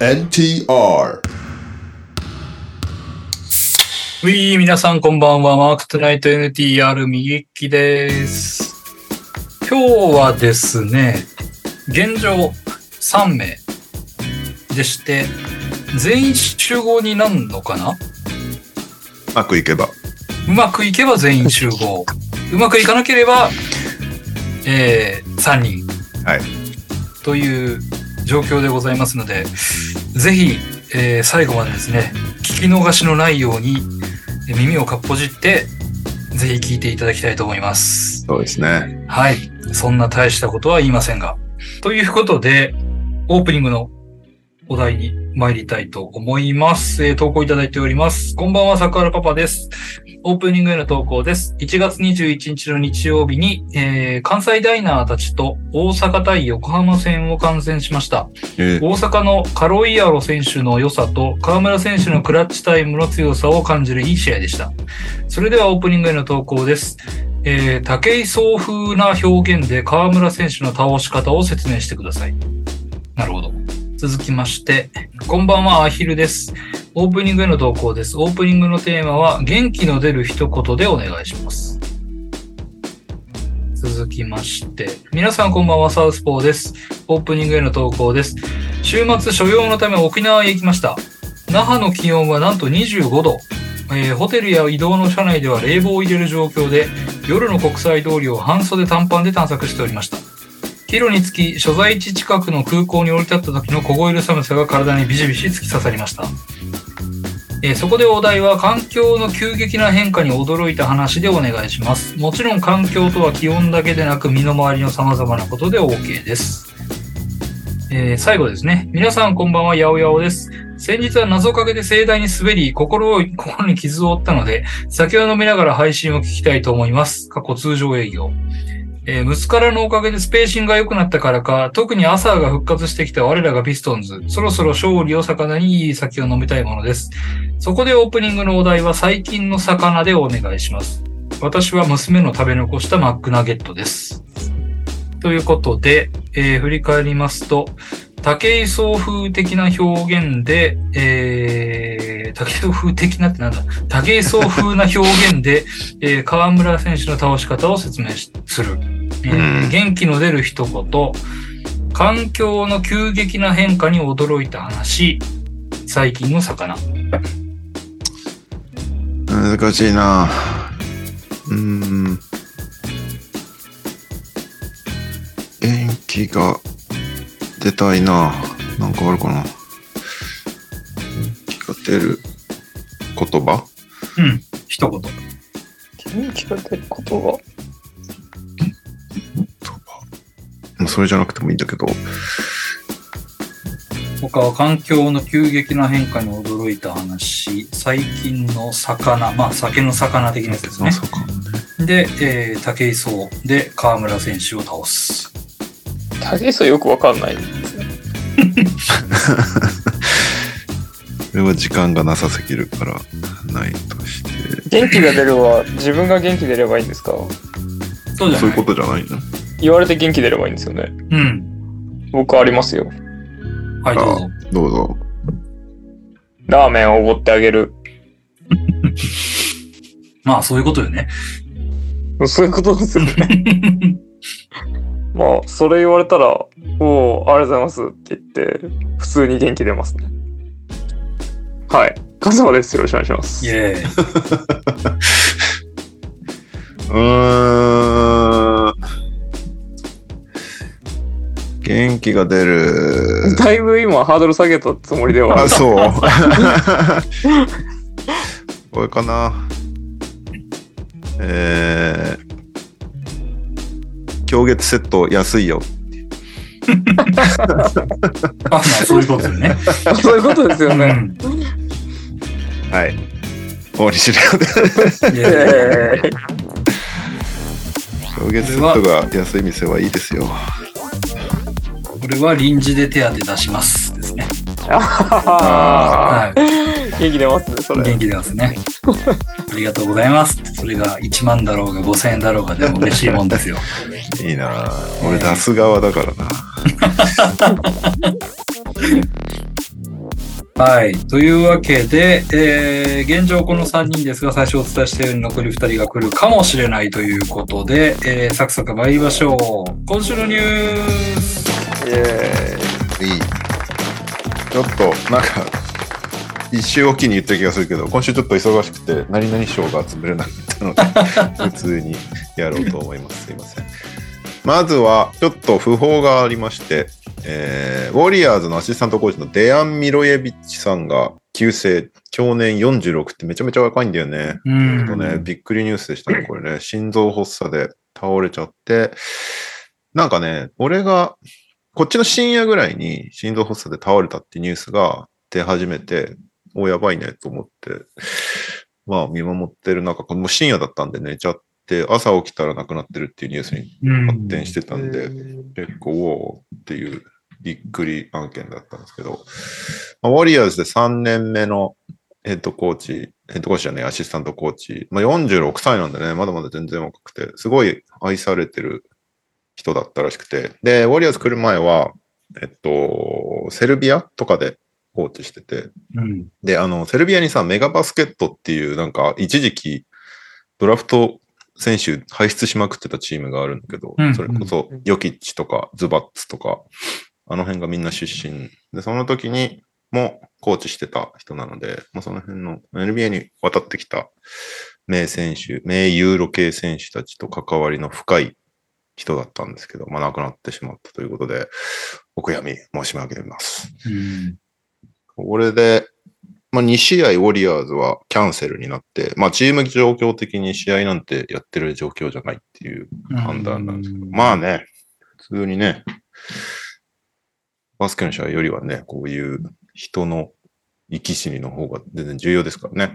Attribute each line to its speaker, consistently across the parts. Speaker 1: NTR
Speaker 2: ウィー皆さんこんばんは。マークトゥナイト NTR 右利きです。今日はですね、現状3名でして、全員集合になるのかな
Speaker 1: うまくいけば
Speaker 2: うまくいけば全員集合。うまくいかなければ、えー、3人。
Speaker 1: はい
Speaker 2: という状況でございますので、ぜひ、えー最後までですね、聞き逃しのないように、えー耳をかっぽじって、ぜひ聞いていただきたいと思います。
Speaker 1: そうですね
Speaker 2: はい。そんな大したことは言いませんが。ということで、オープニングのお題に参りたいと思います。えー投稿いただいております。こんばんは、桜原パパです。オープニングへの投稿です。1月21日の日曜日に、えー関西ダイナーたちと大阪対横浜戦を観戦しました。
Speaker 1: え
Speaker 2: 大阪のカロイアロ選手の良さと河村選手のクラッチタイムの強さを感じるいい試合でした。それではオープニングへの投稿です。えー、武井壮風な表現で河村選手の倒し方を説明してください。なるほど。続きまして、こんばんは、アヒルです。オープニングへの投稿です。オープニングのテーマは、元気の出る一言でお願いします。続きまして、皆さんこんばんは、サウスポーです。オープニングへの投稿です。週末所用のため沖縄へ行きました那覇の気温はなんと25度、えーホテルや移動の車内では冷房を入れる状況で夜の国際通りを半袖短パンで探索しておりました帰路につき所在地近くの空港に降り立った時の凍える寒さが体にビシビシ突き刺さりました、えーそこでお題は環境の急激な変化に驚いた話でお願いしますもちろん環境とは気温だけでなく身の回りの様々なことで OK ですえー最後ですね。皆さんこんばんは、やおやおです。先日は謎かけで盛大に滑り、心を、心に傷を負ったので、酒を飲みながら配信を聞きたいと思います。過去通常営業。えー、息子からのおかげでスペーシングが良くなったからか、特に朝が復活してきた我らがピストンズ、そろそろ勝利を魚にいい酒を飲みたいものです。そこでオープニングのお題は最近の魚でお願いします。私は娘の食べ残したマックナゲットです。ということで、えー振り返りますと、武井壮風的な表現で、えー、武井壮風的なってなんだ武井壮風な表現で、 えー河村選手の倒し方を説明しする、えー
Speaker 1: うん
Speaker 2: 元気の出る一言、環境の急激な変化に驚いた話、最近の魚。
Speaker 1: 難しいなうーん元気が出たいななんかあるかな元気が出る言葉
Speaker 2: うん、一言。
Speaker 3: 元気が出ることが
Speaker 1: 言葉もうそれじゃなくてもいいんだけど
Speaker 2: 他は環境の急激な変化に驚いた話、最近の魚、まあ酒の魚的なやつですね
Speaker 1: ま。さかね
Speaker 2: で、えー、武井壮で河村選手を倒す。
Speaker 3: 武井壮よくわかんないですね
Speaker 1: それは時間がなさすぎるからないとして
Speaker 3: 元気が出るは自分が元気出ればいいんですか
Speaker 2: そうじゃない
Speaker 1: そういうことじゃないの
Speaker 3: 言われて元気出ればいいんですよね
Speaker 2: うん。
Speaker 3: 僕ありますよ
Speaker 2: はい、どうぞ。
Speaker 1: どうぞ
Speaker 3: ラーメンをおごってあげる
Speaker 2: まあ、そういうことよね。
Speaker 3: そういうことですよね まあそれ言われたら「おおありがとうございます」って言って普通に元気出ますねはいカズマですよろしくお願いしま
Speaker 2: イ
Speaker 3: す
Speaker 2: ェーイ。
Speaker 1: うーん元気が出 る。
Speaker 3: だいぶ今ハードル下げたつもりでは
Speaker 1: あ、 そう。これかな。えー、狂月セット安いよ。
Speaker 2: あ、まあ、そういうことよね。
Speaker 3: そういうことです
Speaker 2: う
Speaker 3: よ
Speaker 2: ん。
Speaker 3: ね
Speaker 1: はい。終わりしる よね。
Speaker 2: イ
Speaker 3: イ
Speaker 2: ェーイ
Speaker 3: エーイ
Speaker 1: 狂月セットが安い店はいいですよ。
Speaker 2: これは臨時で手当て出します。ですね。
Speaker 3: あはは
Speaker 2: はい。
Speaker 3: 元気出ますねそれ
Speaker 2: 元気出ますね。ありがとうございます。それが1万だろうが5000円だろうがでも嬉しいもんですよ。
Speaker 1: いいな俺出す側だからな。
Speaker 2: はい。というわけで、えー、現状この3人ですが、最初お伝えしたように残り2人が来るかもしれないということで、えー、サクサク参りましょう。今週のニュース。
Speaker 3: イエー
Speaker 1: いい。ちょっと、なんか、一周おきに言った気がするけど、今週ちょっと忙しくて、何々賞が潰れなかったので、普通にやろうと思います。すいません。まずは、ちょっと訃報がありまして、えーウォリアーズのアシスタントコーチのデアン・ミロエビッチさんが急性、去年46ってめちゃめちゃ若いんだよね。
Speaker 2: う
Speaker 1: とね、
Speaker 2: ん。
Speaker 1: びっくりニュースでした ね、これね。心臓発作で倒れちゃって、なんかね、俺が、こっちの深夜ぐらいに心臓発作で倒れたってニュースが出始めて、お、やばいねと思って、まあ見守ってる中、もう深夜だったんで寝ちゃって、朝起きたら亡くなってるっていうニュースに
Speaker 2: うん
Speaker 1: 発展してたんで、
Speaker 3: イ。
Speaker 1: 結構、おーっていうびっくり案件だったんですけど、まあウォリアーズで3年目のヘッドコーチ、ヘッドコーチじゃない、アシスタントコーチ、まあ、46歳なんでね、まだまだ全然若くて、すごい愛されてる人だったらしくて、で、ウォリアーズ来る前は、えっと、セルビアとかでコーチしてて、
Speaker 2: うん。
Speaker 1: で、あの、セルビアにさ、メガバスケットっていう、なんか、一時期、ドラフト選手輩出しまくってたチームがあるんだけど、
Speaker 2: うん
Speaker 1: それこそ、ヨキッチとか、ズバッツとか、あの辺がみんな出身。で、その時にもコーチしてた人なので、まあ、その辺の NBA に渡ってきた名選手、名ユーロ系選手たちと関わりの深い人だったんですけど、まあ、亡くなってしまったということで、お悔やみ申し上げます。
Speaker 2: うん
Speaker 1: これで、まあ、2試合ウォリアーズはキャンセルになって、まあ、チーム状況的に試合なんてやってる状況じゃないっていう判断なんですけど、まあね、普通にね、バスケの試合よりはね、こういう人の生き死にの方が全然重要ですからね。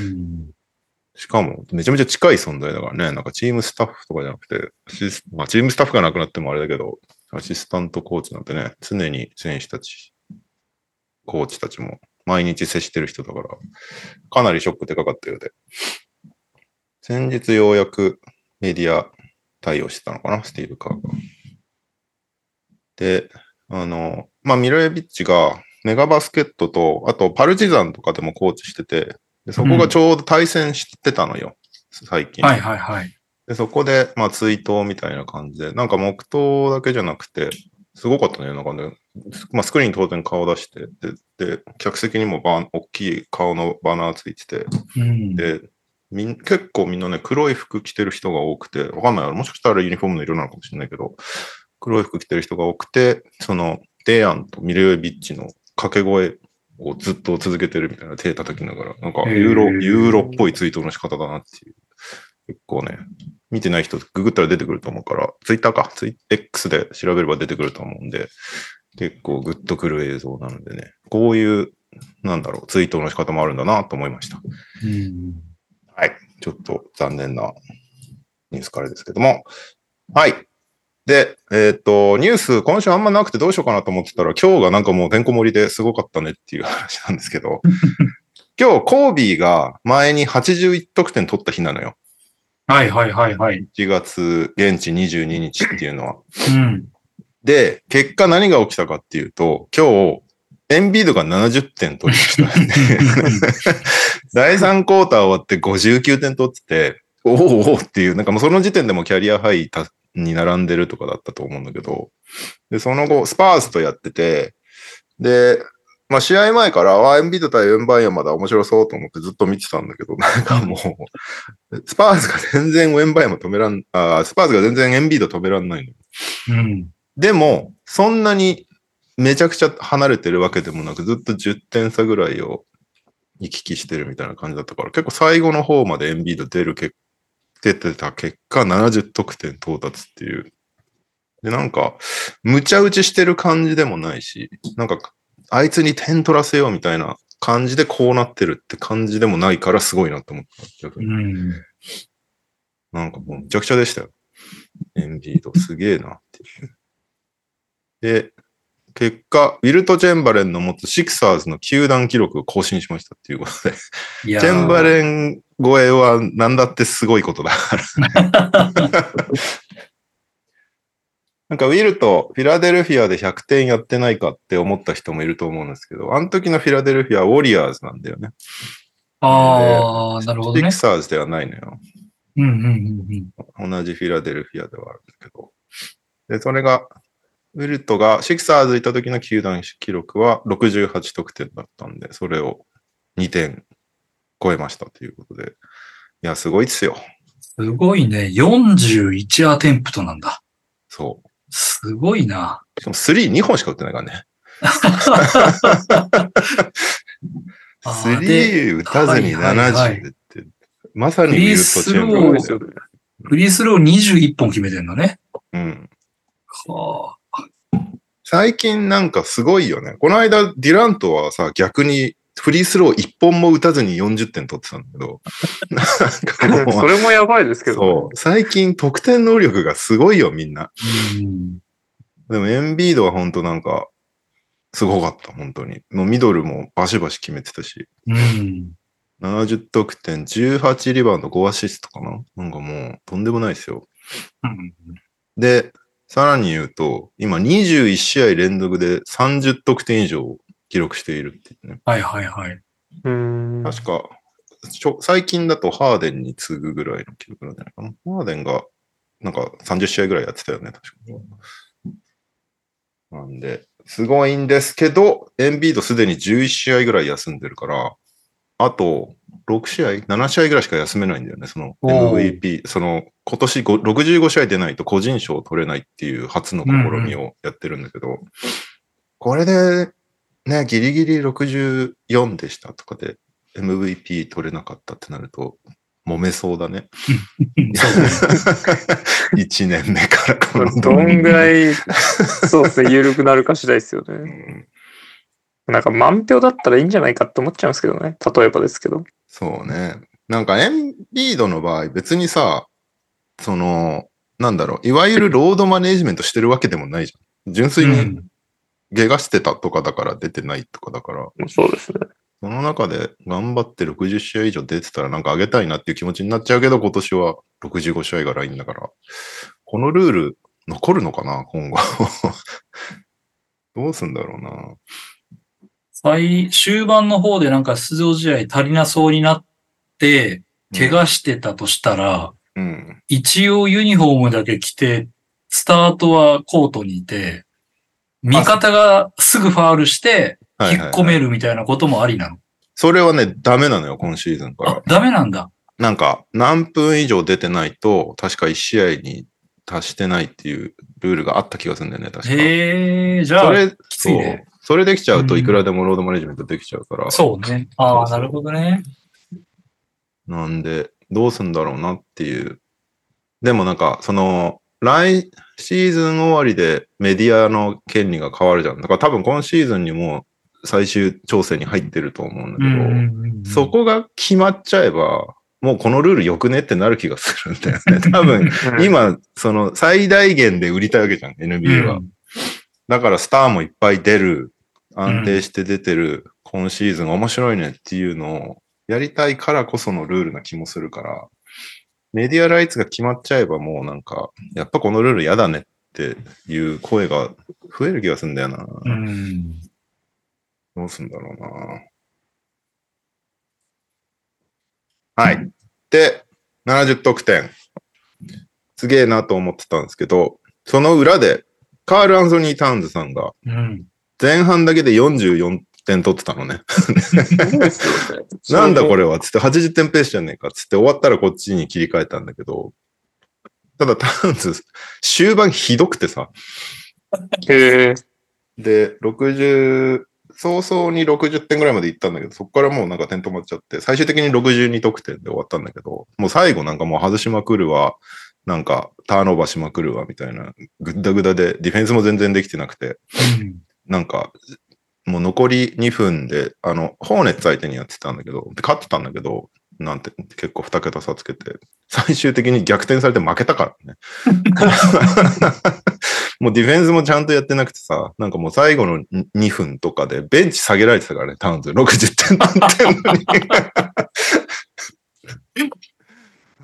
Speaker 2: うん
Speaker 1: しかも、めちゃめちゃ近い存在だからね、なんかチームスタッフとかじゃなくて、アシスまあ、チームスタッフがなくなってもあれだけど、アシスタントコーチなんてね、常に選手たち、コーチたちも毎日接してる人だから、かなりショックでかかったようで。先日ようやくメディア対応してたのかな、スティーブ・カーが。で、あの、まあ、ミロエビッチがメガバスケットと、あとパルチザンとかでもコーチしてて、でそこがちょうど対戦してたのよ、最近。
Speaker 2: はいはいはい。
Speaker 1: で、そこで、まあ、追悼みたいな感じで、なんか黙祷だけじゃなくて、すごかったね、なんかね、すまあ、スクリーン当然顔出して、で、で客席にもバーン大きい顔のバナーついてて、
Speaker 2: うん
Speaker 1: で、みん結構みんなね、黒い服着てる人が多くて、わかんないもしかしたらユニフォームの色なのかもしれないけど、黒い服着てる人が多くて、その、デアンとミレオビッチの掛け声をずっと続けてるみたいな手叩きながら、なんか
Speaker 2: へー
Speaker 1: ユーロ、ユーロっぽいツイートの仕方だなっていう。結構ね、見てない人、ググったら出てくると思うから、ツイッターか、ツイ X で調べれば出てくると思うんで、結構グッとくる映像なのでね、こういう、なんだろう、ツイートの仕方もあるんだなと思いました。
Speaker 2: うん
Speaker 1: はい。ちょっと残念なニュースからですけども。はい。で、えっ、と、ニュース、今週あんまなくてどうしようかなと思ってたら、今日がなんかもうてんこ盛りですごかったねっていう話なんですけど、今日、コービーが前に81得点取った日なのよ。
Speaker 2: はいはいはいはい。
Speaker 1: 1月、現地22日っていうのは。
Speaker 2: うん。
Speaker 1: で、結果何が起きたかっていうと、今日、エンビードが70点取りました、 第3クォーター終わって59点取ってて、おおおおっていう、なんかもうその時点でもキャリアハイたに並んでるとかだったと思うんだけど、で、その後、スパーズとやってて、で、まあ試合前から、あエンビード対エンバイアまだ面白そうと思ってずっと見てたんだけど、なんかもう、スパーズが全然エンバイアも止めらん、あスパーズが全然エンビード止めらんないのよ
Speaker 2: うん。
Speaker 1: でも、そんなにめちゃくちゃ離れてるわけでもなく、ずっと10点差ぐらいを行き来してるみたいな感じだったから、結構最後の方までエンビード出るけ出てた結果、70得点到達っていう。で、なんか、無茶打ちしてる感じでもないし、なんか、あいつに点取らせようみたいな感じでこうなってるって感じでもないからすごいなと思った。逆
Speaker 2: う
Speaker 1: に
Speaker 2: ん。
Speaker 1: なんかもうむちゃくちゃでしたよ。エンビードすげえなっていう。で、結果、ウィルト・チェンバレンの持つシクサーズの球団記録を更新しましたっていうことで、
Speaker 2: いやー
Speaker 1: チェンバレン超えは 何だってすごいことだから。なんかウィルとフィラデルフィアで100点やってないかって思った人もいると思うんですけど、あの時のフィラデルフィアはウォリアーズなんだよね。
Speaker 2: ああ、なるほど
Speaker 1: シ
Speaker 2: ね
Speaker 1: ク。サーズではないのよ。
Speaker 2: うんうんうんうん。
Speaker 1: 同じフィラデルフィアではあるんだけど。で、それが、ウィルトがシクサーズいた時の球団記録は68得点だったんで、それを2点超えましたということで。いや、すごいっすよ。
Speaker 2: すごいね。41アテンプトなんだ。
Speaker 1: そ
Speaker 2: すごいな。
Speaker 1: う。しかも3、2本しか打ってないからね。
Speaker 2: あー
Speaker 1: 3打たずに
Speaker 2: はいはいはい
Speaker 1: 70って、まさにウィルトチェンバー
Speaker 3: そう
Speaker 1: レン
Speaker 3: ですよね。
Speaker 2: フリースロー21本決めてんだね。
Speaker 1: うん。
Speaker 2: は
Speaker 1: 最近なんかすごいよね。この間、ディラントはさ、逆にフリースロー1本も打たずに40点取ってたんだけど。なんか
Speaker 3: そ
Speaker 1: もう、
Speaker 3: れもやばいですけど、
Speaker 1: そう。最近得点能力がすごいよ、みんな。
Speaker 2: あうん
Speaker 1: でもエンビードは本当なんか、すごかった、本当に。もうミドルもバシバシ決めてたし。
Speaker 2: うん。
Speaker 1: 70得点、18リバウンド、5アシストかななんかもう、とんでもないですよ。
Speaker 2: うん。
Speaker 1: で、さらに言うと、今21試合連続で30得点以上を記録しているっていうね。
Speaker 2: はいはいはい。
Speaker 3: うーん。
Speaker 1: 確か、ちょ最近だとハーデンに次ぐぐらいの記録なんじゃないかな。ハーデンが、なんか30試合ぐらいやってたよね、確か。なんで、すごいんですけど、エンビードすでに11試合ぐらい休んでるから、あと6試合 ?7 試合ぐらいしか休めないんだよね、その
Speaker 2: お
Speaker 1: MVP。その、今年ご65試合出ないと個人賞を取れないっていう初の試みをやってるんだけど、これで、ね、ギリギリ64でしたとかで MVP 取れなかったってなると、揉めそうだね。1年目からこの
Speaker 3: どんぐらい、そうですね、緩くなるか次第ですよ
Speaker 1: う
Speaker 3: ね。
Speaker 1: ん
Speaker 3: なんか満票だったらいいんじゃないかって思っちゃうんですけどね。例えばですけど。
Speaker 1: そうね。なんかエンビードの場合、別にさ、その、なんだろう、いわゆるロードマネジメントしてるわけでもないじゃん。純粋
Speaker 2: う
Speaker 1: に
Speaker 2: ん
Speaker 1: 怪我してたとかだから出てないとかだから、
Speaker 3: そうですね。
Speaker 1: その中で頑張って60試合以上出てたらなんか上げたいなっていう気持ちになっちゃうけど、今年は65試合がラインだから、このルール残るのかな、今後。 どうすんだろうな。
Speaker 2: 最終盤の方でなんか出場試合足りなそうになって、怪我してたとしたら、
Speaker 1: うん。
Speaker 2: 一応ユニフォームだけ着て、スタートはコートにいて、味方がすぐファールして、
Speaker 1: はいはい
Speaker 2: 引
Speaker 1: はい
Speaker 2: っ込めるみたいなこともありなの。
Speaker 1: それはね、ダメなのよ、今シーズンから
Speaker 2: あ。、ダメなんだ。
Speaker 1: なんか、何分以上出てないと、確か1試合に達してないっていうルールがあった気がするんだよね、確か。
Speaker 2: へえ、じゃ
Speaker 1: そ
Speaker 2: あ、
Speaker 1: れ、
Speaker 2: きついね
Speaker 1: そうそれできちゃうと
Speaker 2: うん
Speaker 1: いくらでもロードマネジメントできちゃうから。
Speaker 2: そうね。あ
Speaker 1: そう
Speaker 2: あ、
Speaker 1: そう
Speaker 2: なるほどね。
Speaker 1: なんで、どうすんだろうなっていう。でもなんか、その、来シーズン終わりでメディアの権利が変わるじゃん。だから多分今シーズンにもう最終調整に入ってると思うんだけど、そこが決まっちゃえば、もうこのルールよくねってなる気がするんだよね。多 分、
Speaker 3: うん、
Speaker 1: 今、その最大限で売りたいわけじゃん、NBA は。
Speaker 2: うん
Speaker 1: だからスターもいっぱい出る、安定して出てる、今シーズン面白いねっていうのをやりたいからこそのルールな気もするから、メディアライツが決まっちゃえばもうなんか、やっぱこのルール嫌だねっていう声が増える気がするんだよな。
Speaker 2: うん。
Speaker 1: どうすんだろうな。はい。で、70得点。すげえなと思ってたんですけど、その裏で、カール・アンソニー・タウンズさんが
Speaker 2: うん。
Speaker 1: 前半だけで44点取ってたのね。
Speaker 3: な
Speaker 1: なんだこ
Speaker 3: れ。
Speaker 1: れはっつって80点ペースじゃねえかっつって終わったらこっちに切り替えたんだけど、ただタウンズ、終盤ひどくてさ、
Speaker 3: へえ。
Speaker 1: で、60、早々に60点ぐらいまで行ったんだけど、そこからもうなんか点止まっちゃって、最終的に62得点で終わったんだけど、もう最後なんかもう外しまくるわ、なんかターンオーバーしまくるわみたいな、ぐったぐだで、ディフェンスも全然できてなくて、
Speaker 2: うん
Speaker 1: なんか、もう残り2分で、あの、ホーネッツ相手にやってたんだけど、で勝ってたんだけど、なんて、結構2桁差つけて、最終的に逆転されて負けたからね。 もうディフェンスもちゃんとやってなくてさ、なんかもう最後の2分とかでベンチ下げられてたからね、タウンズ60点なんてんの に。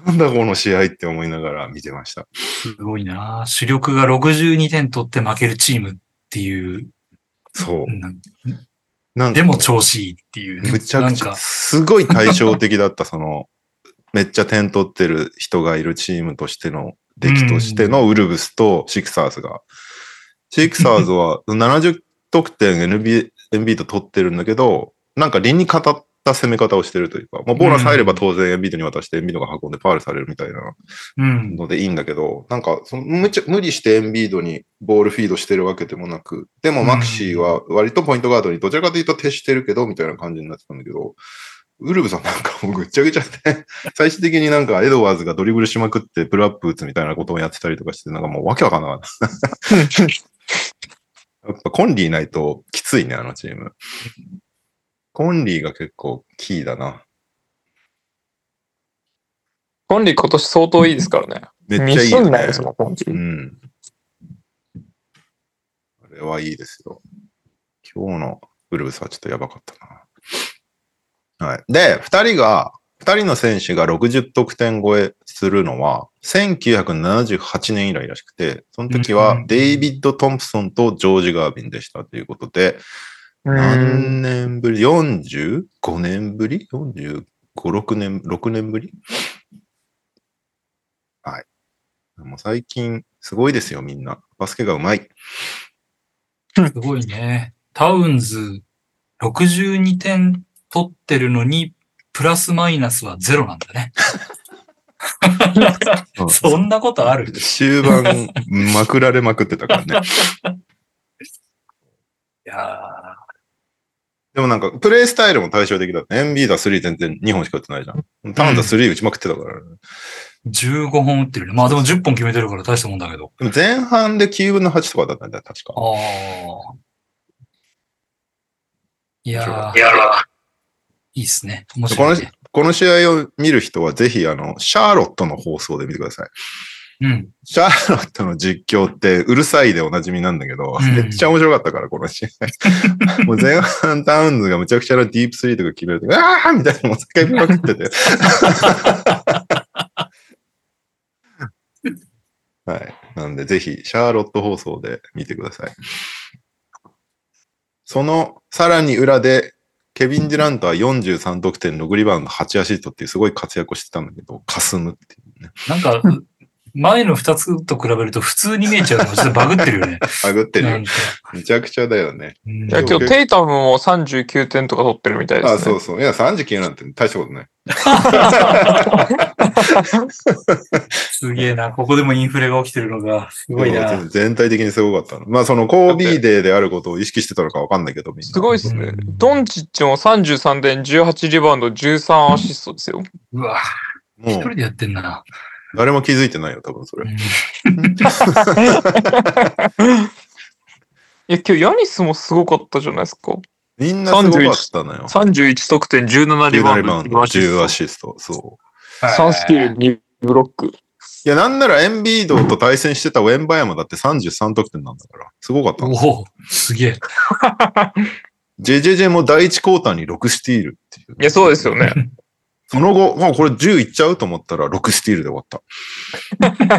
Speaker 1: なんだこの試合って思いながら見てました。
Speaker 2: すごいな主力が62点取って負けるチームっていう、
Speaker 1: そう。
Speaker 2: なん
Speaker 1: なんか
Speaker 2: でも調子いいっていうね。
Speaker 1: むちゃくち
Speaker 2: なん
Speaker 1: ゃ、
Speaker 2: か
Speaker 1: すごい対照的だった、そ の、めっちゃ点取ってる人がいるチームとしての、出来としてのウルブスとシクサーズが。シクサーズは70得点 NB、NB と取ってるんだけど、なんか輪に語った攻め方をしてるというか、まあ、ボーナス入れば当然 NB に渡して NB が運んでファールされるみたいな。
Speaker 2: うん。
Speaker 1: のでいいんだけど、なんかその無茶無理してエンビードにボールフィードしてるわけでもなく、でもマクシーは割とポイントガードにどちらかというと徹してるけどみたいな感じになってたんだけど、ウルブさんなんかもうぐっちゃぐちゃで、 最終的になんかエドワーズがドリブルしまくってプルアップ打つみたいなことをやってたりとかして、なんかもうわけわかんなかった。やっぱコンリーないときついね、あのチーム。コンリーが結構キーだな。
Speaker 3: コンリ今年相当いいですからね。
Speaker 1: めっ
Speaker 3: ミ
Speaker 1: ちゃいいよ
Speaker 3: ス
Speaker 1: ね。
Speaker 3: んないですもん、コンリ
Speaker 1: うん。あれはいいですよ。今日のウルブスはちょっとやばかったな。はい。で、2人が、2人の選手が60得点超えするのは、1978年以来らしくて、その時
Speaker 2: うんう
Speaker 1: は
Speaker 2: ん
Speaker 1: デイビッド・トンプソンとジョージ・ガービンでしたということで、
Speaker 3: うん。
Speaker 1: 何年ぶり ?45 年ぶり ?45、6年、6年ぶりはい。もう最近、すごいですよ、みんな。バスケがうまい。
Speaker 2: すごいね。タウンズ、62点取ってるのに、プラスマイナスはゼロなんだね。 そんなことあるい
Speaker 1: 終盤、まくられまくってたからね。
Speaker 2: や
Speaker 1: でもなんか、プレイスタイルも対照的だった。エンビーダー3全然2本しか打ってないじゃん。ターンダー3打ちまくってたからね、
Speaker 2: ー、15本打ってるね。まあでも10本決めてるから大したもんだけど。
Speaker 1: でも前半で9分の8とかだったんだよ、確
Speaker 2: あ
Speaker 1: か。
Speaker 2: あ。いやー、
Speaker 3: やら。
Speaker 2: いいっすね。面
Speaker 1: こ
Speaker 2: 白
Speaker 1: の
Speaker 2: い、ね。
Speaker 1: この試合を見る人は、ぜひ、あの、シャーロットの放送で見てください。
Speaker 2: うん。
Speaker 1: シャーロットの実況ってうるさいでおなじみなんだけど、
Speaker 2: うん
Speaker 1: めっちゃ面白かったから、この試 合。もう前半タウンズがむちゃくちゃなディープスリーとか決めると、ああみたいなもう叫びまくって て。はい。なんで、ぜひ、シャーロット放送で見てください。その、さらに裏で、ケビン・デュラントは43得点、6リバウンド、8アシストっていうすごい活躍をしてたんだけど、霞むっていうね。
Speaker 2: なんか、前の2つと比べると普通に見えちゃうのがちょっとバグってるよ ね。
Speaker 1: バグってるよ
Speaker 2: なん。か
Speaker 1: めちゃくちゃだよね。
Speaker 2: うん
Speaker 3: いや、今日テイタムも39点とか取ってるみたいですね。
Speaker 1: あ、そうそう。いや、39なんて大したことない。
Speaker 2: すげえな。ここでもインフレが起きてるのが、すごい
Speaker 1: で
Speaker 2: な。
Speaker 1: も全体的にすごかったの。まあ、そのコービーデーであることを意識してたのかわかんないけど、みんな。
Speaker 3: すごいっすね
Speaker 2: う。ん
Speaker 3: ドンチッチも33点、18リバウンド、13アシストですよ。
Speaker 2: うわ、一
Speaker 1: も
Speaker 2: 人
Speaker 1: う、
Speaker 2: でやってんだな。
Speaker 1: 誰も気づいてないよ、多分それ。
Speaker 3: いや、今日ヤニスもすごかったじゃないですか。
Speaker 1: みんなすごかったのよ。
Speaker 3: 31得点、17
Speaker 1: 9
Speaker 3: リバウ
Speaker 1: リ
Speaker 3: ン
Speaker 1: バウ
Speaker 3: ド、
Speaker 1: ンド、10ア
Speaker 3: 3
Speaker 1: シスト。そう。
Speaker 3: スティール、2ブロック。
Speaker 1: いや、なんならエンビードと対戦してたウェンバヤマだって33得点なんだから。すごかったの。
Speaker 2: おお、すげえ。
Speaker 1: JJJ も第1クォーターに6スティールっていう。
Speaker 3: いや、そうです よね。
Speaker 1: その後、もうこれ10いっちゃうと思ったら6スティールで終わった。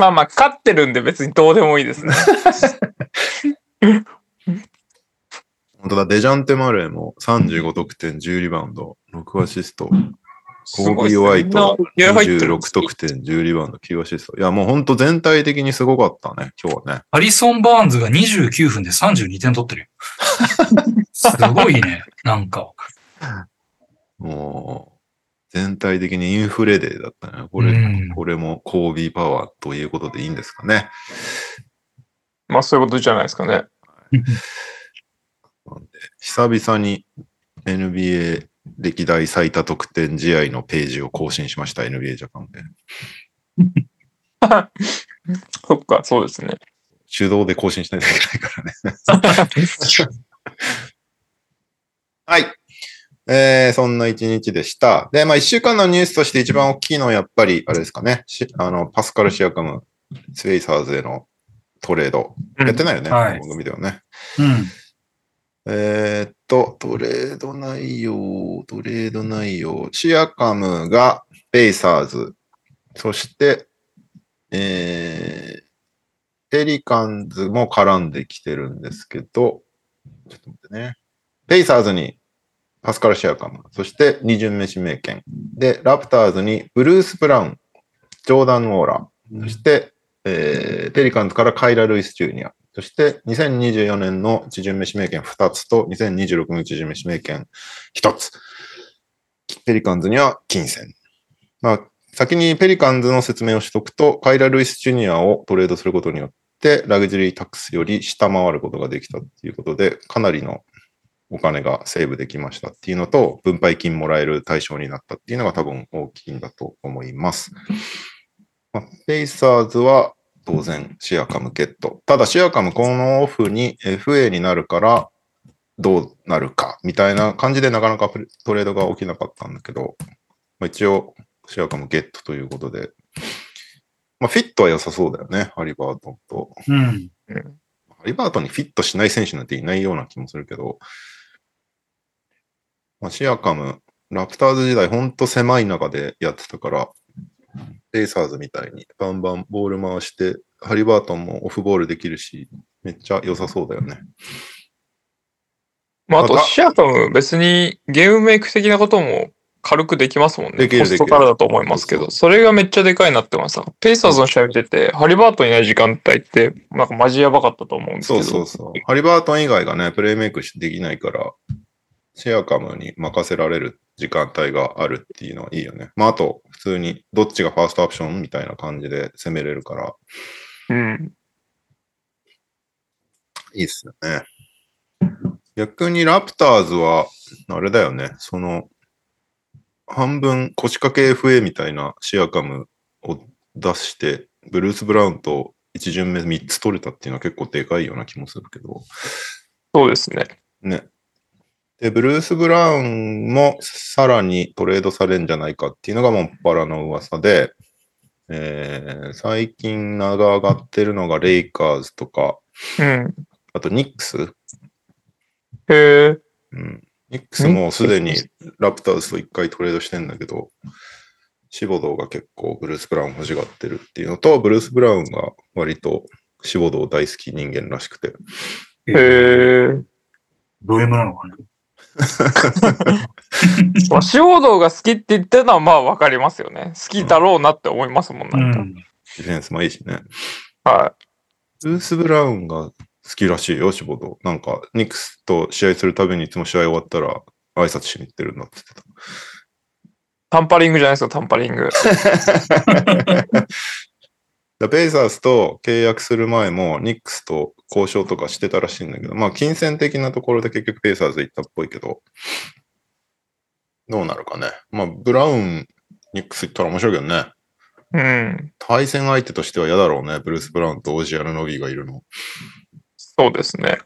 Speaker 3: まあまあ、勝ってるんで別にどうでもいいですね。
Speaker 1: 本当だ、デジャンテ・マレーも35得点、10リバウンド、6アシスト、
Speaker 3: す
Speaker 1: コー
Speaker 3: ご
Speaker 1: ビ
Speaker 3: い
Speaker 1: ー・
Speaker 3: っ
Speaker 1: ホ
Speaker 3: す
Speaker 1: ワ
Speaker 3: ね
Speaker 1: イ
Speaker 3: みんな
Speaker 1: ト、
Speaker 3: 気合入ってる。
Speaker 1: 26得点、10リバウンド、9アシスト。いや、もう本当全体的にすごかったね、今日はね。
Speaker 2: ハリソン・バーンズが29分で32点取ってる よ。すごいね。なんか。
Speaker 1: もう、全体的にインフレデーだったね。これ、
Speaker 2: うん
Speaker 1: これもコービーパワーということでいいんですかね。
Speaker 3: まあ、そういうことじゃないですかね。
Speaker 1: 久々に NBA 歴代最多得点試合のページを更新しました、NBA ジャパンで。
Speaker 3: そっか、そうですね。
Speaker 1: 手動で更新しないといけないからね。 はい。えー、そんな一日でした。で、まあ一週間のニュースとして一番大きいのはやっぱり、あれですかね。しあの、パスカル・シアカム、スペイサーズへのトレード。やってないよね、こ
Speaker 2: はい
Speaker 1: の番組ではね。
Speaker 2: うん。
Speaker 1: えーっと、トレード内容、トレード内容。シアカムがベイサーズ、そしてえー、ペリカンズも絡んできてるんですけど、ちょっと待ってね。ペイサーズにパスカル・シェアカム、そして二巡目指名権。で、ラプターズにブルース・ブラウン、ジョーダン・ウォーラー、そして、えーペリカンズからカイラ・ルイス・ジュニア、そして2024年の一巡目指名権2つと2026年の一巡目指名権1つ。ペリカンズには金銭。まあ、先にペリカンズの説明をしとくと、カイラ・ルイス・ジュニアをトレードすることによって、ラグジュアリータックスより下回ることができたということで、かなりのお金がセーブできましたっていうのと、分配金もらえる対象になったっていうのが多分大きいんだと思います。まあ、ペイサーズは当然シェアカムゲット。ただシェアカムこのオフに FA になるからどうなるかみたいな感じでなかなかトレードが起きなかったんだけど、まあ、一応シェアカムゲットということで、まあ、フィットは良さそうだよね、ハリバートンと。
Speaker 2: うん。
Speaker 1: ハリバートンにフィットしない選手なんていないような気もするけど、まあ、シアカム、ラプターズ時代、ほんと狭い中でやってたから、レイサーズみたいにバンバンボール回して、ハリバートンもオフボールできるし、めっちゃ良さそうだよね。
Speaker 3: まあ、あと、
Speaker 1: また
Speaker 3: シアトム、別にゲームメイク的なことも軽くできますもんね。
Speaker 1: できる
Speaker 3: コストからだと思いますけ
Speaker 1: でき
Speaker 3: ど、それがめっちゃでかいなって思います。ペイサーズの試合見てて、ハリバートンいない時間帯って、なんかマジやばかったと思うんですけ
Speaker 1: そう
Speaker 3: ど、
Speaker 1: そうそう。ハリバートン以外がね、プレイメイクできないから、シェアカムに任せられる時間帯があるっていうのはいいよね。まあ、あと、普通にどっちがファーストオプションみたいな感じで攻めれるから、
Speaker 3: うん。
Speaker 1: いいっすよね。逆にラプターズは、あれだよね、その、半分腰掛け FA みたいなシアカムを出して、ブルース・ブラウンと1巡目3つ取れたっていうのは結構でかいような気もするけど、
Speaker 3: そうですね。
Speaker 1: ね。で、ブルース・ブラウンもさらにトレードされるんじゃないかっていうのがもっぱらの噂で、えー最近名が上がってるのがレイカーズとか、
Speaker 3: うん。
Speaker 1: あとニックス
Speaker 3: へえ。
Speaker 1: うんニックスもすでにラプターズと一回トレードしてんだけど、シボドーが結構ブルース・ブラウン欲しがってるっていうのと、ブルース・ブラウンが割とシボドー大好き人間らしくて、
Speaker 2: え
Speaker 3: へえ。
Speaker 2: ド M なのかね。
Speaker 3: まあ、シオドが好きって言ってたのはまあわかりますよね。好きだろうなって思いますもん、なんか。
Speaker 2: ん。
Speaker 1: ディフェンスもいいしね。
Speaker 3: は
Speaker 1: ブルース・ブラウンが好きらしいよ、シボドー。なんか、ニックスと試合するたびにいつも試合終わったら挨拶しに行ってるんだって
Speaker 3: い。タンパリングじゃないですか、タンパリング。
Speaker 1: だペイサーズと契約する前も、ニックスと交渉とかしてたらしいんだけど、まあ、金銭的なところで結局ペイサーズ行ったっぽいけど、どうなるかね。まあ、ブラウン、ニックス行ったら面白いけどね。
Speaker 3: うん。
Speaker 1: 対戦相手としては嫌だろうね。ブルース・ブラウンとオジアル・ノビーがいるの。
Speaker 3: そうですね。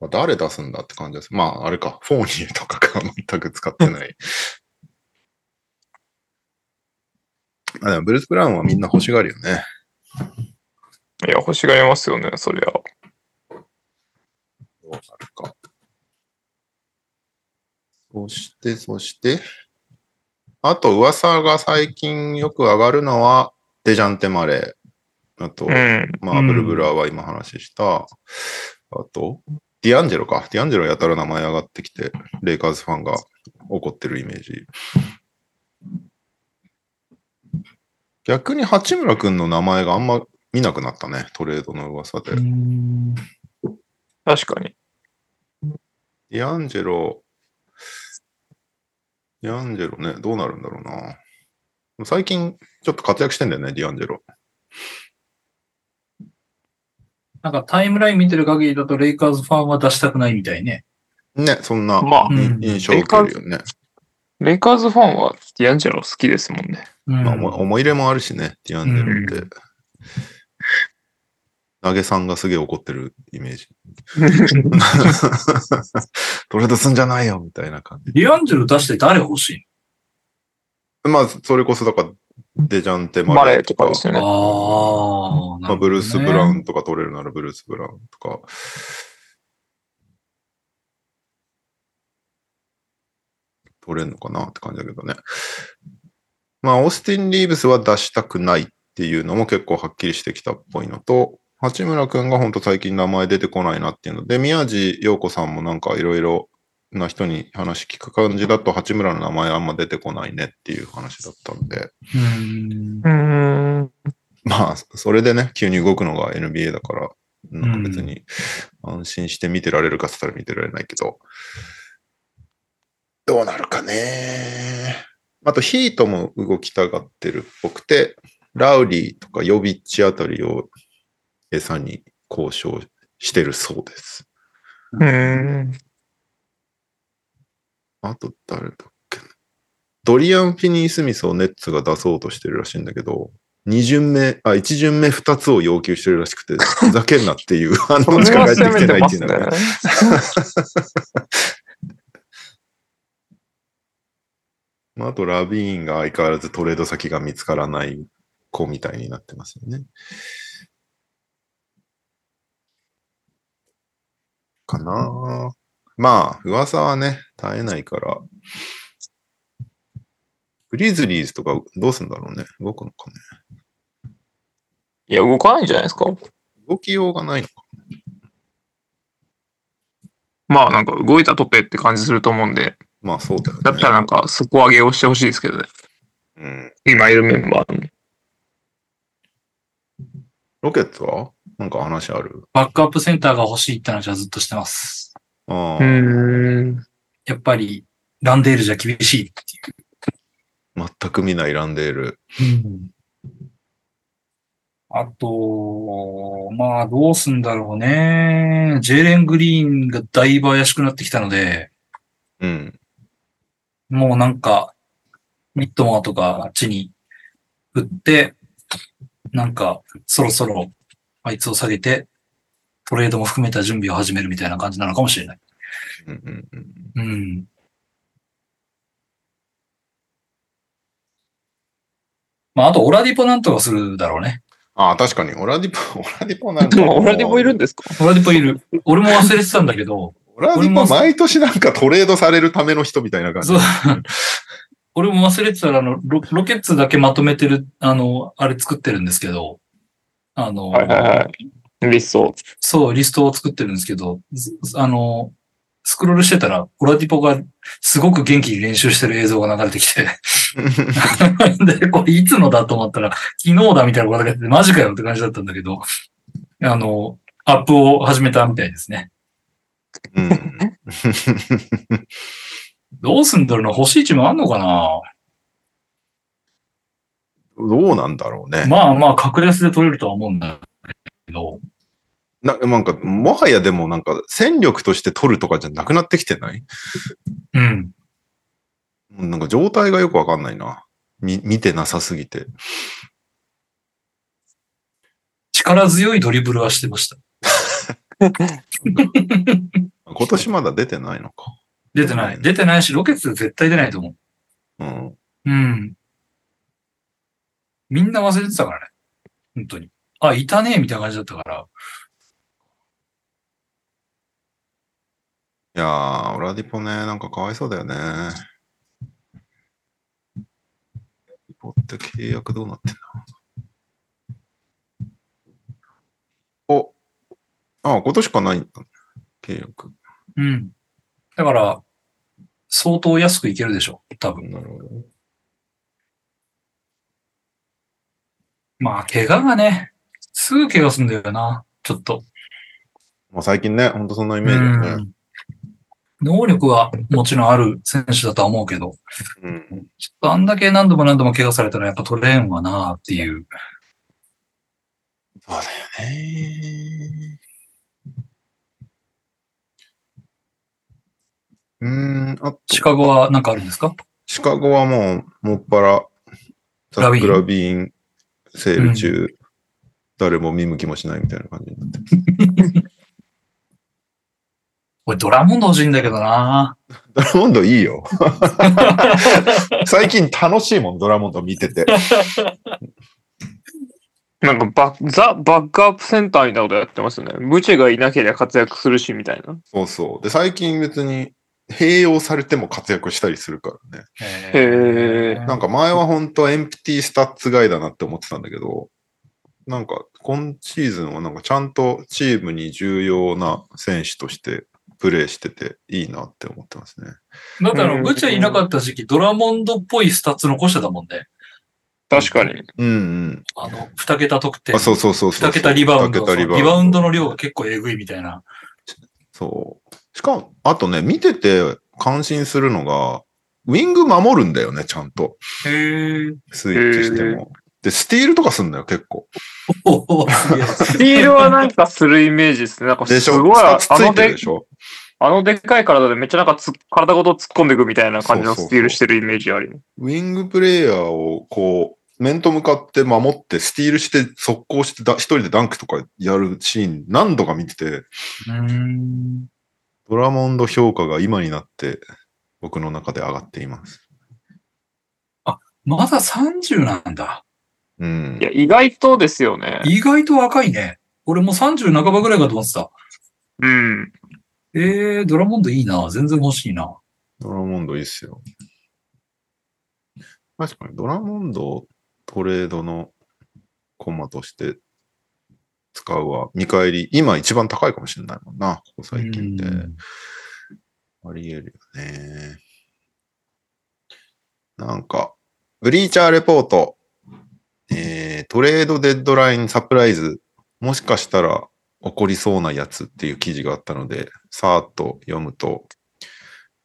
Speaker 1: まあ、誰出すんだって感じです。まあ、あれか、フォーニーとかが全く使ってない。 あでもブルース・ブラウンはみんな欲しがるよね。
Speaker 3: いや、欲しがりますよね、そりゃ。
Speaker 1: どうなるか。そして、そして、あと噂が最近よく上がるのは、デジャンテ・マレー。あと、
Speaker 3: うん。
Speaker 1: まあ、
Speaker 2: うん
Speaker 1: ブルブラーは今話した。あと、ディアンジェロか。ディアンジェロやたら名前上がってきて、レイカーズファンが怒ってるイメージ。逆に八村君の名前があんま見なくなったね、トレードの噂で。
Speaker 2: うん
Speaker 3: 確かに。
Speaker 1: ディアンジェロ、ディアンジェロね、どうなるんだろうな。最近、ちょっと活躍してんだよね、ディアンジェロ。
Speaker 2: なんかタイムライン見てる限りだと、レイカーズファンは出したくないみたいね。
Speaker 1: ね、そんな
Speaker 3: まあ、
Speaker 2: うん
Speaker 1: 印象を受けるよね。
Speaker 3: レイカーズファンはディアンジェロ好きですもん ね。
Speaker 2: うん
Speaker 1: まあ、思い思い入れもあるしね、ディアンジェロって。投げさんがすげえ怒ってるイメージ。トレードすんじゃないよ、みたいな感じ。
Speaker 2: ディアンジェロ出して誰欲し
Speaker 1: まあ、それこそ、だから、デジャンテ・
Speaker 3: マ
Speaker 1: マ
Speaker 3: レ
Speaker 1: レ
Speaker 3: ー
Speaker 1: ー
Speaker 3: と
Speaker 1: と
Speaker 3: か
Speaker 1: か、
Speaker 3: ですよ
Speaker 2: いの
Speaker 3: ね。
Speaker 2: ああ、
Speaker 1: まあ、
Speaker 2: なるほどね
Speaker 1: ブルース・ブラウンとか取れるならブルース・ブラウンとか。取れるのかなって感じだけどね。まあ、オースティン・リーブスは出したくないっっていうのも結構はっきりしてきたっぽいのと、八村くんが本当最近名前出てこないなっていうので、宮地陽子さんもなんかいろいろな人に話聞く感じだと、八村の名前あんま出てこないねっていう話だったんで、
Speaker 2: うん。
Speaker 3: うん。
Speaker 1: まあ、それでね、急に動くのが NBA だから、なんか別に安心して見てられるかって言ったら見てられないけど、どうなるかね。あと、ヒートも動きたがってるっぽくて、ラウリーとかヨビッチあたりを餌に交渉してるそうです。
Speaker 3: うん。
Speaker 1: あと、誰だっけなドリアン・フィニー・スミスをネッツが出そうとしてるらしいんだけど、二巡目、あ、一巡目二つを要求してるらし くて、ふざけんなっていう反
Speaker 3: こ
Speaker 1: 応し
Speaker 3: れ
Speaker 1: か返
Speaker 3: は
Speaker 1: って
Speaker 3: 攻
Speaker 1: き
Speaker 3: め
Speaker 1: て
Speaker 3: て
Speaker 1: ない
Speaker 3: ま
Speaker 1: ってい
Speaker 3: す
Speaker 1: うの
Speaker 3: ね
Speaker 1: が。。まあ、あと、ラビーンが相変わらずトレード先が見つからない子みたいになってますよね。かなあまあ、噂はね、絶えないから。グリズリーズとかどうすんだろうね。動くのかね。
Speaker 3: いや、動かないんじゃないですか。
Speaker 1: 動きようがないのか。
Speaker 3: まあなんか動いたとてって感じすると思うんで、
Speaker 1: まあ、そうだよね。
Speaker 3: だったらなんか底上げをしてほしいですけどね。
Speaker 1: うん。
Speaker 3: 今いるメンバーの。
Speaker 1: ロケットはなんか話ある
Speaker 2: バックアップセンターが欲しいって話はずっとしてます。
Speaker 1: あ
Speaker 3: う
Speaker 1: あ、
Speaker 3: ん。
Speaker 2: やっぱり、ランデールじゃ厳しいっていう。
Speaker 1: 全く見ないランデール。
Speaker 2: あと、まあ、どうすんだろうね。ジェーレン・グリーンがだいぶ怪しくなってきたので、
Speaker 1: うん。
Speaker 2: もうなんか、ミットマーとかあっちに打って、なんか、そろそろあいつを下げて、トレードも含めた準備を始めるみたいな感じなのかもしれない。
Speaker 1: うんうんうん。
Speaker 2: うん。まあ、あと、オラディポなんとかするだろうね。
Speaker 1: ああ、確かに。オラディポ、 オラディポなんか
Speaker 3: でも俺でもいるんですか
Speaker 2: オラディポいる。俺も忘れてたんだけ ど、
Speaker 1: オラディポ毎年なんかトレードされるための人みたいな感じ。
Speaker 2: そう。俺も忘れてたら、あのロ、ロケッツだけまとめてる、あの、あれ作ってるんですけど、あの、
Speaker 3: はいはいはい。理想。
Speaker 2: そう、リストを作ってるんですけど、ずあの、スクロールしてたら、オラディポがすごく元気に練習してる映像が流れてきて、 で、これいつのだと思ったら、昨日だみたいなことが出てて、マジかよって感じだったんだけど、あの、アップを始めたみたいですね。
Speaker 1: うん。
Speaker 2: どうすんだろうな欲しいチームあんのかな
Speaker 1: どうなんだろうね。
Speaker 2: まあまあ、格安で取れるとは思うんだけど、
Speaker 1: ななんか、もはやでもなんか戦力として取るとかじゃなくなってきてない
Speaker 2: うん。
Speaker 1: もうなんか状態がよくわかんないな。み見てなさすぎて。
Speaker 2: 力強いドリブルはしてました。
Speaker 1: 今年まだ出てないのか。
Speaker 2: 出てない。出てないし、ロケッツ絶対出ないと思う。
Speaker 1: うん。
Speaker 2: うん。みんな忘れてたからね。本当に。あ、いたねみたいな感じだったから。
Speaker 1: いやー、オラディポね、なんかかわいそうだよね。オラディポって契約どうなってんだお、ああ、今年かないんだ。契約。
Speaker 2: うん。だから、相当安くいけるでしょ。多分。
Speaker 1: なるほど。
Speaker 2: まあ、怪我がね、すぐ怪我すんだよな。ちょっと。
Speaker 1: まあ、最近ね、ほんとそんなイ
Speaker 2: う
Speaker 1: メージだよね。
Speaker 2: ん。能力はもちろんある選手だとは思うけど、
Speaker 1: うん。
Speaker 2: ちょっとあんだけ何度も何度も怪我されたらやっぱ取れんわなっていう。
Speaker 1: そうだよね。うーん、あと
Speaker 2: シカゴはなんかあるんですか
Speaker 1: シカゴはもう、もっぱら、ザ
Speaker 2: ラビ
Speaker 1: ッ
Speaker 2: ーン
Speaker 1: ク・ラビーンセール中、誰も見向きもしないみたいな感じになってる。
Speaker 2: 俺ドラモンド欲しいんだけどな
Speaker 1: ドラモンドいいよ。最近楽しいもん、ドラモンド見てて。
Speaker 3: なんかバッ、ザ・バックアップセンターみたいなことやってますよね。ムチェがいなければ活躍するし、みたいな。
Speaker 1: そうそう。で、最近別に併用されても活躍したりするからね。
Speaker 2: え
Speaker 3: へー
Speaker 1: なんか前は本当エンプティスタッツガイだなって思ってたんだけど、なんか今シーズンはなんかちゃんとチームに重要な選手としてプレーしてていいなって思ってますね。
Speaker 2: だから、ブチャいなかった時期、ドラモンドっぽいスタッツ残してたもんね。
Speaker 3: 確かに。
Speaker 1: うんうん。
Speaker 2: あの、二桁得点。
Speaker 1: あ、そうそうそうそう。
Speaker 2: 二桁リバウンド。
Speaker 1: 二桁リ
Speaker 2: リ
Speaker 1: バウンド
Speaker 2: バウンドの量が結構えぐいみたいな。
Speaker 1: そう。しかも、あとね、見てて感心するのが、ウィング守るんだよね、ちゃんと。
Speaker 2: へー。
Speaker 1: スイッチしても。で、スティールとかすんだよ、結構。
Speaker 2: おーすげえ
Speaker 3: スピールはなんかするイメージですね。なんか
Speaker 1: ですしょ
Speaker 3: ごい、あ
Speaker 1: スタッツつ
Speaker 3: の
Speaker 1: いてる
Speaker 3: で
Speaker 1: でしょ
Speaker 3: あのでっかい体でめっちゃなんかつ体ごと突っ込んでいくみたいな感じのスピールしてるイメージあり。
Speaker 1: ウィングプレイヤーをこう、面と向かって守って、スティールして、速攻してだ、一人でダンクとかやるシーン、何度か見てて、
Speaker 2: うーん。
Speaker 1: ドラモンド評価が今になって、僕の中で上がっています。
Speaker 2: まだ30なんだ。
Speaker 1: うん
Speaker 3: い。や、意外とですよね。
Speaker 2: 意外と若いね。俺もう30半ばぐらいかと思ってた。
Speaker 3: うん。
Speaker 2: えー、ドラモンドいいな。全然欲しいな。
Speaker 1: ドラモンドいいっすよ。確かに、ドラモンドをトレードのコマとして使うは、見返り、今一番高いかもしれないもんな、ここ最近って。
Speaker 2: うん
Speaker 1: あり得るよね。なんか、ブリーチャーレポート、えー、トレードデッドラインサプライズ、もしかしたら起こりそうなやつっていう記事があったので、さーっと読むと、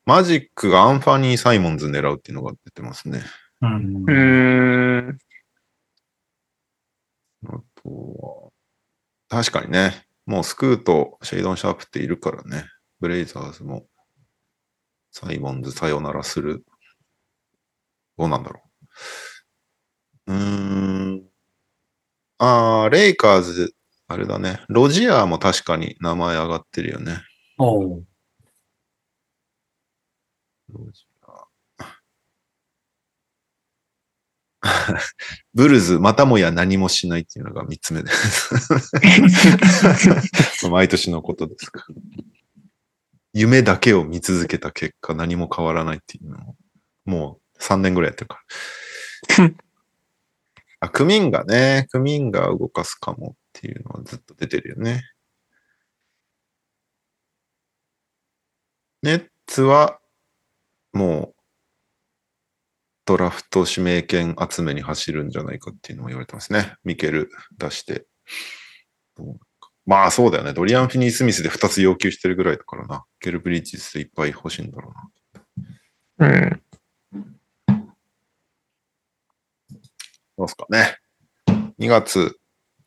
Speaker 1: マジックがアンファニー・サイモンズ狙うっていうのが出てますね。
Speaker 2: うん
Speaker 3: うーん。
Speaker 1: あとは、確かにね、もうスクーとシェイドン・シャープっているからね、ブレイザーズも、サイモンズさよならする。どうなんだろう。うーん。あー、レイカーズ、あれだね。ロジアーも確かに名前上がってるよね。
Speaker 2: おう
Speaker 1: ロジアー ブルズ、またもや何もしないっていうのが3つ目です。毎年のことですか。夢だけを見続けた結果、何も変わらないっていうのを、もう3年ぐらいやってるから。あ、クミンがね、クミンが動かすかもっていうのはずっと出てるよね。ネッツは、もう、ドラフト指名権集めに走るんじゃないかっていうのも言われてますね。ミケル出して。まあそうだよね。ドリアン・フィニー・スミスで2つ要求してるぐらいだからな。ケルブリッジスでいっぱい欲しいんだろうな。
Speaker 3: うん。
Speaker 1: どうっすかね。2月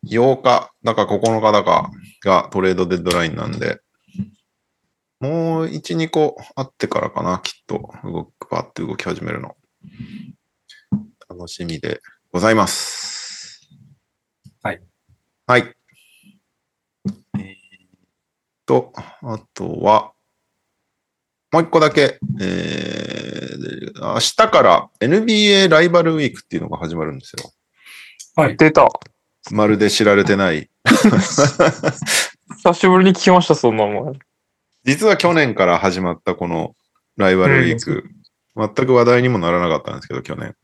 Speaker 1: 8日だか9日だかがトレードデッドラインなんで、もう1、2個あってからかな、きっと。動く、バッて動き始めるの。楽しみでございます。
Speaker 2: はい。
Speaker 1: はい。えーっと、あとは、もう一個だけ、えー、明日から NBA ライバルウィークっていうのが始まるんですよ。
Speaker 3: 出た。
Speaker 1: まるで知られてない。
Speaker 3: 久しぶりに聞きました、そんなもん。
Speaker 1: 実は去年から始まったこのライバルウィーク、全く話題にもならなかったんですけど、去年。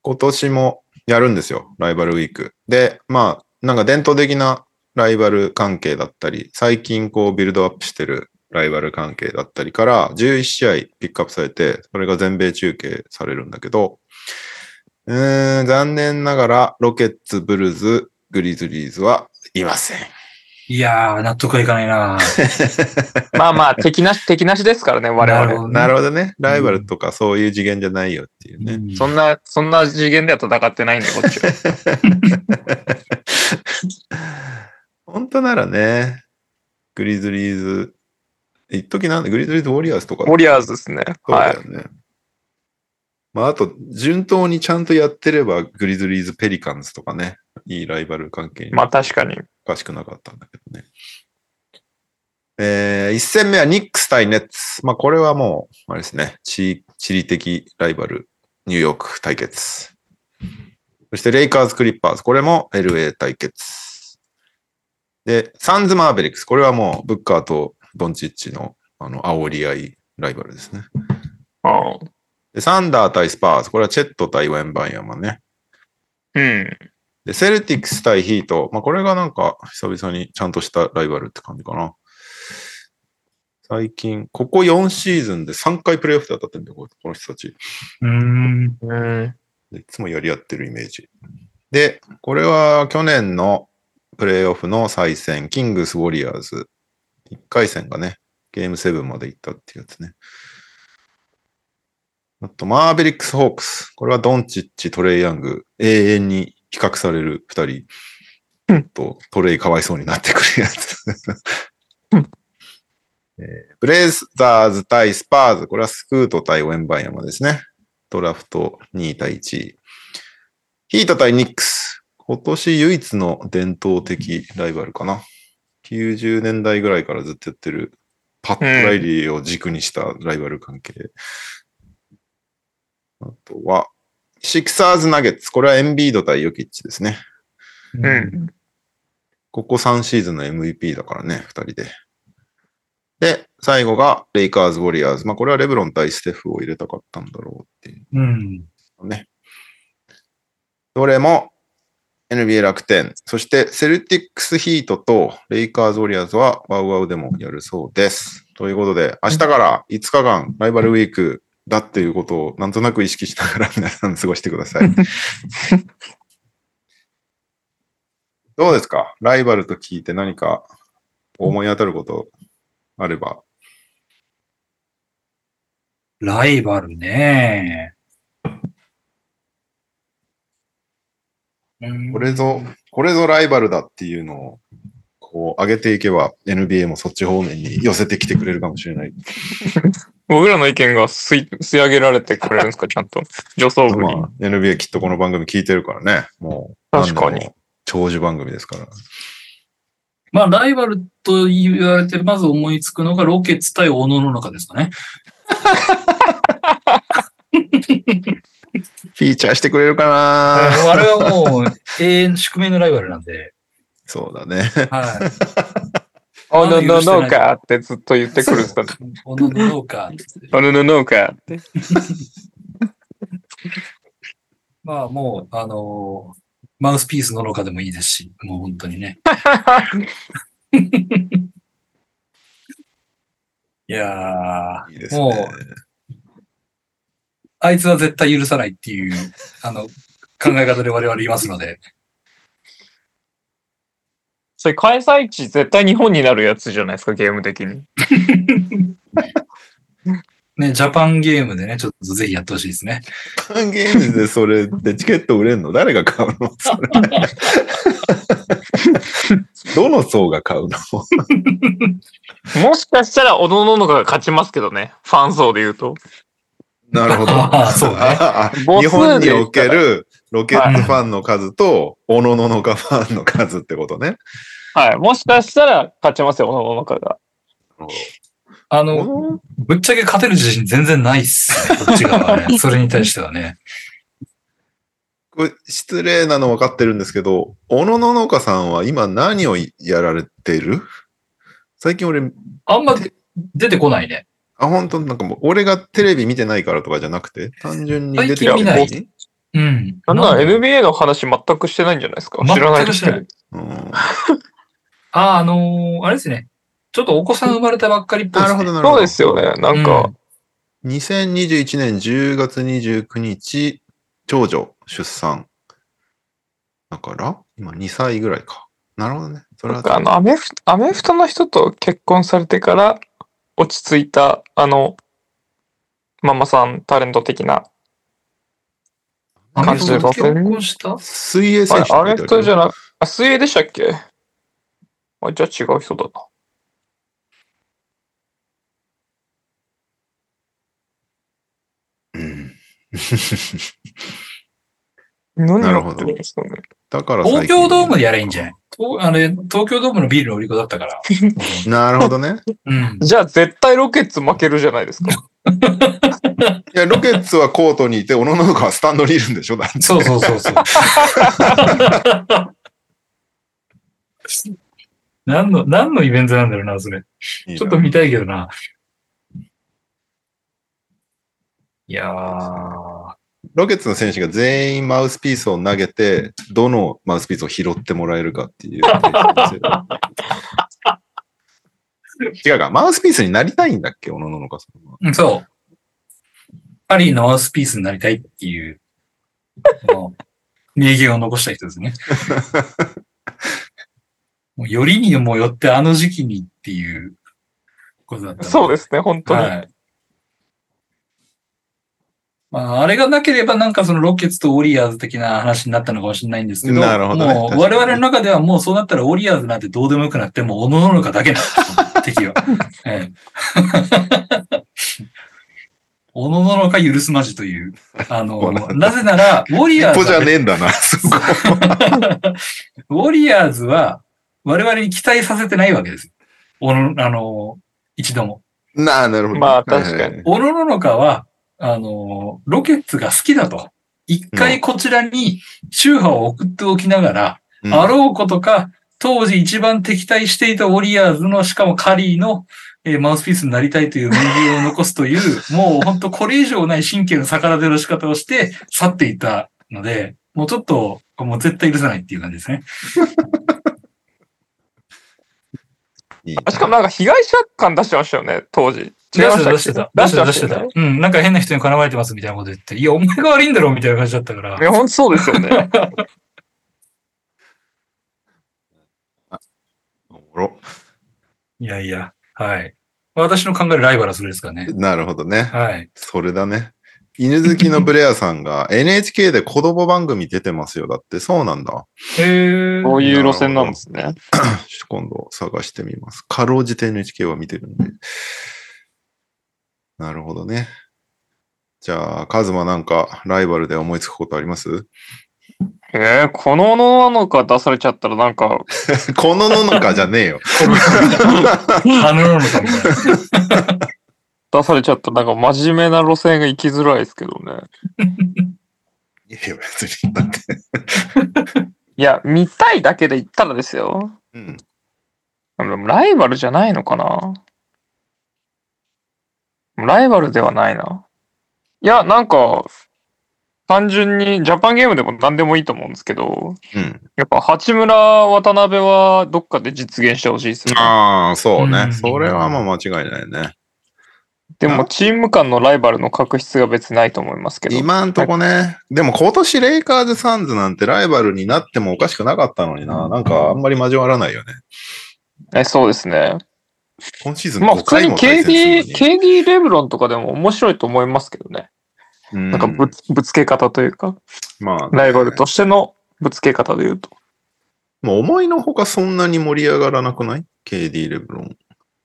Speaker 1: 今年もやるんですよ、ライバルウィーク。で、まあ、なんか伝統的なライバル関係だったり、最近こうビルドアップしてるライバル関係だったりから、11試合ピックアップされて、それが全米中継されるんだけど、うーん、残念ながら、ロケッツ、ブルーズ、グリズリーズはいません。
Speaker 2: いやー、納得はいかないな。
Speaker 3: まあまあ、敵なし、敵なしですからね、
Speaker 2: な
Speaker 3: 我
Speaker 2: るほ
Speaker 3: 々。
Speaker 2: どね
Speaker 1: なるほどね。ライバルとかそういう次元じゃないよっていうね。
Speaker 2: うん
Speaker 3: そんな、そんな次元では戦ってないんで、こっ ちは。
Speaker 1: 本当ならね、グリズリーズ、一時なんで、グリズリーズウォリアーズとか
Speaker 3: ウォリアーズですね。
Speaker 1: そう
Speaker 3: は
Speaker 1: だ
Speaker 3: い。
Speaker 1: よね。まあ、あと、順当にちゃんとやってれば、グリズリーズ・ペリカンズとかね、いいライバル関係に
Speaker 3: まあ
Speaker 1: お
Speaker 3: 確かに。
Speaker 1: かしくなかったんだけどね。えー、一戦目はニックス対ネッツ。まあ、これはもう、あれですね、地地理的ライバル、ニューヨーク対決。そして、レイカーズ・クリッパーズ。これも LA 対決。で、サンズ・マーベリックス。これはもう、ブッカーとドンチッチのあの、煽り合いライバルですね。
Speaker 3: ああ。
Speaker 1: で、サンダー対スパーズ。これはチェット対ウェンバンヤマね。
Speaker 3: うん。
Speaker 1: で、セルティックス対ヒート。まあ、これがなんか、久々にちゃんとしたライバルって感じかな。最近、ここ4シーズンで3回プレイオフで当たってんだよ、ここの人たち。
Speaker 2: うん。
Speaker 3: うん。
Speaker 1: でいつもやり合ってるイメージ。で、これは去年のプレイオフの再戦、キングス・ウォリアーズ。1回戦がね、ゲーム7まで行ったっていうやつね。あと、マーベリックス・ホークス。これはドンチッチ、トレイ・ヤング。永遠に比較される2
Speaker 3: うん
Speaker 1: 人とトレイかわいそうになってくるやつ。
Speaker 3: うん
Speaker 1: えーブレイザーズ対スパーズ。これはスクート対ウェンバイヤマですね。ドラフト2位対1位。ヒート対ニックス。今年唯一の伝統的ライバルかな。90年代ぐらいからずっとやってる、パットライリーを軸にしたライバル関係。あとは、シクサーズナゲッツ。これはエンビード対ヨキッチですね。
Speaker 2: う。
Speaker 3: うんん。
Speaker 1: ここ3シーズンの MVP だからね、2人で。で、最後が、レイカーズ・ウォリアーズ。まあ、これはレブロン対ステフを入れたかったんだろうっていう。
Speaker 2: うん。
Speaker 1: ね。どれも NBA 楽天、そしてセルティックスヒートとレイカーズ・ウォリアーズはワウワウでもやるそうです。ということで、明日から5日間ライバルウィークだっていうことをなんとなく意識しながら 皆さん過ごしてください。どうですかライバルと聞いて何か思い当たることあれば。
Speaker 2: ライバルね。うん
Speaker 1: これぞ、これぞライバルだっていうのを、こう、上げていけば、NBA もそっち方面に寄せてきてくれるかもしれない。
Speaker 3: 僕らの意見が吸い、吸い上げられてくれるんです か、ちゃんと。上層部
Speaker 1: ま
Speaker 3: に。
Speaker 1: あ、NBA きっとこの番組聞いてるからね。もう、
Speaker 3: 確かに
Speaker 1: 何でも。長寿番組ですから。
Speaker 2: まあ、ライバルと言われて、まず思いつくのが、ロケッツ対オノの中ですかね。
Speaker 1: フィーチャーしてくれるか
Speaker 2: あ
Speaker 1: な
Speaker 2: れはもう、永遠、宿命のライバルなんで。
Speaker 1: そうだね。
Speaker 2: はい。
Speaker 3: おのののかってずっと言ってくるんですか。
Speaker 2: オノのどうか。
Speaker 3: おのののかって。
Speaker 2: まあ、もう、あのーマウスピースののかでもいいですし、もう本当に ね。いやー、
Speaker 1: いいですね
Speaker 2: も。あいつは絶対許さないっていう、あの、考え方で我々いますので。
Speaker 3: それ開催地絶対日本になるやつじゃないですか、ゲーム的に。
Speaker 2: ね、ジャパンゲームでね、ちょっとぜひやってほしいですね。
Speaker 1: パンゲームズでそれでチケット売れんの誰が買うのそ れどの層が買うの
Speaker 3: もしかしたら、おのののかが勝ちますけどね。ファン層で言うと。
Speaker 1: なるほど。
Speaker 2: ああそうね
Speaker 1: ああ
Speaker 3: 母数
Speaker 1: 日本に
Speaker 3: で言
Speaker 1: お
Speaker 3: ったら
Speaker 1: けるロケットファンの数と、おのののかファンの数ってことね。
Speaker 3: はい。もしかしたら、勝ちますよ、おのののかが。
Speaker 2: あ
Speaker 1: お
Speaker 2: の、
Speaker 1: の
Speaker 2: ぶっちゃけ勝てる自信全然ないっすね。こっち側はね。それに対してはね。
Speaker 1: これ失礼なの分かってるんですけど、おのののかさんは今何をやられてる最近俺、
Speaker 2: あんま出てこないね。
Speaker 1: あ、本当なんかもう、俺がテレビ見てないからとかじゃなくて、単純に出て
Speaker 2: 最近見ない
Speaker 1: て
Speaker 2: うん。
Speaker 3: なんな
Speaker 2: だ
Speaker 3: ら NBA の話全くしてないんじゃないですか。
Speaker 2: 全く
Speaker 3: 知らない
Speaker 2: してない。
Speaker 1: うん
Speaker 2: あ、あのーあれですね。ちょっとお子さん生まれたばっかりっぽい
Speaker 1: な
Speaker 2: です、
Speaker 1: る
Speaker 2: ね。
Speaker 1: ほど、なるほど。
Speaker 3: そうですよね。なんか、
Speaker 1: 2021年10月29日、長女出産。だから、今2歳ぐらいか。なるほどね。それ
Speaker 3: な
Speaker 1: は
Speaker 3: んかあのアメフ、アメフトの人と結婚されてから、落ち着いた、あの、ママさんタレント的な。
Speaker 2: うん。
Speaker 3: 感じで
Speaker 2: 結婚した
Speaker 1: 水泳
Speaker 3: あ
Speaker 1: 選
Speaker 3: れ
Speaker 1: 手
Speaker 3: アメフトじゃ
Speaker 1: な
Speaker 3: なく、あ、水泳でしたっけあ、じゃあ違う人だな。何
Speaker 1: なる
Speaker 3: や
Speaker 1: ほ
Speaker 3: っ
Speaker 1: ど
Speaker 3: てるんですかね。
Speaker 1: だから
Speaker 2: 東
Speaker 1: 最近
Speaker 2: 京ドームでやれいいんじゃないとあれ、東京ドームのビールの売り子だったから。
Speaker 1: なるほどね。
Speaker 2: うん。
Speaker 3: じゃあ絶対ロケッツ負けるじゃないですか。
Speaker 1: いや、ロケッツはコートにいて、小野のかはスタンドにいるん でしょだって
Speaker 2: そうそうそうそう。何の、何のイベントなんだろうな、それ。ちょっと見たいけどな。いやー、
Speaker 1: ロケッツの選手が全員マウスピースを投げて、どのマウスピースを拾ってもらえるかって いう。違うか、マウスピースになりたいんだっけ、小野のかさんは。
Speaker 2: うんそう。パリのマウスピースになりたいっていう、あの 名言を残した人です ね。もうよりにもよってあの時期にっていうことだったの
Speaker 3: そうですね、本当に。
Speaker 2: はい。まあ、あれがなければなんかそのロケッツとオリアーズ的な話になったのかもしれないんですけど、
Speaker 1: なるほどね
Speaker 2: もう
Speaker 1: 確か
Speaker 2: 我
Speaker 1: に
Speaker 2: 々の中ではもうそうなったらオリアーズなんてどうでもよくなって、もうおのののかだけなんです 敵は。ええ おのののか許すまじという。あ
Speaker 1: そ
Speaker 2: の
Speaker 1: うなん、だ
Speaker 2: なぜなら、ウォリア
Speaker 1: 一
Speaker 2: ー
Speaker 1: 歩
Speaker 2: ズ
Speaker 1: じゃ
Speaker 2: は、
Speaker 1: ねえん だな、そこ。
Speaker 2: ウォリアーズは我々に期待させてないわけです。おの、あの、一度も。
Speaker 1: なあ、なるほど。
Speaker 3: まあ確かに
Speaker 1: に。
Speaker 2: おのののかは、あのー、ロケッツが好きだと。一回こちらに周波を送っておきながら、
Speaker 1: うん
Speaker 2: あろうことか、当時一番敵対していたウォリアーズの、しかもカリーの、えーマウスピースになりたいという名言を残すという、もう 本当これ以上ない神経の逆らぜの仕方をして去っていったので、もうちょっと、もう絶対許さないっていう感じですね。
Speaker 1: いい
Speaker 3: あしかもなんか被害者感出してましたよね、当時。違いましたっけ
Speaker 2: 出してた、出して
Speaker 3: よ
Speaker 2: た
Speaker 3: ね。
Speaker 2: うん、なんか変な人に絡まれてますみたいなこと言って、いや、お前が悪いんだろうみたいな感じだったから
Speaker 3: い。や、本当そうですよね。
Speaker 1: おもろ
Speaker 2: いやいや、はい。私の考えるライバルはそれですからね。
Speaker 1: なるほどね。
Speaker 2: はい。
Speaker 1: それだね。犬好きのブレアさんが NHK で子供番組出てますよ。だってそうなんだ。
Speaker 2: へえ。
Speaker 3: こういう路線なんですね。
Speaker 1: 今度探してみます。かろうじて NHK は見てるんで。なるほどね。じゃあ、カズマなんかライバルで思いつくことあります
Speaker 3: えー、このののか出されちゃったらなんか、
Speaker 1: このののかじゃねえよ。
Speaker 2: あの世の中みたいな。
Speaker 3: 出されちゃったらなんか真面目な路線が行きづらいですけどね。
Speaker 1: いやいや、別に。だって。
Speaker 3: いや、見たいだけで言ったらですよ。
Speaker 1: うん。
Speaker 3: でもライバルじゃないのかなライバルではないな。いや、なんか、単純にジャパンゲームでも何でもいいと思うんですけど、
Speaker 1: うん。
Speaker 3: やっぱ八村、渡辺はどっかで実現してほしいですね。
Speaker 1: ああ、そうね。
Speaker 2: うん
Speaker 1: それはまあ間違いないね。
Speaker 3: でもチーム間のライバルの確執が別にないと思いますけど。
Speaker 1: 今んとこね。でも今年レイカーズ・サンズなんてライバルになってもおかしくなかったのにな。なんかあんまり交わらないよね。
Speaker 3: えそうですね。
Speaker 1: 今シーズン
Speaker 3: まあ
Speaker 1: 5
Speaker 3: 普通
Speaker 1: 回
Speaker 3: に
Speaker 1: も対戦するの
Speaker 3: KD、
Speaker 1: に
Speaker 3: KD レブロンとかでも面白いと思いますけどね。
Speaker 1: うん
Speaker 3: なんかぶつぶつけ方というか、
Speaker 1: まあ、
Speaker 3: ライバルとしてのぶつけ方で言うと。
Speaker 1: もう思いのほかそんなに盛り上がらなくない ?KD レブロン。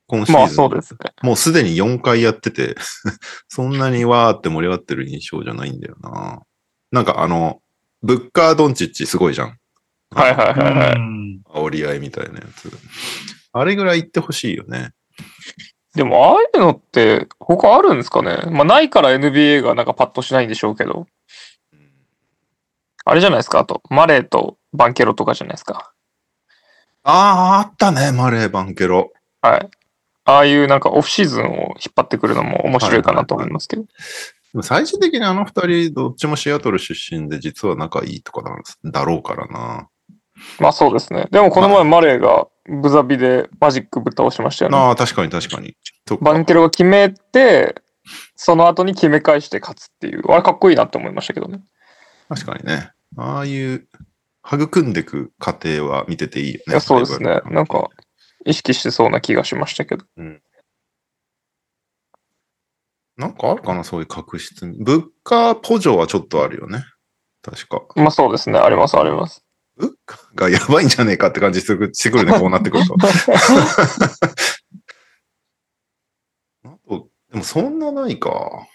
Speaker 1: 今シーズン。
Speaker 3: まあそうですね。
Speaker 1: もうすでに4回やって て、そんなにわーって盛り上がってる印象じゃないんだよな。なんかあの、ブッカー・ドンチッチすごいじゃん。
Speaker 3: はいはいはいは い。
Speaker 2: うん
Speaker 1: 煽り合いみたいなやつ。あれぐらい言ってほしいよね。
Speaker 3: でも、ああいうのって、他あるんですかねまあ、ないから NBA がなんかパッとしないんでしょうけど。あれじゃないですかあと、マレーとバンケロとかじゃないですか。
Speaker 1: ああ、あったね、マレー・バンケロ。
Speaker 3: はい。ああいうなんかオフシーズンを引っ張ってくるのも面白いかなと思いますけど。
Speaker 1: でも最終的にあの二人、どっちもシアトル出身で、実は仲いいとかなんですだろうからな。
Speaker 3: まあそうですね。でもこの
Speaker 1: まあ
Speaker 3: 前マレーがブザビでマジックぶっ倒しましたよね。
Speaker 1: ああ、確かに確かに。そっか
Speaker 3: バンケロが決めて、その後に決め返して勝つっていう。あれかっこいいなって思いましたけどね。
Speaker 1: 確かにね。ああいう、育んでく過程は見てていいよ
Speaker 3: い
Speaker 1: ね。
Speaker 3: や、そうですね。なんか、意識してそうな気がしましたけど。
Speaker 1: なんかあるかな、そういう確執に。物価補助はちょっとあるよね。確か。
Speaker 3: まあそうですね。ありますあります。
Speaker 1: 物価がやばいんじゃねえかって感じしてくしてくるね、こうなってくると。あとでもそんなないか。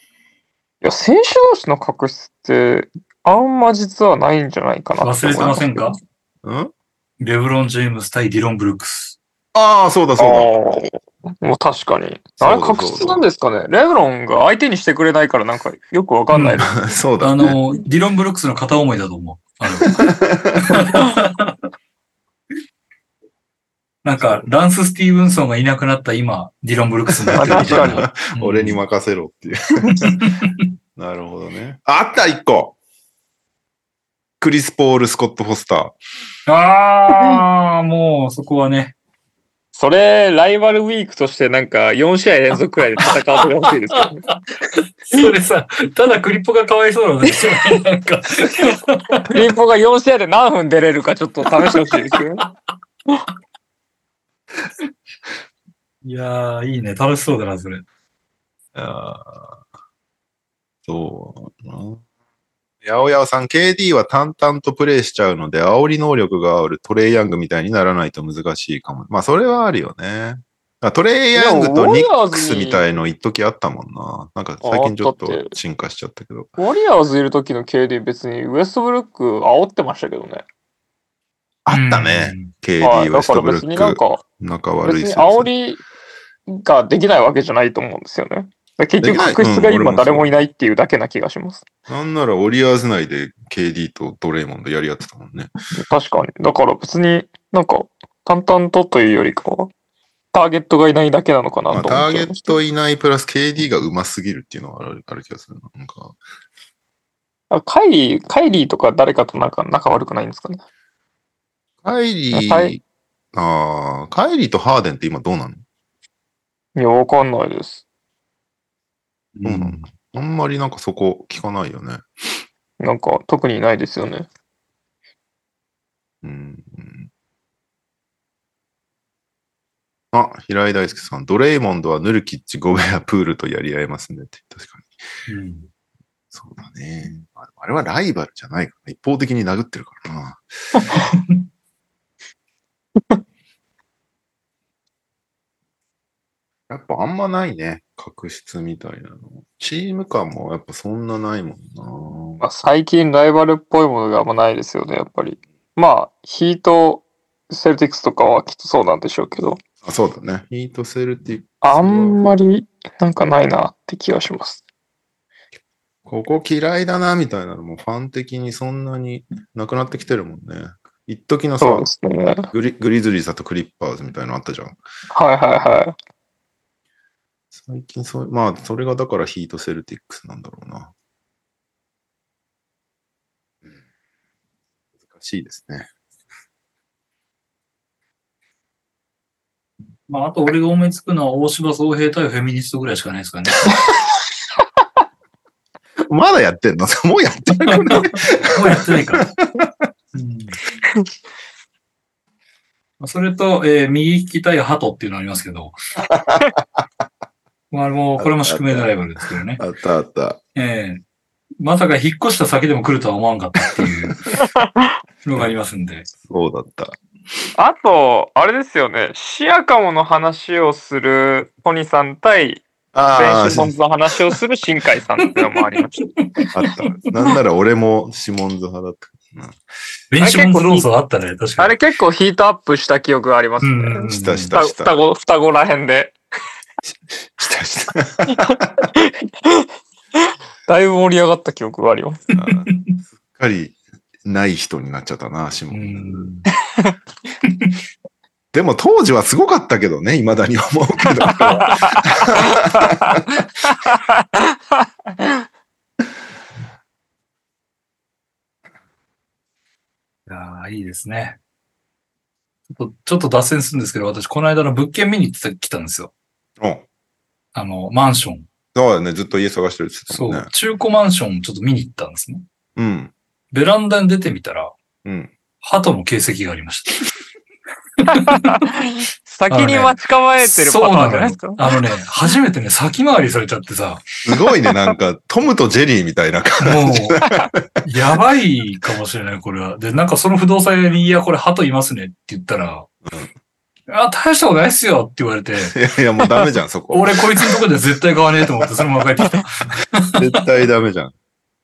Speaker 3: いや、選手同士の確執って、あんま実はないんじゃないかなっ
Speaker 2: 忘
Speaker 3: て思
Speaker 2: れ
Speaker 3: い
Speaker 2: てません
Speaker 3: けど
Speaker 2: か
Speaker 1: うん
Speaker 2: レブロン・ジェームス対ディロン・ブルックス。
Speaker 1: ああ、そうだそうだ。
Speaker 3: ああ、もう確かに。
Speaker 1: そう
Speaker 3: あ
Speaker 1: だ
Speaker 3: れ確執なんですかねレブロンが相手にしてくれないからなんかよくわかんないで す。
Speaker 1: そうだ、
Speaker 2: あ
Speaker 1: ね。
Speaker 2: の、ディロン・ブルックスの片思いだと思う。あのなんか、ランス・スティーブンソンがいなくなった今、ディロン・ブルックスになってるみたいな。うん
Speaker 1: 俺に任せろっていう。なるほどね。あった、一個クリス・ポール・スコット・フォスター。
Speaker 2: ああ、もうそこはね。
Speaker 3: それ、ライバルウィークとしてなんか4試合連続くらいで戦わせてほしいですけどね。
Speaker 2: それさ、ただクリッポがかわいそうなのですよね。なんか。
Speaker 3: クリポが4試合で何分出れるかちょっと試してほしいですよね。
Speaker 2: いやー、いいね。楽しそうだな、それ。
Speaker 1: あーそうだな。八百屋さん、KD は淡々とプレイしちゃうので、煽り能力があるトレイヤングみたいにならないと難しいかも。まあ、それはあるよね。あトレイヤングとニックスみたいの一時あったもんな。なんか最近ちょっ
Speaker 3: あだっ
Speaker 1: と進化しちゃったけど。
Speaker 3: ウォリアーズいる時の KD 別にウエストブルック煽ってましたけどね。
Speaker 1: あったね。
Speaker 2: うん。
Speaker 3: はい
Speaker 1: KD、ウ
Speaker 3: だ
Speaker 1: エス
Speaker 3: か
Speaker 1: ト
Speaker 3: ら
Speaker 1: ブル
Speaker 3: 別になん
Speaker 1: ック、
Speaker 3: か、
Speaker 1: 仲悪い
Speaker 3: 別に煽
Speaker 1: そうです
Speaker 3: りができないわけじゃないと思うんですよね。だから結
Speaker 1: できない
Speaker 3: 局、確執が
Speaker 1: うん俺も
Speaker 3: 今
Speaker 1: そう
Speaker 3: 誰もいないっていうだけな気がします。
Speaker 1: なんならオリアーズ内で KD とドレイモンドやり合ってたもんね。
Speaker 3: 確かに。だから別になんか、淡々とというよりかは、ターゲットがいないだけなのかな
Speaker 1: まあ、
Speaker 3: と
Speaker 1: タ
Speaker 3: 思っ
Speaker 1: ー
Speaker 3: て
Speaker 1: ゲ
Speaker 3: ま
Speaker 1: ッ
Speaker 3: した。
Speaker 1: トいないプラス KD が上手すぎるっていうのはあるある気がするな。なんか、
Speaker 3: あカイリー、カイリーとか誰かとなんか仲悪くないんですかね。
Speaker 1: カイリー、
Speaker 3: はい
Speaker 1: ああ、カイリーとハーデンって今どうなの
Speaker 3: いや、わかんないです。
Speaker 1: どうなのあんまりなんかそこ聞かないよね。
Speaker 3: なんか、特にいないですよね。
Speaker 1: うん。うんあ、平井大輔さん、ドレイモンドはヌルキッチ、ゴベア、プールとやり合えますねって。確かに。
Speaker 2: うん
Speaker 1: そうだね。ああれはライバルじゃないからね、一方的に殴ってるから な。やっぱあんまないね。確執みたいなの。チーム感もやっぱそんなないもんな。
Speaker 3: まあ、最近ライバルっぽいものがあんまないですよね、やっぱり。まあ、ヒート、セルティックスとかはきっとそうなんでしょうけど、
Speaker 1: あ、そうだね。ヒートセルティック
Speaker 3: あんまりなんかないなって気がします。
Speaker 1: ここ嫌いだな、みたいなのもファン的にそんなになくなってきてるもんね。一時の
Speaker 3: そう
Speaker 1: さ
Speaker 3: で、すね。はい
Speaker 1: グリグリズリーさんとクリッパーズみたいなのあったじゃん。
Speaker 3: はいは
Speaker 1: 最近そう、まあ、それがだからヒートセルティックスなんだろうな。うん難しいですね。
Speaker 2: まあ、あと俺が思いつくのは大柴総平対フェミニストぐらいしかないですからね。
Speaker 1: まだやってんの もうやってなくない
Speaker 2: もうやってないから。うんまあそれと、えー右利き対鳩っていうのありますけど。まあ、もう、これも宿命のライバルですけどね。
Speaker 1: あったあった。
Speaker 2: ええまさか引っ越した先でも来るとは思わんかったって いうのがありますんで。
Speaker 1: そうだった。
Speaker 3: い。あと、あれですよね、シアカモの話をするトニさん対、
Speaker 1: ああ、
Speaker 3: シモンズの話をする新海さんっていうのもありました。
Speaker 1: あった。なんなら俺もシモンズ派だった。
Speaker 2: ベンシモンズ論争あったね、確か
Speaker 3: あ
Speaker 2: に。
Speaker 3: れ結構ヒートアップした記憶がありますね。
Speaker 2: うん
Speaker 1: したした
Speaker 3: 双
Speaker 1: し
Speaker 3: 双
Speaker 1: た。
Speaker 3: 子、双子ら辺で。
Speaker 1: したした。
Speaker 3: だいぶ盛り上がった記憶があります。
Speaker 1: あーすっかりない人になっちゃったな、シモ
Speaker 2: う
Speaker 1: ンズ。
Speaker 2: ん
Speaker 1: でも当時はすごかったけどね、未だに思うけど。
Speaker 2: いやーいいですね。ちょっと、ちょっと脱線するんですけど、私、この間の物件見に行ってきたんですよ。
Speaker 1: うん。
Speaker 2: あの、マンション。
Speaker 1: そうだね、ずっと家探してるって言ってた
Speaker 2: そ
Speaker 1: もん
Speaker 2: う
Speaker 1: ね。。
Speaker 2: 中古マンションちょっと見に行ったんですね。
Speaker 1: うん。
Speaker 2: ベランダに出てみたら、
Speaker 1: うん。
Speaker 2: 鳩の形跡がありました。
Speaker 3: 先に待ち構えてるパターンじゃないですか。
Speaker 2: あのね、初めてね、先回りされちゃってさ、
Speaker 1: すごいね、なんか、トムとジェリーみたいな感
Speaker 2: も
Speaker 1: じ。
Speaker 2: う、 やばいかもしれない、これは。で、なんかその不動産屋に、いや、これ鳩いますねって言ったら、あ、大したことないっすよって言われて、
Speaker 1: いやいや、もうダメじ ゃん、そこ。
Speaker 2: 俺こいつのとこで絶対買わねえと思って、そのまま帰ってきた。
Speaker 1: 絶対ダメじゃん。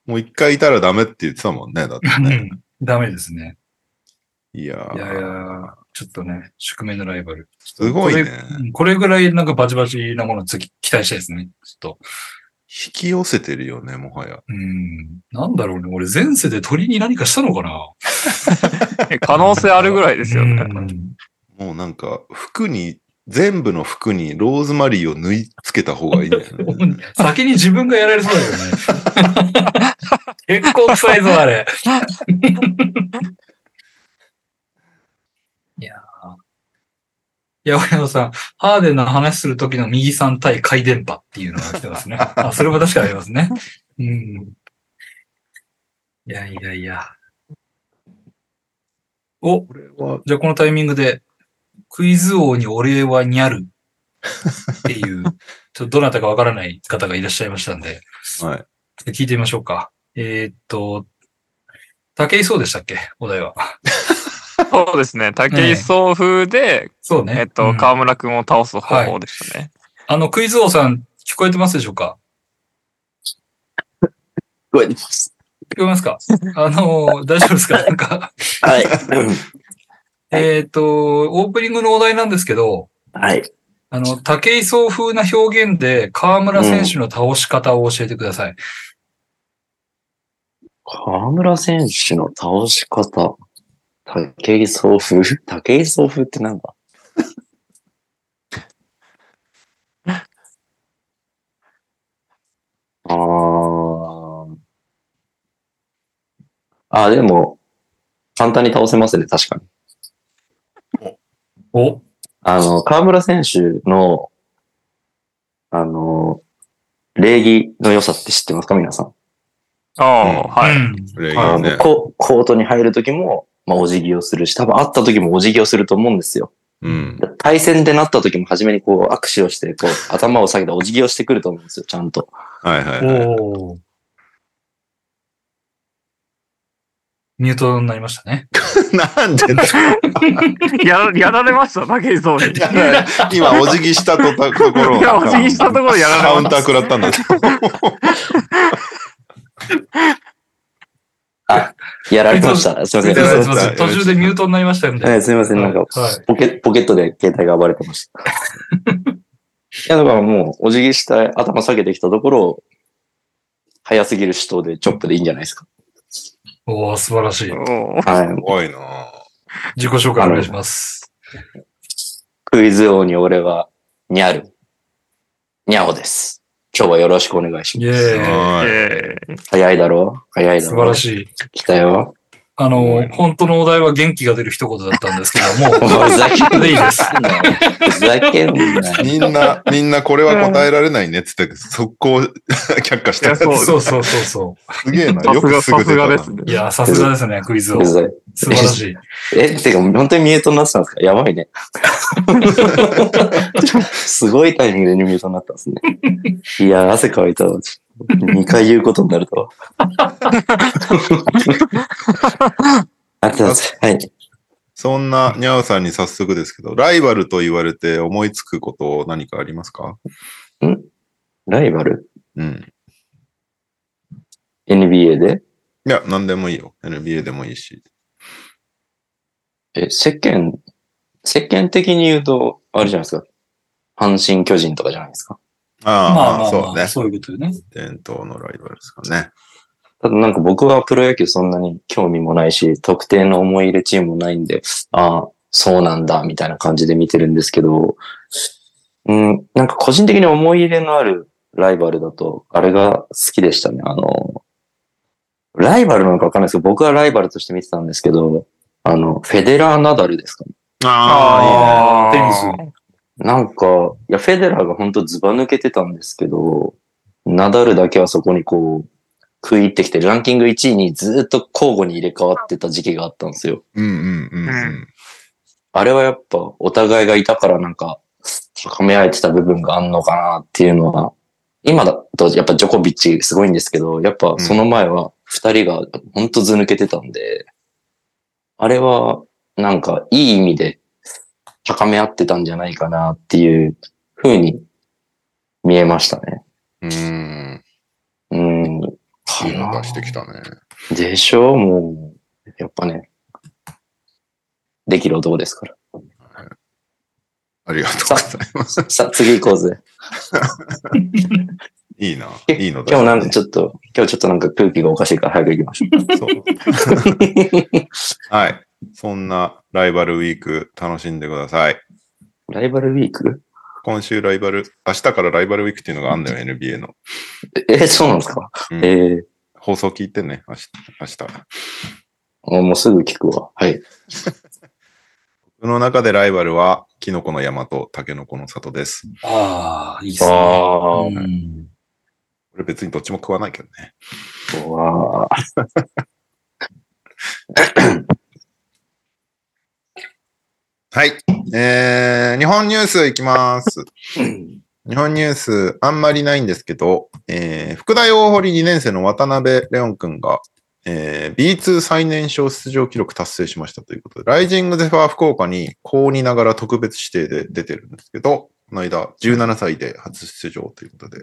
Speaker 1: もう一回いたらダメって言ってたもんね、だって
Speaker 2: う
Speaker 1: ね。
Speaker 2: んダメですね。
Speaker 1: いや
Speaker 2: いやいや
Speaker 1: ー、、
Speaker 2: ちょっとね、宿命のライバル。
Speaker 1: すごいね
Speaker 2: こ。れうんこれぐらいなんかバチバチなものを次期待したいですね。ちょっと。
Speaker 1: 引き寄せてるよね、もはや。
Speaker 2: うん。なんだろうね。俺前世で鳥に何かしたのかな
Speaker 3: 可能性あるぐらいですよね。
Speaker 2: うん
Speaker 1: もうなんか、服に全部の服にローズマリーを縫い付けた方がいいんだよ ね。
Speaker 2: 先に自分がやられそうだよね。結構臭いぞ、あれ。いやー。八百屋さん、ハーデンの話するときの右さん対回電波っていうのが来てますね。あ、それも確かにありますね。うん。いやいやいや。お、
Speaker 1: これは、
Speaker 2: じゃあこのタイミングで、クイズ王にお礼はにゃる っていう、ちょっとどなたかわからない方がいらっしゃいましたんで、
Speaker 1: はい。
Speaker 2: 聞いてみましょうか。えーっと、武井壮でしたっけお題は。
Speaker 3: そうですね。武井壮風で、
Speaker 2: そうね。
Speaker 3: えっ
Speaker 2: う
Speaker 3: と、
Speaker 2: ん
Speaker 3: 河村くんを倒す方法でしたね。
Speaker 2: あの、クイズ王さん、聞こえてますでしょうか
Speaker 4: ごめんなさい
Speaker 2: 聞こえ ますかあの、大丈夫ですかなんか、
Speaker 4: はい。
Speaker 2: えーっと、オープニングのお題なんですけど、
Speaker 4: はい。
Speaker 2: あの、武井壮風な表現で、河村選手の倒し方を教えてください。
Speaker 4: 河村選手の倒し方。竹井総風 竹井総風ってなんだ あーあー、でも、簡単に倒せますね、確かに。
Speaker 2: お
Speaker 4: あの、河村選手の、あの、礼儀の良さって知ってますか、皆さん。
Speaker 3: ああ、はい。
Speaker 2: うん
Speaker 1: これ
Speaker 4: あ
Speaker 1: が
Speaker 4: の
Speaker 1: ね。
Speaker 4: ココートに入るときも、まあ、お辞儀をするし、多分会ったときもお辞儀をすると思うんですよ。
Speaker 1: うん。
Speaker 4: 対戦でなったときも初めにこう握手をして、こ う頭を下げてお辞儀をしてくると思うんですよ、ちゃんと。
Speaker 1: はいはいはい。
Speaker 2: おお。ミュートになりましたね。
Speaker 1: なんでだ
Speaker 3: やらやられました、武井壮に。 い
Speaker 1: 今、お辞儀したとたとこ ろを。
Speaker 3: や、お辞儀したところやられまし
Speaker 1: カ
Speaker 3: た。
Speaker 1: ウンター食らったんだけ
Speaker 4: やられてました。すいませ
Speaker 2: すい
Speaker 4: ん。
Speaker 2: ませ
Speaker 1: すい
Speaker 2: んすい
Speaker 1: ま
Speaker 2: ま
Speaker 1: せ
Speaker 2: せ
Speaker 1: ん
Speaker 2: ん。途中でミュートになりましたんで。
Speaker 4: はい、すいません。なんか、
Speaker 2: はい
Speaker 4: ポケ、ポケットで携帯が暴れて ました。いや、だからもう、お辞儀した頭下げてきたところを、早すぎる手刀でチョップでいいんじゃないですか。
Speaker 2: おお素晴らしい。
Speaker 3: おー
Speaker 4: はい。
Speaker 1: ど。怖いな
Speaker 2: 自己紹介お願いします。
Speaker 4: クイズ王に俺は、にゃる。にゃおです。今日はよろしくお願いし
Speaker 2: イ
Speaker 4: ま
Speaker 2: ェ
Speaker 4: す。
Speaker 2: ーイ。
Speaker 1: はい。
Speaker 3: えー
Speaker 4: 早いだろ早いだ
Speaker 2: 素
Speaker 4: ろ
Speaker 2: 晴らしい。
Speaker 4: 来たよ。
Speaker 2: あ
Speaker 1: すご
Speaker 2: の
Speaker 1: い、
Speaker 2: 本当のお題は元気が出る一言だったんですけ
Speaker 4: お
Speaker 2: ども、
Speaker 4: いふざけんな
Speaker 2: でいい
Speaker 4: よ
Speaker 2: です。
Speaker 4: ふざけんなよ。
Speaker 1: みんな、みんなこれは答えられないねっつって、速攻却下したやつ
Speaker 3: いや
Speaker 2: そうそうそうそ
Speaker 1: すげえな。
Speaker 3: さ
Speaker 1: よ
Speaker 3: す
Speaker 1: く
Speaker 3: が、
Speaker 1: すぐ出
Speaker 3: さす
Speaker 1: た
Speaker 3: がで
Speaker 1: な
Speaker 3: す。ね
Speaker 2: う。い。やー、さすがですね、クイズを
Speaker 4: ふ。ざけ
Speaker 2: 素晴らしい。
Speaker 4: え、てか、本当にミュートになってたんですかやばいね。 すごいタイミングでミュートになったんですね。いや、汗かいたわ。ちょっと2回言うことになるとは。あってます。はい。
Speaker 1: そんなにゃおさんに早速ですけど、ライバルと言われて思いつくこと何かありますか
Speaker 4: ライバル
Speaker 1: うん。
Speaker 4: ?NBA で
Speaker 1: いや、何でもいいよ。NBA でもいいし。
Speaker 4: え、世間、世間的に言うと、あれじゃないですか。阪神巨人とかじゃないですか。
Speaker 1: ああ、
Speaker 2: まあまあ
Speaker 1: そう
Speaker 2: まあ、
Speaker 1: ね。
Speaker 2: そういうことよね。
Speaker 1: 伝統のライバルですかね。
Speaker 4: ただなんか僕はプロ野球そんなに興味もないし、特定の思い入れチームもないんで、ああ、そうなんだ、みたいな感じで見てるんですけど、うん、なんか個人的に思い入れのあるライバルだと、あれが好きでしたね。あの、ライバルなのかわかんないですけど、僕はライバルとして見てたんですけど、あの、フェデラー・ナダルですかね。
Speaker 1: ああ、いいね。
Speaker 3: あ
Speaker 2: テニス。
Speaker 3: ー
Speaker 4: なんか、いや、フェデラーが本当ズバ抜けてたんですけど、ナダルだけはそこにこう、食い入ってきて、ランキング1位にずっと交互に入れ替わってた時期があったんですよ。
Speaker 1: うんうんうん
Speaker 3: う
Speaker 1: うん。
Speaker 4: あれはやっぱ、お互いがいたからなんか、高め合えてた部分があんのかなっていうのは、今だとやっぱジョコビッチすごいんですけど、やっぱその前は二人が本当ず抜けてたんで、あれはなんかいい意味で高め合ってたんじゃないかなっていう風に見えましたね。
Speaker 1: うーん。
Speaker 4: うん。
Speaker 1: いいの出してきたね。
Speaker 4: でしょもう、やっぱね、できる男ですから。
Speaker 1: ありがとうございます。
Speaker 4: さあ、次行こうぜ。
Speaker 1: いいな。
Speaker 4: え
Speaker 1: いいの出
Speaker 4: 今日なん
Speaker 1: し
Speaker 4: かちょっと、今日ちょっとなんか空気がおかしいから早く行きましょ う。
Speaker 1: たそう。はい。そんなライバルウィーク楽しんでください。
Speaker 4: ライバルウィーク
Speaker 1: 今週ライバル、明日からライバルウィークっていうのがあんだよ、NBA の。
Speaker 4: え、えそうなんですか、
Speaker 1: うん
Speaker 4: えー
Speaker 1: 放送聞いてね、明日。明日。
Speaker 4: あもうすぐ聞くわ。はい。
Speaker 1: 僕の中でライバルは、キノコの山とタケノコの里です。
Speaker 2: ああ、いいっすね。
Speaker 4: あ
Speaker 2: う
Speaker 4: ー
Speaker 2: ん
Speaker 1: 俺別にどっちも食わないけどね。
Speaker 4: うわー
Speaker 1: はい。えー、日本ニュースいきます。日本ニュースあんまりないんですけど、えー、福大大堀2年生の渡辺レオン君が、えー、B2 最年少出場記録達成しましたということで、ライジングゼファー福岡に高2ながら特別指定で出てるんですけど、この間17歳で初出場ということで、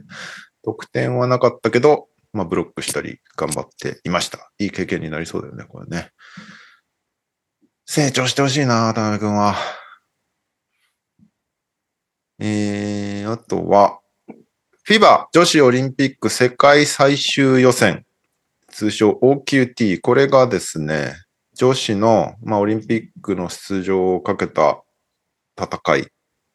Speaker 1: 得点はなかったけど、まあブロックしたり頑張っていました。いい経験になりそうだよね、これね。成長してほしいな、渡辺君は。えー、あとは、FIBA 女子オリンピック世界最終予選、通称 OQT。これがですね、女子の、まあ、オリンピックの出場をかけた戦い。こ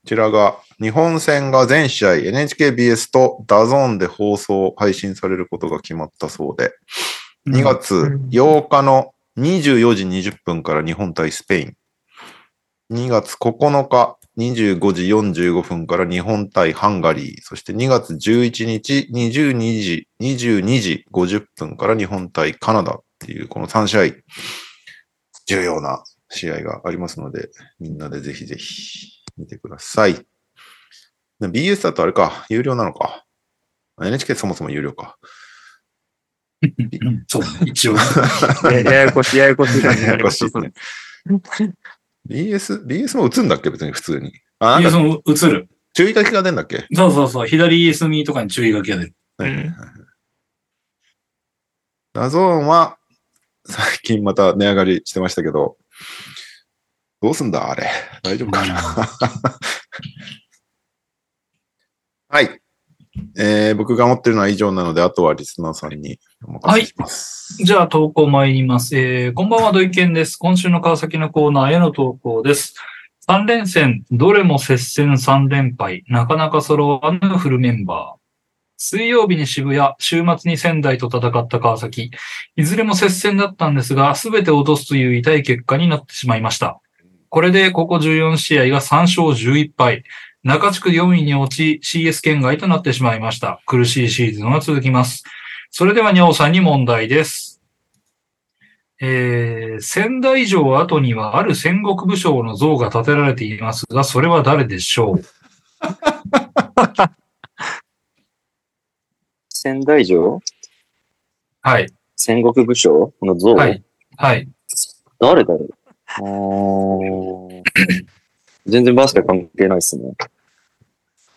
Speaker 1: ちらが、日本戦が全試合 NHKBS とダゾーンで放送、配信されることが決まったそうで、2月8日の24時20分から日本対スペイン。2月9日25時45分から日本対ハンガリー。そして2月11日22時、22時50分から日本対カナダっていうこの3試合、重要な試合がありますので、みんなでぜひぜひ見てください。で BS だとあれか、有料なのか。NHK そもそも有料か。
Speaker 2: うんそうね、一応ね。
Speaker 3: やややこしい、ややこしい感じになりました。
Speaker 1: やや BS、BS も映るんだっけ別に普通に。あ、
Speaker 2: い
Speaker 1: な
Speaker 2: や
Speaker 1: んか
Speaker 2: その映る。
Speaker 1: 注意書きが出んだっけ
Speaker 2: そうそうそう。左隅とかに注意書きが出る。
Speaker 3: うん
Speaker 1: ダゾーンは、最近また値上がりしてましたけど、どうすんだあれ。大丈夫かなはい。えー僕が持ってるのは以上なので、あとはリスナーさんにお任せします。
Speaker 2: じゃあ投稿参ります。えー、こんばんは、土井健です。今週の川崎のコーナーへの投稿です。3連戦、どれも接戦3連敗、なかなか揃わぬフルメンバー。水曜日に渋谷、週末に仙台と戦った川崎。いずれも接戦だったんですが、すべて落とすという痛い結果になってしまいました。これでここ14試合が3勝11敗。中地区4位に落ち、CS 圏外となってしまいました。苦しいシーズンが続きます。それでは、にゃおさんに問題です。えー、仙台城跡にはある戦国武将の像が建てられていますが、それは誰でしょう
Speaker 4: 仙台城
Speaker 2: はい。
Speaker 4: 戦国武将の像、
Speaker 2: はい。はい。
Speaker 4: 誰だろうあー 全然バスケ関係ないっすね。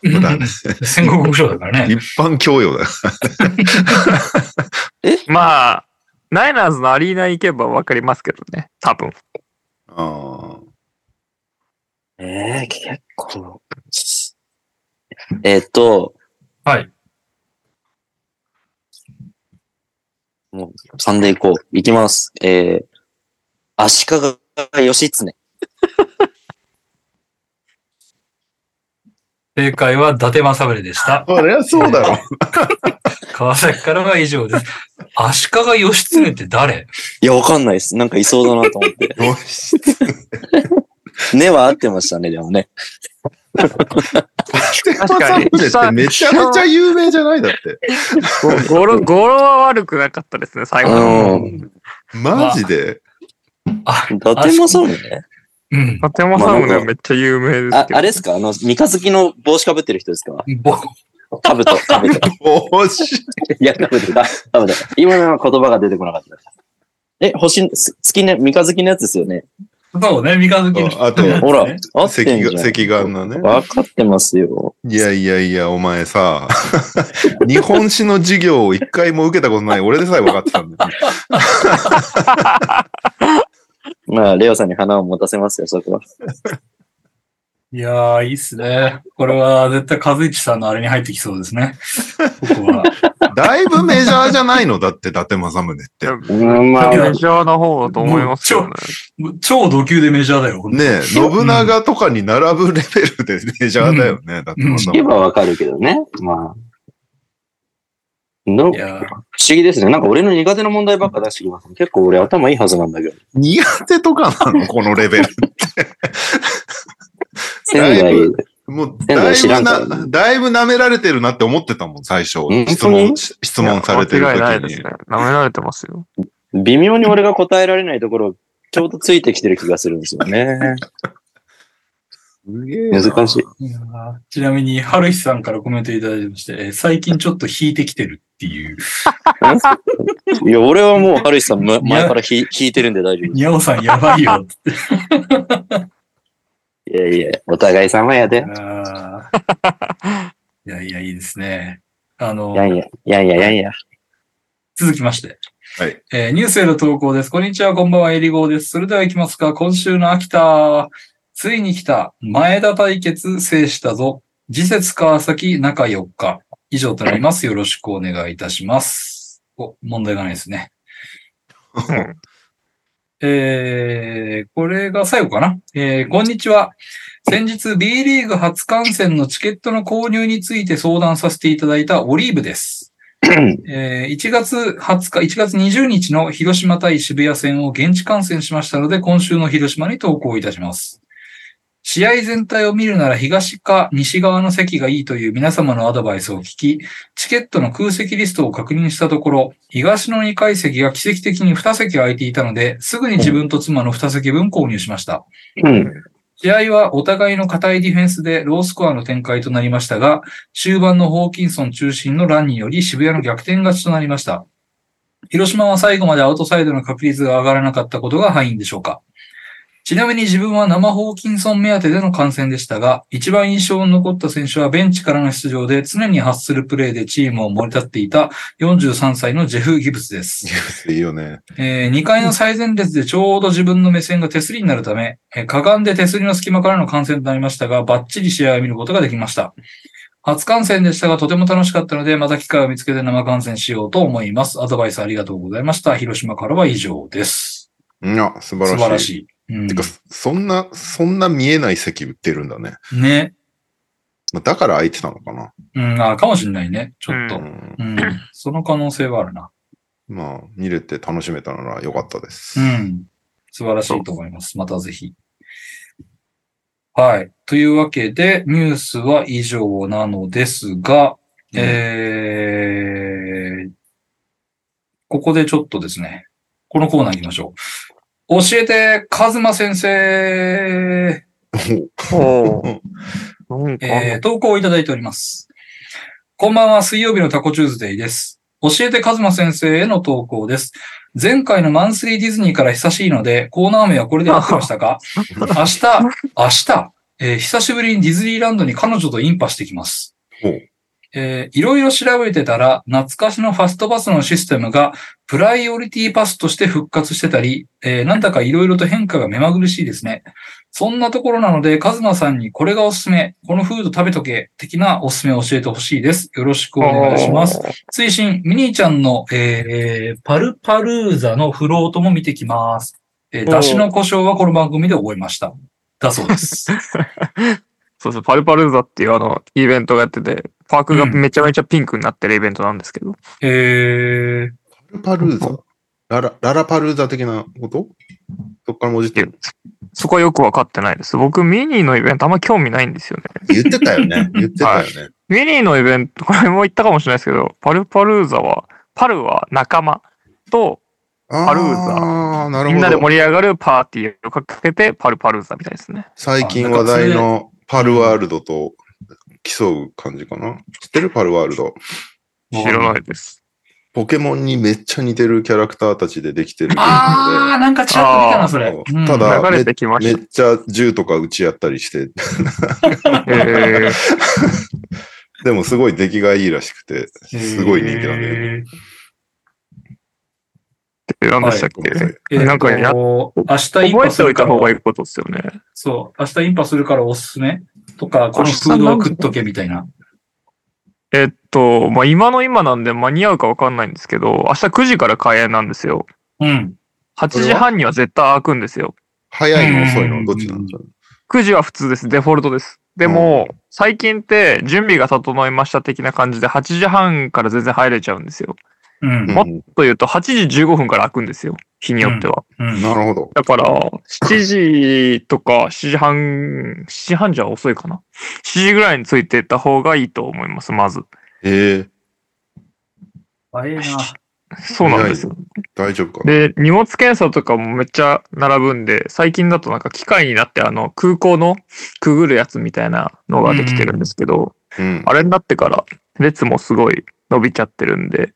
Speaker 1: 無駄ね
Speaker 2: 戦国武将だからね。
Speaker 1: 一般教養だよ。
Speaker 3: まあ、ナイナーズのアリーナ行けばわかりますけどね。多分。
Speaker 1: あー
Speaker 4: ええ結構。えっと、
Speaker 2: はい。
Speaker 4: もう、3で行こう。行きます。えー、足利義経。
Speaker 2: 正解は伊達政宗 でした。
Speaker 1: そりゃそうだろ。
Speaker 2: 川崎からは以上です。足利義経って誰
Speaker 4: いや、わかんないです。なんかいそうだなと 思って。
Speaker 1: よし
Speaker 4: 根は合ってましたね、でもね。
Speaker 1: 確かに。ってめちゃめちゃ有名じゃないだって。
Speaker 3: ご語呂、語呂は悪くなかったですね、最
Speaker 4: う
Speaker 3: 後の。
Speaker 4: ん。
Speaker 1: マジで。
Speaker 2: あ、
Speaker 4: 伊達政宗ね。
Speaker 2: うん。
Speaker 3: とてもサムネはめっちゃ有名で
Speaker 4: あ
Speaker 3: す、けど。
Speaker 4: あれですかあの、三日月の帽子かぶってる人ですか
Speaker 2: ぼ
Speaker 4: かぶと、かぶと。
Speaker 1: おし
Speaker 4: いや、かぶと、かぶと。今のは言葉が出てこなかった。え、星、す月ね、三日月のやつですよね。
Speaker 2: そうね、三日月の。
Speaker 1: あと
Speaker 4: ほら、合っ
Speaker 1: 赤
Speaker 4: てんじゃ
Speaker 1: 眼、
Speaker 4: ん。
Speaker 1: 赤眼のね。
Speaker 4: わかってますよ。
Speaker 1: いやいやいや、お前さ、 日本史の授業を一回も受けたことない俺でさえ分かってたんだよ。
Speaker 4: まあ、レオさんに花を持たせますよ、そこは。
Speaker 2: いやー、いいっすね。これは絶対和一さんのあれに入ってきそうですね。ここ は。
Speaker 1: だいぶメジャーじゃないのだって、伊達政宗って。
Speaker 4: うん、まあ、
Speaker 3: メジャーな方だと思いますよね。
Speaker 2: 超ド級でメジャーだよ。
Speaker 1: ねえ、信長とかに並ぶレベルで メジャーだよね、伊達政
Speaker 4: 言え
Speaker 1: 宗。
Speaker 4: ばわかるけどね。まあ。の
Speaker 2: いやー
Speaker 4: 不思議ですね。なんか俺の苦手な問題ばっか出してきますね。結構俺頭いいはずなんだけど。
Speaker 1: 苦手とかなのこのレベル。
Speaker 4: 仙
Speaker 1: だい
Speaker 4: 台、
Speaker 1: ぶもう、だい
Speaker 4: 知ら
Speaker 1: ぶ
Speaker 4: んから
Speaker 1: な、だいぶ舐められてるなって思ってたもん、最初
Speaker 4: 本。当
Speaker 1: 質問、
Speaker 4: に
Speaker 1: し質問されてる
Speaker 3: いや間違いない
Speaker 1: 時
Speaker 3: です
Speaker 1: に
Speaker 3: ね。。舐められてますよ。
Speaker 4: 微妙に俺が答えられないところ、ちょうどついてきてる気がするんですよね。
Speaker 1: すげえな
Speaker 4: 難しい。
Speaker 2: いやーちなみに、春日さんからコメントいただいてまして、えー最近ちょっと引いてきてるっていう。
Speaker 4: いや、俺はもう、春日さん、む前からひ引いてるんで大丈夫で
Speaker 2: にゃおさんやばいよって。
Speaker 4: す。いやいや、お互い様やで。
Speaker 2: あーいやいや、いいですね。あの、
Speaker 4: やんや、やんや、やんや。
Speaker 2: 続きまして。
Speaker 1: はい。
Speaker 2: えーニュースへの投稿です。こんにちは、こんばんは、えりごーです。それでは行きますか。今週の秋田、ついに来た、前田対決制したぞ。次節川崎中4日。以上となります。よろしくお願いいたします。お、問題がないですね。えー、これが最後かな。えー、こんにちは。先日 B リーグ初観戦のチケットの購入について相談させていただいたオリーブです。えー1月20日、1月20日の広島対渋谷戦を現地観戦しましたので、今週の広島に投稿いたします。試合全体を見るなら東か西側の席がいいという皆様のアドバイスを聞き、チケットの空席リストを確認したところ、東の2階席が奇跡的に2席空いていたので、すぐに自分と妻の2席分購入しました。
Speaker 4: うん。
Speaker 2: 試合はお互いの堅いディフェンスでロースコアの展開となりましたが、終盤のホーキンソン中心のランにより渋谷の逆転勝ちとなりました。広島は最後までアウトサイドの確率が上がらなかったことが敗因でしょうか。ちなみに自分は生ホーキンソン目当てでの観戦でしたが、一番印象に残った選手はベンチからの出場で常に発するプレーでチームを盛り立っていた43歳のジェフ・ギブスです。
Speaker 1: いいよね。
Speaker 2: え2階の最前列でちょうど自分の目線が手すりになるため、えーかがんで手すりの隙間からの観戦となりましたが、バッチリ試合を見ることができました。初観戦でしたが、とても楽しかったので、また機会を見つけて生観戦しようと思います。アドバイスありがとうございました。広島からは以上です。
Speaker 1: いや、素
Speaker 2: 素
Speaker 1: 晴
Speaker 2: 晴
Speaker 1: ら
Speaker 2: ら
Speaker 1: しい。
Speaker 2: しい。うん
Speaker 1: てか、そんな、そんな見えない席売ってるんだね。
Speaker 2: ね。
Speaker 1: まあだから空いてたのかな。
Speaker 2: うん、あ、かもしれないね。ちょっ
Speaker 1: う
Speaker 2: と。
Speaker 1: ん、
Speaker 2: うん。その可能性はあるな。
Speaker 1: まあ、見れて楽しめたなら良かったです。
Speaker 2: うん。素晴らしいと思います。またぜひ。はい。というわけで、ニュースは以上なのですが、
Speaker 1: うん
Speaker 2: えー、ここでちょっとですね、このコーナー行きましょう。教えて、カズマ先生
Speaker 3: おーなんかあんの、
Speaker 2: えー投稿をいただいております。こんばんは、水曜日のタコチューズデイです。教えてカズマ先生への投稿です。前回のマンスリーディズニーから久しいので、コーナー名はこれで合ってました か明日、明日、えー久しぶりにディズニーランドに彼女とインパしてきます
Speaker 1: ほう。
Speaker 2: えーいろいろ調べてたら、懐かしのファストパスのシステムが、プライオリティパスとして復活してたり、えーなんだかいろいろと変化が目まぐるしいですね。そんなところなので、カズマさんにこれがおすすめ、このフード食べとけ、的なおすすめを教えてほしいです。よろしくお願いします。推進、ミニーちゃんの、えー、パルパルーザのフロートも見てきます。えー、
Speaker 3: おー
Speaker 2: だしの故障はこの番組で覚えました。だそ うです。
Speaker 3: そうそう、パルパルーザっていうあの、イベントがやってて、パークがめちゃめちゃピンクになってるイベントなんですけど。
Speaker 2: えー、
Speaker 1: ラパルーザララララパルーザ的なことそっからも じってる。
Speaker 3: そこはよくわかってないです。僕、ミニーのイベントあんま興味ないんですよね。
Speaker 1: 言ってたよね。言ってたよね。
Speaker 3: ミニーのイベント、これも言ったかもしれないですけど、パルパルーザは、パルは仲間と、
Speaker 1: あ
Speaker 3: パルー
Speaker 1: あーなる
Speaker 3: みんなで
Speaker 1: ほど。
Speaker 3: 盛り上がるパーティーをかけて、パルパルーザみたいですね。
Speaker 1: 最近話題のパルワールドと競う感じかな。知ってるパルワールド。
Speaker 3: 知らないです。
Speaker 1: ポケモンにめっちゃ似てるキャラクターたちでできてるゲームで。
Speaker 2: あー、なんかちらっと見たな、それ。
Speaker 1: あーただ
Speaker 3: 流れてきま
Speaker 1: め
Speaker 3: し
Speaker 1: っちゃ銃とか撃ち合ったりして、
Speaker 3: た。 えー
Speaker 1: でもすごい出来がいいらしくて、すごい人気なんだよね。
Speaker 2: ね。
Speaker 3: って何でしたっ
Speaker 1: ご
Speaker 3: け、
Speaker 1: めんなさい
Speaker 2: えー
Speaker 3: なんかや
Speaker 2: こう明日イン
Speaker 3: 覚
Speaker 2: パ
Speaker 3: え
Speaker 2: す
Speaker 3: てお
Speaker 2: る
Speaker 3: い
Speaker 2: か
Speaker 3: た方がい
Speaker 2: ら、
Speaker 3: いことですよね。
Speaker 2: そう、明日インパするからおすすめとか、このフードは食っとけみたいな。
Speaker 3: えっと、まあ、今の今なんで間に合うかわかんないんですけど、明日9時から開演なんですよ。
Speaker 2: うん。
Speaker 3: 8時半には絶対開くんですよ。
Speaker 1: 早いの遅いのどっちなんだろう。
Speaker 3: 9時は普通です。デフォルトです。でも、最近って準備が整いました的な感じで8時半から全然入れちゃうんですよ。
Speaker 2: うん。
Speaker 3: もっ
Speaker 1: うん
Speaker 3: というと8時15分から開くんですよ。日によっては。
Speaker 2: うん
Speaker 1: なるほど。
Speaker 3: だから、7時とか7時半、7時半じゃ遅いかな。7時ぐらいについてった方がいいと思います、まず。
Speaker 1: ええ、
Speaker 2: 早いな。
Speaker 3: そうなんですよ。
Speaker 1: 大丈夫か。
Speaker 3: で、荷物検査とかもめっちゃ並ぶんで、最近だとなんか機械になってあの空港のくぐるやつみたいなのができてるんですけど、
Speaker 1: うん。
Speaker 3: あれになってから列もすごい伸びちゃってるんで、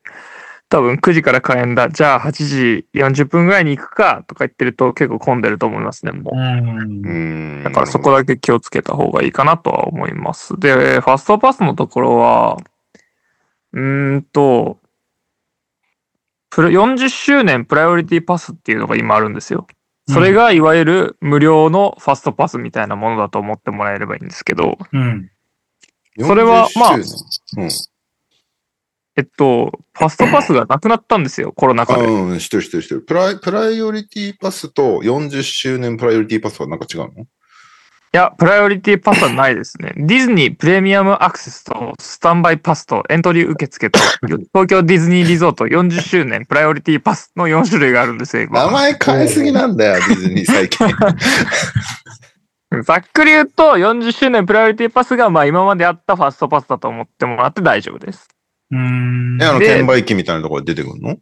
Speaker 3: 多分9時から開演だ。じゃあ8時40分ぐらいに行くかとか言ってると結構混んでると思いますね、もう。
Speaker 2: うん
Speaker 1: う。ん
Speaker 3: だからそこ
Speaker 1: だ。
Speaker 3: だけ気をつけた方がいいかなとは思います。で、ファストパスのところは、うーんと、プラ40周年プライオリティパスっていうのが今あるんですよ。それがいわゆる無料のファストパスみたいなものだと思ってもらえればいいんですけど、
Speaker 2: うん。
Speaker 1: 40
Speaker 3: それはま
Speaker 1: 周
Speaker 3: あ
Speaker 1: 年
Speaker 3: えっと、ファストパスがなくなったんですよ、コロナ禍
Speaker 1: う
Speaker 3: で。
Speaker 1: ん。あうん、してるしてるしてる。プライ、プライオリティパスと40周年プライオリティパスはなんか違うの
Speaker 3: いや、プライオリティパスはないですね。 ディズニープレミアムアクセスとスタンバイパスとエントリー受 付と東京ディズニーリゾート40周年プライオリティパスの4種類があるんですよ、今
Speaker 1: 名前変えすぎなんだよ、ディズニー最 近。
Speaker 3: ざっくり言うと40周年プライオリティパスがまあ今まであったファストパスだと思ってもらって大丈夫です。
Speaker 2: うん
Speaker 1: え、。あの、
Speaker 3: で
Speaker 1: 転売機みたいなところで出てくるの
Speaker 3: い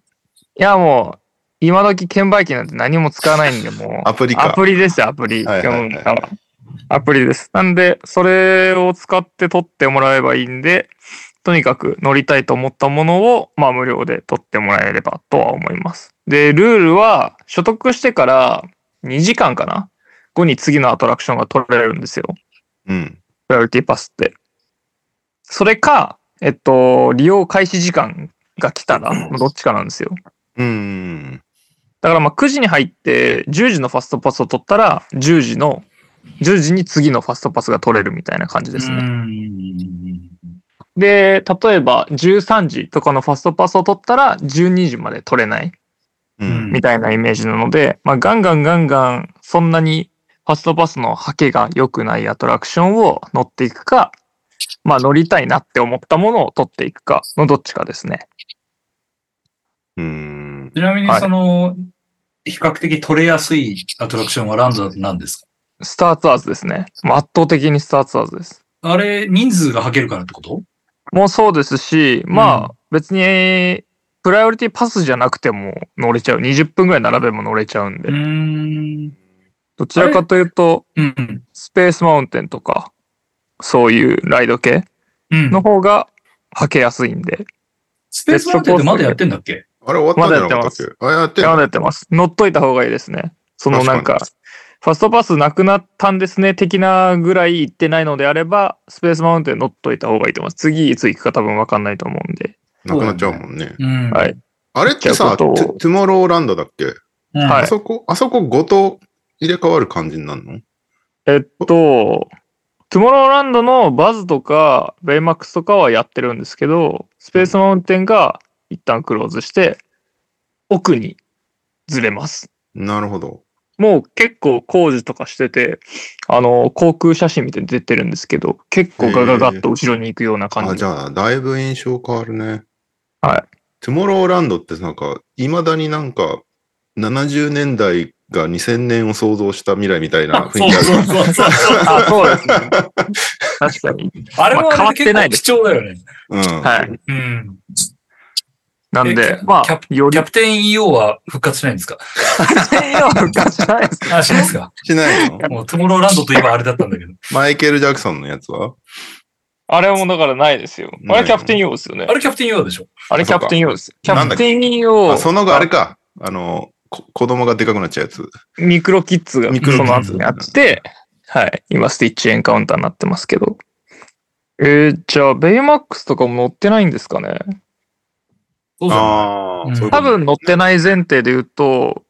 Speaker 3: や、もう今時券売機なんて何も使わないんで、も う
Speaker 1: アプリ
Speaker 3: ア
Speaker 1: か。
Speaker 3: プリですよ、アプリ。
Speaker 1: はいはいはい
Speaker 3: 基本はアプリです。なんで、それを使って撮ってもらえばいいんで、とにかく乗りたいと思ったものを、まあ無料で撮ってもらえればとは思います。で、ルールは、所得してから2時間かな後に次のアトラクションが撮られるんですよ。
Speaker 1: うん。
Speaker 3: プライオリティパスって。それか、えっと、利用開始時間が来たら、どっちかなんですよ。
Speaker 1: うん。
Speaker 3: だからまあ9時に入って10時のファストパスを取ったら10時の10時に次のファストパスが取れるみたいな感じです
Speaker 2: う
Speaker 3: ね。
Speaker 2: ん。
Speaker 3: で、例えば13時とかのファストパスを取ったら12時まで取れない
Speaker 1: うん。
Speaker 3: みたいなイメージなので、まあガンガンガンガンそんなにファストパスのハケが良くないアトラクションを乗っていくか、まあ乗りたいなって思ったものを取っていくかのどっちかですね。
Speaker 1: うん。
Speaker 2: ちなみに
Speaker 3: はい
Speaker 2: その、比較的取れやすいアトラクションはランドだと何ですか
Speaker 3: スターツアーズですね。まあ圧倒的にスターツアーズです。
Speaker 2: あれ、人数がはけるからってこと
Speaker 3: もそうですし、
Speaker 2: うん
Speaker 3: まあ別にプライオリティパスじゃなくても乗れちゃう。20分ぐらい並べも乗れちゃうんで。
Speaker 2: ん。
Speaker 3: どちらかというと、
Speaker 2: うん。
Speaker 3: スペースマウンテンとか、そういうライド系
Speaker 2: うん。
Speaker 3: の方が履けやすいんで。
Speaker 2: スペースマウンテンってまだやってんだっけ
Speaker 1: あれ終わったんじゃなかったっけあ、やってん
Speaker 3: や
Speaker 1: の
Speaker 3: めてます。乗っといた方がいいですね。そのなんか
Speaker 1: 確、
Speaker 3: ファストパスなくなったんですね、的なぐらい行ってないのであれば、スペースマウンテン乗っといた方がいいと思います。次いつ行くか多分わかんないと思うんで。
Speaker 1: なくなっちゃうもんね。
Speaker 2: うん
Speaker 3: はい。
Speaker 1: あれって
Speaker 3: じゃ
Speaker 1: さ、
Speaker 3: あ
Speaker 1: ト
Speaker 3: ことを
Speaker 1: ゥトゥモローランドだっけ
Speaker 3: は
Speaker 1: あ
Speaker 3: い
Speaker 1: そこ、あそこごと入れ替わる感じになるの
Speaker 3: えっと、トゥモローランドのバズとか、ベイマックスとかはやってるんですけど、スペースマウンテンが一旦クローズして、奥にずれます。
Speaker 1: なるほど。
Speaker 3: もう結構工事とかしてて、あの、航空写真みたいに出てるんですけど、結構ガガガッと後ろに行くような感
Speaker 1: あ、じ
Speaker 3: じで。
Speaker 1: ゃあ、だいぶ印象変わるね。
Speaker 3: はい。
Speaker 1: トゥモローランドってなんか、いまだになんか、70年代が2000年を想像した未来みたいな雰
Speaker 2: そ
Speaker 1: 囲
Speaker 2: う
Speaker 1: 気ある。
Speaker 2: そうそうそう。
Speaker 3: あ、そうですね。確かに。
Speaker 2: あれも
Speaker 3: まあ変
Speaker 2: あれ
Speaker 3: わっ
Speaker 2: で結
Speaker 3: てないで
Speaker 2: 構
Speaker 3: す
Speaker 2: 貴重だよね。
Speaker 1: うん。
Speaker 3: はい。
Speaker 2: うん。
Speaker 3: なんで
Speaker 2: え、
Speaker 3: ま
Speaker 2: キャ
Speaker 3: あ、よ
Speaker 2: キ
Speaker 3: り
Speaker 2: ャプテン EO は復活しないんですか
Speaker 3: 専用復活しないです
Speaker 2: あ、しないですか
Speaker 1: しないの
Speaker 2: もう、トゥモローランドといえばあれだったんだけど。
Speaker 1: マイケル・ジャクソンのやつは
Speaker 3: あれもだからないですよ。あ
Speaker 1: ない
Speaker 3: れキャプテン用ですよね
Speaker 2: あ。れキャプテン EO でしょ
Speaker 3: あれキャプテン用です。キャプテン用
Speaker 1: あ、その後あれか。あの、こ子供がでかくなっちゃうやつ。
Speaker 3: ミクロキッズが
Speaker 1: ミクロ
Speaker 3: そ
Speaker 1: キ
Speaker 3: の
Speaker 1: ッズ
Speaker 3: 後にあって、はい。今、スティッチエンカウンターになってますけど。えー、じゃあ、ベイマックスとかも乗ってないんですかね
Speaker 2: そうじゃない
Speaker 1: あ
Speaker 2: う
Speaker 1: あ、
Speaker 2: ん
Speaker 1: そういうこ
Speaker 3: 多
Speaker 1: と
Speaker 3: 分乗ってない前提で言うと、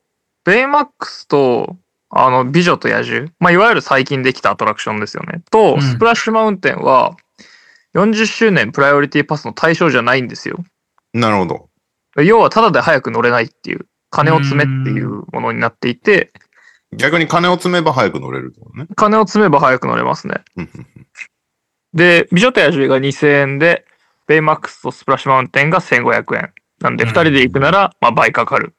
Speaker 3: ベイマックスと、あの、美女と野獣、まあ、いわゆる最近できたアトラクションですよね。
Speaker 2: う
Speaker 3: と、
Speaker 2: ん
Speaker 3: スプラッシュマウンテンは、40周年プライオリティパスの対象じゃないんですよ。
Speaker 1: なるほど。
Speaker 3: 要は、ただで早く乗れないっていう、金を詰めっていうものになっていて、
Speaker 1: 逆に金を積めば早く乗れるってことね。
Speaker 3: 金を詰めば早く乗れますね。
Speaker 1: うんうんうん
Speaker 3: で、美女と野獣が2000円で、ベイマックスとスプラッシュマウンテンが1500円。なんで、
Speaker 2: うん
Speaker 3: 2人で行くなら、まあ、倍かかる。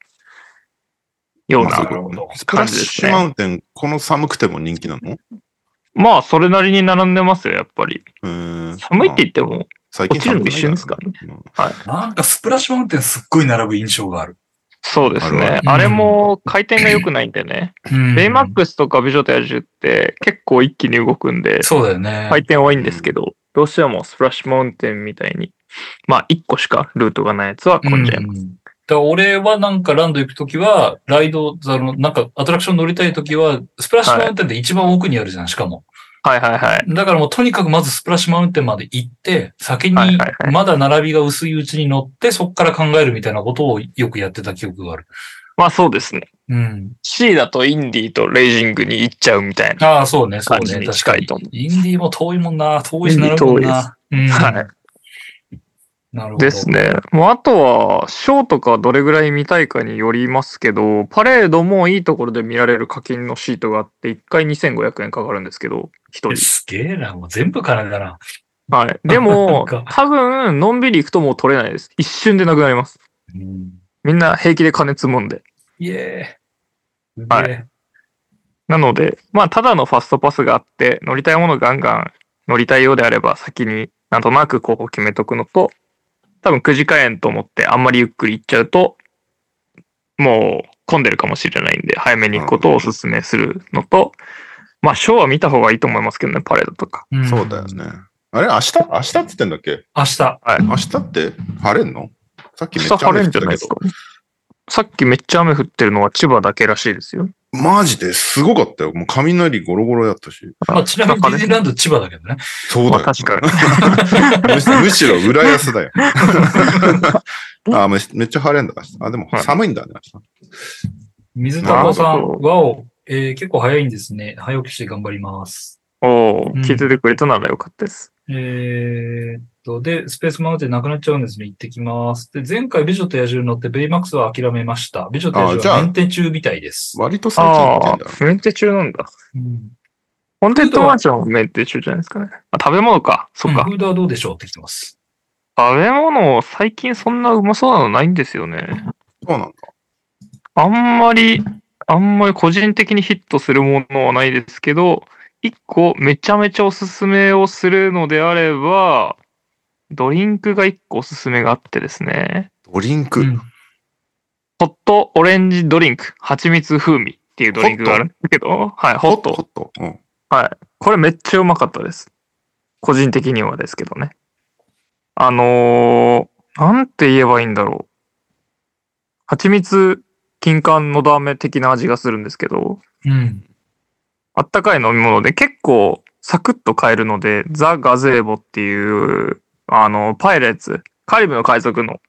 Speaker 3: よう
Speaker 1: まあ
Speaker 3: な
Speaker 1: そういうことね
Speaker 2: ど
Speaker 1: スプラッシュマウンテン、この寒くても人気なの
Speaker 3: まあ、それなりに並んでますよ、やっぱり。
Speaker 1: うーん
Speaker 3: 寒いって言っても、
Speaker 1: 最
Speaker 3: 落ちるの
Speaker 1: 寒く
Speaker 3: 一
Speaker 1: ない
Speaker 3: 瞬ですからね。
Speaker 1: らね。
Speaker 2: なんかスプラッシュマウンテンすっごい並ぶ印象がある。
Speaker 3: そうです
Speaker 1: ある
Speaker 3: ね
Speaker 1: あ。
Speaker 2: る
Speaker 3: あれも回転が良くないんでね。ベイマックスとか美女と野獣って結構一気に動くんで、
Speaker 2: そうだよね。
Speaker 3: 回転多いんですけど、どうしてもスプラッシュマウンテンみたいに、まあ、一個しかルートがないやつは
Speaker 2: う
Speaker 3: 混ん
Speaker 2: ん
Speaker 3: じ
Speaker 2: だ
Speaker 3: ゃい
Speaker 2: か
Speaker 3: ます。
Speaker 2: ら俺はなんかランド行くときは、ライド、あの、なんかアトラクション乗りたいときは、スプラッシュマウンテンで一番奥にあるじゃん、しかも。
Speaker 3: はいはいはい。
Speaker 2: だからもうとにかくまずスプラッシュマウンテンまで行って、先
Speaker 3: はい
Speaker 2: に
Speaker 3: はいはい
Speaker 2: まだ並びが薄いうちに乗って、そっから考えるみたいなことをよくやってた記憶がある。
Speaker 3: まあそうですね。
Speaker 2: うん。
Speaker 3: C だとインディーとレイジングに行っちゃうみたいな。
Speaker 2: ああ、そうね、そう
Speaker 3: 感じ
Speaker 2: ね。
Speaker 3: に
Speaker 2: 確
Speaker 3: 近
Speaker 2: か
Speaker 3: い
Speaker 2: に
Speaker 3: と思う。
Speaker 2: インディーも遠いもんな。遠いし並ぶもんな。うん。
Speaker 3: はい。
Speaker 2: なるほど。
Speaker 3: です。ね。もうあとは、ショーとかどれぐらい見たいかによりますけど、パレードもいいところで見られる課金のシートがあって、1回2500円かかるんですけど、1人。
Speaker 2: すげえな、もう全部金だな。
Speaker 3: はい。で
Speaker 2: なん
Speaker 3: も
Speaker 2: か、
Speaker 3: 多分、のんびり行くともう取れないです。一瞬でなくなります。
Speaker 2: うん。
Speaker 3: みんな平気で金積むんで。
Speaker 2: イエーイ。
Speaker 3: は
Speaker 2: イ
Speaker 3: い
Speaker 2: エーイ。
Speaker 3: なので、まあ、ただのファストパスがあって、乗りたいものガンガン乗りたいようであれば、先になんとなく候補決めとくのと、多分9時開園と思って、あんまりゆっくり行っちゃうと、もう混んでるかもしれないんで、早めに行くことをお勧めするのと、まあ、ショーは見た方がいいと思いますけどね、パレードとか。
Speaker 2: ん
Speaker 1: そうだよ。ね。あれ明日明日って言ってんだっけ
Speaker 2: 明日。
Speaker 1: 明日って晴れんのさっきめっち
Speaker 3: 下
Speaker 1: ゃ
Speaker 3: 晴
Speaker 1: 雨降
Speaker 3: れ
Speaker 1: っ
Speaker 3: んじ
Speaker 1: て
Speaker 3: ゃな
Speaker 1: たけ
Speaker 3: いです
Speaker 1: ど
Speaker 3: か。。さっきめっちゃ雨降ってるのは千葉だけらしいですよ。
Speaker 1: マジですごかったよ。もう雷ゴロゴロやったし。
Speaker 2: まあ、ちなみにディズニーランド千葉だけどね。
Speaker 1: そうだ
Speaker 3: まあ、
Speaker 1: よ。
Speaker 3: 確かに。
Speaker 1: むしむしろ裏安 だよ。あめ、めっちゃ晴れんだ。明日あ、でも
Speaker 3: はい
Speaker 1: 寒いんだね、明日。
Speaker 2: 水田子さ、
Speaker 3: なんるほ
Speaker 2: わお、えー結構早いんですね。早起きして頑張ります。
Speaker 3: おお
Speaker 2: うん
Speaker 3: 聞いててくれたならよかったです。
Speaker 2: えーっと、で、スペースマウンテンなくなっちゃうんですね。行ってきます。で、前回美女と野獣乗ってベイマックスは諦めました。美女と野
Speaker 1: あじゃ
Speaker 2: 獣
Speaker 1: あ
Speaker 2: は運転中みたいです。
Speaker 1: 割と最近行って
Speaker 3: あ
Speaker 1: んだ
Speaker 3: あ、メンテ中なんだ。
Speaker 2: うん
Speaker 3: コンテントマーチョンもメンテ中じゃないですかね。あ、食べ物か。そっか。
Speaker 2: フードはどうでしょうって来てます。
Speaker 3: 食べ物、最近そんなうまそうなのないんですよね。
Speaker 1: そうなんだ。
Speaker 3: あんまり、あんまり個人的にヒットするものはないですけど、一個めちゃめちゃおすすめをするのであれば、ドリンクが一個おすすめがあってですね。
Speaker 1: ドリンク。
Speaker 2: うん
Speaker 3: ホットオレンジドリンク、蜂蜜風味っていうドリンクがあるんですけど、はい、ホット。
Speaker 1: ホット。うん。
Speaker 3: これめっちゃうまかったです。個人的にはですけどね。あのー、なんて言えばいいんだろう。蜂蜜、金柑のダメ的な味がするんですけど、
Speaker 2: うん。
Speaker 3: あったかい飲み物で結構サクッと買えるので、ザ・ガゼーボっていう、あの、パイレーツ、カリブの海賊の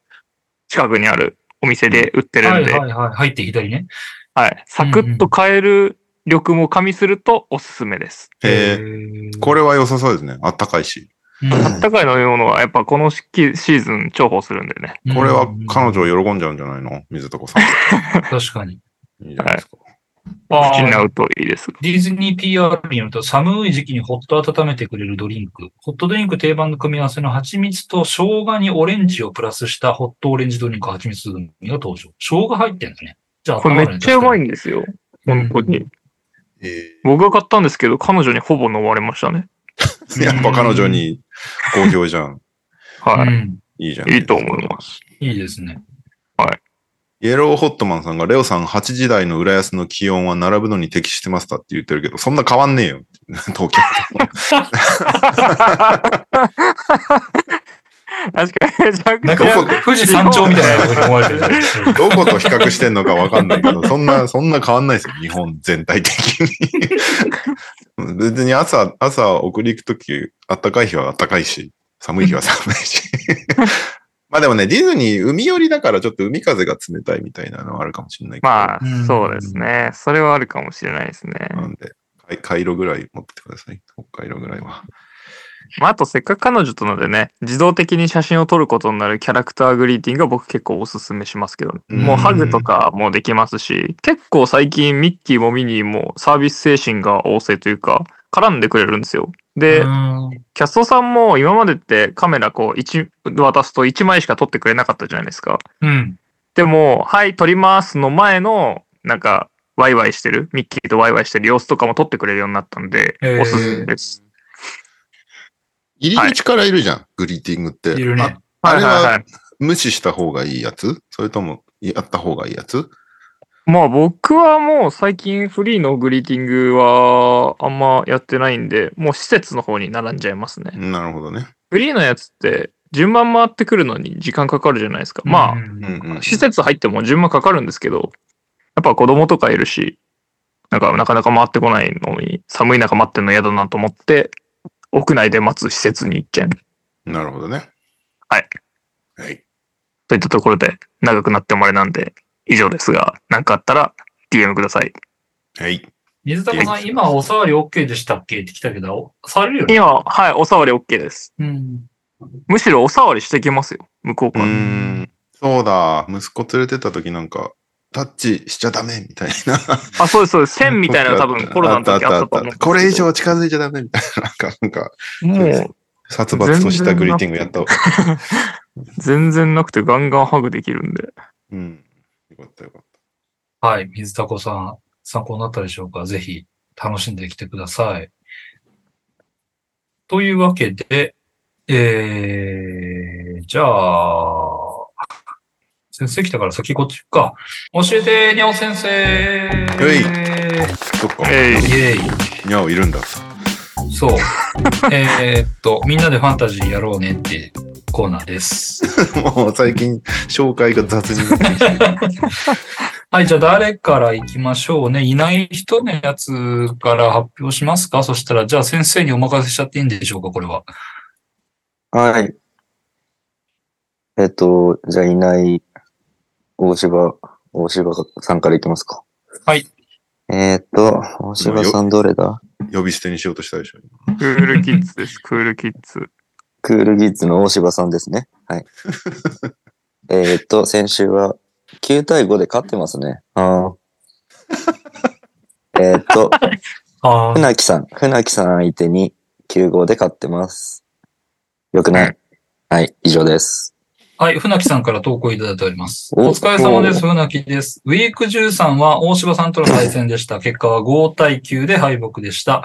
Speaker 3: 近くにあるお店で売って
Speaker 2: は
Speaker 3: る
Speaker 2: い
Speaker 3: んで、
Speaker 2: はいはい。入って左ね。
Speaker 3: はい、サクッと買える力も加味するとおすすめです。
Speaker 1: え
Speaker 2: ー
Speaker 1: ー、これは良さそうですね。あったかいし。
Speaker 3: あったかい飲み物はやっぱこのしシーズン重宝するんでね。
Speaker 2: う ん
Speaker 1: これは彼女喜んじゃうんじゃないの水とこさん。
Speaker 2: 確かに。
Speaker 1: いいじゃないですか。
Speaker 2: あ
Speaker 3: 口に
Speaker 2: ー
Speaker 3: 合うといいです。
Speaker 2: ディズニー PR によると寒い時期にホット温めてくれるドリンク。ホットドリンク定番の組み合わせの蜂蜜と生姜にオレンジをプラスしたホットオレンジドリンク蜂蜜組が登場。生姜入ってんだね。じゃあ、
Speaker 3: これめっちゃうまい
Speaker 2: ね。
Speaker 3: んですよ。本当に。
Speaker 1: え
Speaker 3: 僕が買ったんですけど、彼女にほぼ飲まれましたね。
Speaker 1: ー、やっぱ彼女に好評じゃん。
Speaker 2: 確か
Speaker 3: は
Speaker 2: に。
Speaker 1: いいじゃん。
Speaker 3: い。いいと思います。
Speaker 2: うん。いいですね。
Speaker 1: イエローホットマンさんが、レオさん8時台の浦安の気温は並ぶのに適してましたって言ってるけど、そんな変わんねえよ。 東京。
Speaker 3: 確かに、めちゃ
Speaker 2: なん
Speaker 3: く
Speaker 2: か
Speaker 3: ちゃ。
Speaker 2: 富士山頂みたいなことに思われてる。
Speaker 1: どこと比較してんのかわかんないけど、 そんな、そんな変わんないですよ。日本全体的に。別に朝、 朝送り行くとき、あったかい日はあったかいし、寒い日は寒いし。まあでもね、ディズニー海寄りだからちょっと海風が冷たいみたいなのはあるかもしれないけど。
Speaker 3: まあ
Speaker 2: うん、
Speaker 3: そうですね。それはあるかもしれないですね。
Speaker 1: なんで、カイカイロぐらい持ってってください。北海道ぐらいは。
Speaker 3: まあ、あとせっかく彼女とのでね、自動的に写真を撮ることになるキャラクターグリーティングは僕結構おすすめしますけど、
Speaker 1: うん
Speaker 3: もうハグとかもできますし、結構最近ミッキーもミニーもサービス精神が旺盛というか、絡んでくれるんですよ。で、
Speaker 2: うん
Speaker 3: キャストさんも今までってカメラこう1、渡すと1枚しか撮ってくれなかったじゃないですか。
Speaker 2: うん。
Speaker 3: でも、はい、撮りますの前の、なんか、ワイワイしてる、ミッキーとワイワイしてる様子とかも撮ってくれるようになったんで、
Speaker 2: へー
Speaker 3: おすすめです。
Speaker 1: 入り口からいるじゃん、グリーティングって。
Speaker 2: いるね
Speaker 1: あ。
Speaker 3: はいはい
Speaker 1: あれ
Speaker 3: はい。
Speaker 1: 無視した方がいいやつそれとも、やった方がいいやつ
Speaker 3: まあ僕はもう最近フリーのグリーティングはあんまやってないんで、もう施設の方に並んじゃいますね。
Speaker 1: なるほどね。
Speaker 3: フリーのやつって順番回ってくるのに時間かかるじゃないですか。
Speaker 2: う
Speaker 3: まあ
Speaker 1: うん
Speaker 2: ん
Speaker 1: うん。
Speaker 3: 施設入っても順番かかるんですけど、やっぱ子供とかいるし、なんかなかなか回ってこないのに寒い中待ってるの嫌だなと思って、屋内で待つ施設に行っちゃう。
Speaker 1: なるほどね。
Speaker 3: はい。
Speaker 1: はい。
Speaker 3: といったところで長くなってもあれなんで以上ですが、なんかあったら DM ください。
Speaker 1: はい。
Speaker 2: 水高さん、今お触り OK でしたっけって来たけど、触れるよね。
Speaker 3: 今、はい、お触り OK です。
Speaker 2: うん。
Speaker 3: むしろお触りしてきますよ、向こう
Speaker 1: う
Speaker 3: から。
Speaker 1: ーん。そうだ。息子連れてった時なんか、タッチしちゃダメみたいな。
Speaker 3: あ、そうです、そうです。線みた いなの多分コロナの時あったと思うんですけど。
Speaker 1: これ以上近づいちゃダメみたいな。なんか、なんか、
Speaker 3: もう、
Speaker 1: 殺伐としたグリーティングやった方が。
Speaker 3: 全然なくてガンガンハグできるんで。
Speaker 1: うん。よかったよかっ
Speaker 2: はい。水高さん、参考になったでしょうかぜひ、楽しんできてください。というわけで、えー、じゃあ、先生来たから先こっち行くか。教えて、にゃお先生
Speaker 1: は
Speaker 2: イ
Speaker 1: い
Speaker 2: ェ
Speaker 1: た。そっか。
Speaker 3: えい
Speaker 2: イ
Speaker 1: にゃおいるんだ。
Speaker 2: そう。えーっと、みんなでファンタジーやろうねってコーナーです。
Speaker 1: もう最近、紹介が雑になってきて。
Speaker 2: はい、じゃあ誰から行きましょうね。いない人のやつから発表しますかそしたら、じゃあ先生にお任せしちゃっていいんでしょうかこれは。
Speaker 4: はい。えっと、じゃあいない大柴、大柴さんからいきますか。
Speaker 2: はい。
Speaker 4: えっと、大柴さんどれだ
Speaker 1: 呼び捨てにしようとしたでしょ。
Speaker 3: クールキッズです、クールキッズ。
Speaker 4: クールギッズの大柴さんですね。はい。えっと、先週は9対5で勝ってますね。あーえっと、
Speaker 2: あ
Speaker 4: 船木さん、船木さん相手に9号で勝ってます。よくないはい、以上です。
Speaker 2: はい、船木さんから投稿いただいております。
Speaker 4: お
Speaker 2: お疲れ様です。
Speaker 4: お
Speaker 2: 船木です。ウィーク13は大柴さんとの対戦でした。結果は5対9で敗北でした。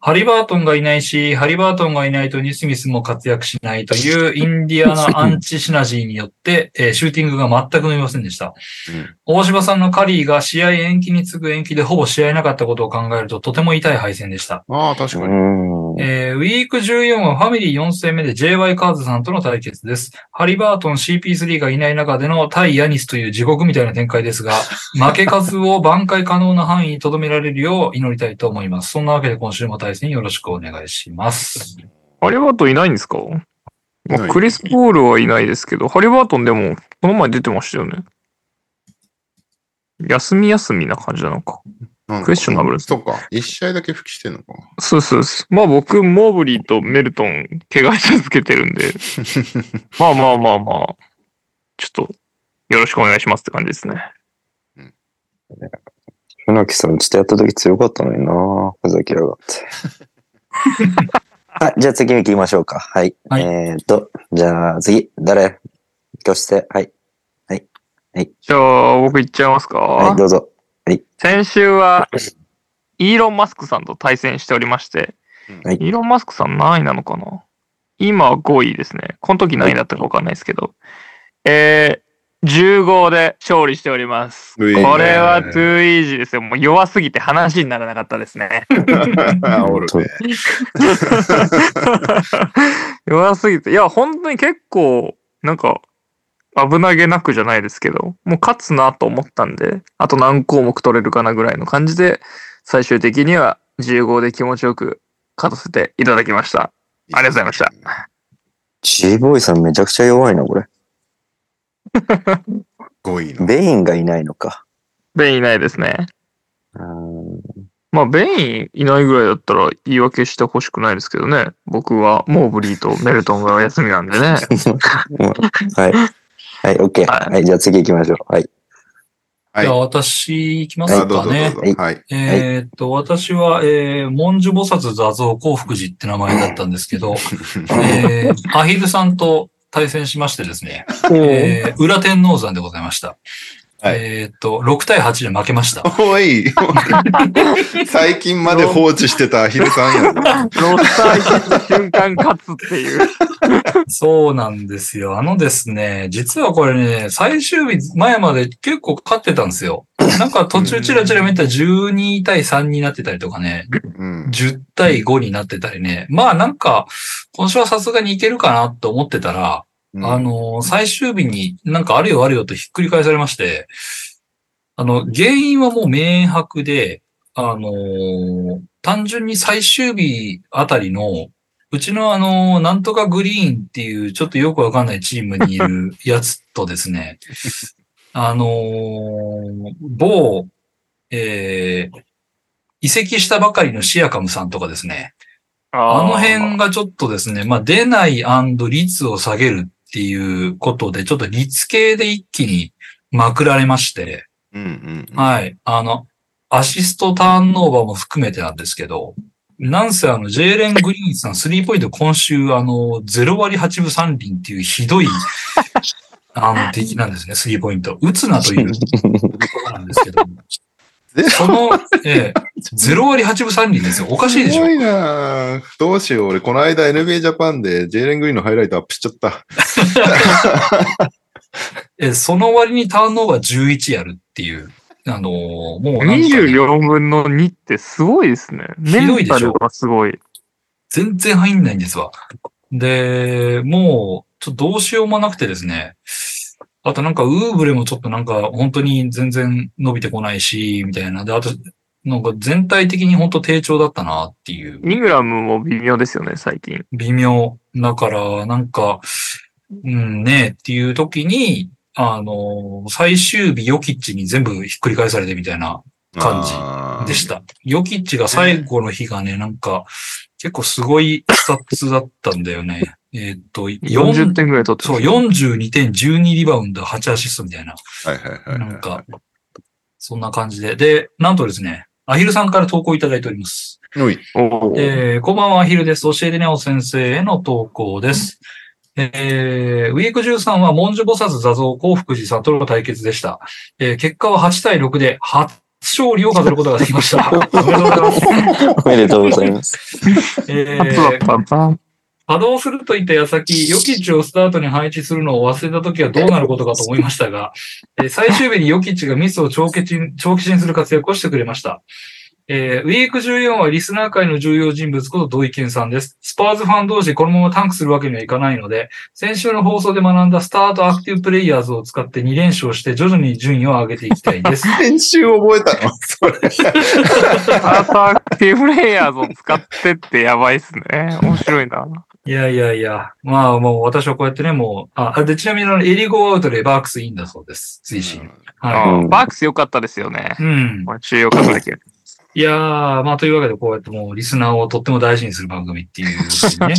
Speaker 2: ハリバートンがいないし、ハリバートンがいないとニスミスも活躍しないというインディアナアンチシナジーによって、えーシューティングが全く伸びませんでした。
Speaker 1: うん
Speaker 2: 大柴さんのカリーが試合延期に次ぐ延期でほぼ試合なかったことを考えるととても痛い敗戦でした。
Speaker 1: ああ、確
Speaker 4: う
Speaker 1: かに。
Speaker 4: ーん。
Speaker 2: えーウィーク14はファミリー4戦目で JY カーズさんとの対決です。ハリバートン CP3 がいない中での対ヤニスという地獄みたいな展開で すが、負け数を挽回可能な範囲に留められるよう祈りたいと思います。そんなわけで今週も対戦よろしくお願いします。
Speaker 3: ハリバートンいないんですか、ま
Speaker 1: な
Speaker 3: あ、
Speaker 1: い
Speaker 3: クリス・ポールはいないですけど、ハリバートンでも、この前出てましたよね。休み休みな感じなのか。
Speaker 1: なんだ
Speaker 3: クエスチョナブル
Speaker 1: そっか。一試合だけ復帰してんのか。
Speaker 3: そうそうそう。まあ僕、モーブリーとメルトン、怪我し続けてるん で、まあまあまあまあ、ちょっと、よろしくお願いしますって感じですね。
Speaker 4: 船木さん、ちょっとやった時強かったのになふざけやが って。はい、じゃあ次行きましょうか。はい。
Speaker 2: はい
Speaker 4: えっと、じゃあ次、誰挙手して、はい。
Speaker 3: じゃあ、僕行っちゃいますか。
Speaker 4: はい、どうぞ。
Speaker 3: 先週は、イーロン・マスクさんと対戦しておりまして、
Speaker 1: うん
Speaker 4: はい
Speaker 3: イーロン・マスクさん何位なのかな今5位ですね。この時何位だったか分かんないですけど、えー、15で勝利しております。こ
Speaker 1: うい
Speaker 3: れ はトゥーイージーですよ。もう弱すぎて話にならなかったですね。
Speaker 1: おるね。
Speaker 3: 弱すぎて。いや、本当に結構、なんか、危なげなくじゃないですけど、もう勝つなと思ったんで、あと何項目取れるかなぐらいの感じで、最終的には15で気持ちよく勝たせていただきました。ありがとうございました。
Speaker 4: G ボーイさんめちゃくちゃ弱いな、これ。
Speaker 1: 5位の。
Speaker 4: ベインがいないのか。
Speaker 3: ベインいないですね。
Speaker 4: うん
Speaker 3: まあ、ベインいないぐらいだったら言い訳してほしくないですけどね。僕はモーブリーとメルトンがお休みなんで ね。
Speaker 4: はい。はい、OK。
Speaker 3: はい
Speaker 4: はい、じゃあ次行きましょう。はい。
Speaker 1: はい
Speaker 2: じゃあ私行きます
Speaker 1: あ
Speaker 2: か
Speaker 1: どうぞ
Speaker 2: ね。
Speaker 1: どうぞ。はい。
Speaker 2: えーっと、私は、えー、文殊菩薩座像幸福寺って名前だったんです けど、えー、アヒルさんと対戦しましてですね、えー、裏天王山でございました。
Speaker 1: はい
Speaker 2: えーっと、6対8で負け ました。
Speaker 1: おい最近まで放置してたアヒルさんやぞ。
Speaker 3: ロスター行った瞬間勝つっていう。
Speaker 2: そうなんですよ。あのですね、実はこれね、最終日前まで結構勝ってたんですよ。なんか途中チラチラ見たら12対3になってたりとかね、
Speaker 1: うん。
Speaker 2: 10対5になってたりね。まあなんか、今週はさすがにいけるかなと思ってたら、あのー、最終日になんかあるよあるよとひっくり返されまして、あの、原因はもう明白で、あのー、単純に最終日あたりの、うちのあのー、なんとかグリーンっていうちょっとよくわかんないチームにいるやつとですね、あのー、某、えー、移籍したばかりのシアカムさんとかですね、あの辺がちょっとですね、まあ出ない率を下げるっていうことで、ちょっと率系で一気にまくられまして、
Speaker 1: うんうんうん。
Speaker 2: はい。あの、アシストターンオーバーも含めてなんですけど、なんせあの、ジェーレン・グリーンさん、スリーポイント今週、あの、0割8分3厘っていう ひどい、あの、敵なんですね、スリーポイント。打つな ということなんですけど、その、ええ、0割8分3厘ですよ。おかしいでし
Speaker 1: す
Speaker 2: ょ
Speaker 1: ごいなぁどうしよう。俺、この間 NBA ジャパンでジェイレン・グリーンのハイライトアップしちゃった。
Speaker 2: え、その割にターンオーバー11やるっていう。あのーもうなんかね、
Speaker 3: 24分の2ってすごいですね。
Speaker 2: ひどい
Speaker 3: メン
Speaker 2: で
Speaker 3: タ
Speaker 2: しょ
Speaker 3: ルがすごい。
Speaker 2: 全然入んないんですわ。で、もう、ちょっとどうしようもなくてですね。あとなんか、ウーブレもちょっとなんか、本当に全然伸びてこないし、みたいな。で、あと、なんか全体的に本当低調だったなっていう。
Speaker 3: イングラムも微妙ですよね、最近。
Speaker 2: 微妙。だから、なんか、うんねえっていう時に、あのー最終日、ヨキッチに全部ひっくり返されてみたいな。感じ
Speaker 1: じ
Speaker 2: でした。ヨキッチが最後の日がね、なんか、結構すごいスタッツだったんだよね。えーっと、
Speaker 3: 40
Speaker 2: 4
Speaker 3: 点ぐらい取って
Speaker 2: そう、42点、12リバウンド、8アシストみたいな。
Speaker 1: はいはいはいはい。
Speaker 2: なんか、そんな感じで。で、なんとですね、アヒルさんから投稿いただいております。
Speaker 1: おい。
Speaker 3: おー
Speaker 2: えーこんばんは、アヒルです。教えてねお先生への投稿です。えーウィーク13は文殊菩薩座像幸福寺さんとの対決でした。えー結果は8対6で初勝利を飾ることができま した。おめでとうございます。
Speaker 4: おめでとうございます。
Speaker 2: え
Speaker 3: 初だっ
Speaker 2: ー
Speaker 3: たんだ。
Speaker 2: 稼働するといった矢先、ヨキッチをスタートに配置するのを忘れた時はどうなることかと思いましたが、えー最終日にヨキッチがミスを長期沈長期沈する活躍をしてくれました。えーウィーク14はリスナー界の重要人物こと土井健さんです。スパーズファン同士このままタンクするわけにはいかないので、先週の放送で学んだスタートアクティブプレイヤーズを使って2連勝して徐々に順位を上げていきたいです。
Speaker 1: 編集覚えた のそれ。
Speaker 3: アタックプレイヤーズを使ってってやばいっすね。面白いな。
Speaker 2: いやいやいや。まあもう私はこうやってね、もう、あ、あでちなみにあのエリゴーアウトでバークスいいんだそうです。推進。はい。
Speaker 3: あー
Speaker 4: うん
Speaker 3: バークス良かったですよね
Speaker 2: う。ん。
Speaker 3: 今週良かったけど。
Speaker 2: いやー、まあというわけで、こうやってもうリスナーをとっても大事にする番組っていうふうにね、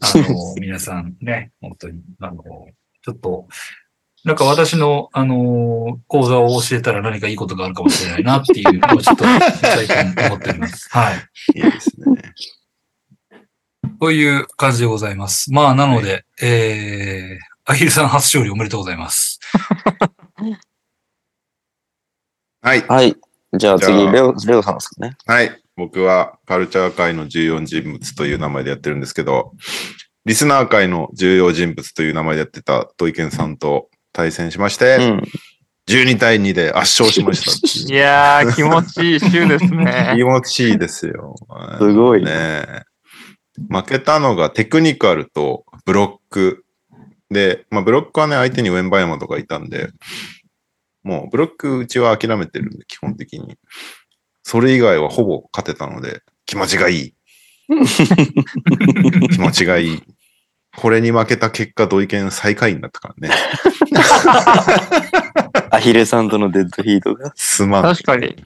Speaker 2: あの、皆さんね、本当に、あの、ちょっと、なんか私の、あの、講座を教えたら何かいいことがあるかもしれないなっていうのをちょっと最近思っております。はい。
Speaker 1: いいですね。
Speaker 2: という感じでございます。まあなので、えー、アヒルさん初勝利おめでとうございます。
Speaker 1: はい。
Speaker 4: はい。じゃあ次
Speaker 1: じゃ、あ
Speaker 4: レオ、レオさんですかね。
Speaker 1: はい。僕はカルチャー界の重要人物という名前でやってるんですけど、リスナー界の重要人物という名前でやってた土井健さんと対戦しまして、
Speaker 4: うん。
Speaker 1: 12対2で圧勝しました っていう
Speaker 3: いやー、気持ちいい週ですね。
Speaker 1: 気持ちいいですよ。
Speaker 4: すごい
Speaker 1: ねえ。負けたのがテクニカルとブロック。で、まあブロックはね、相手にウェンバイマとかいたんで、もうブロックうちは諦めてるんで、基本的に。それ以外はほぼ 勝てたので、気持ちがいい。気持ちがいい。これに負けた結果、土井健最下位になったからね。
Speaker 4: アヒレさんとのデッドヒートが。
Speaker 1: すまん。
Speaker 3: 確かに。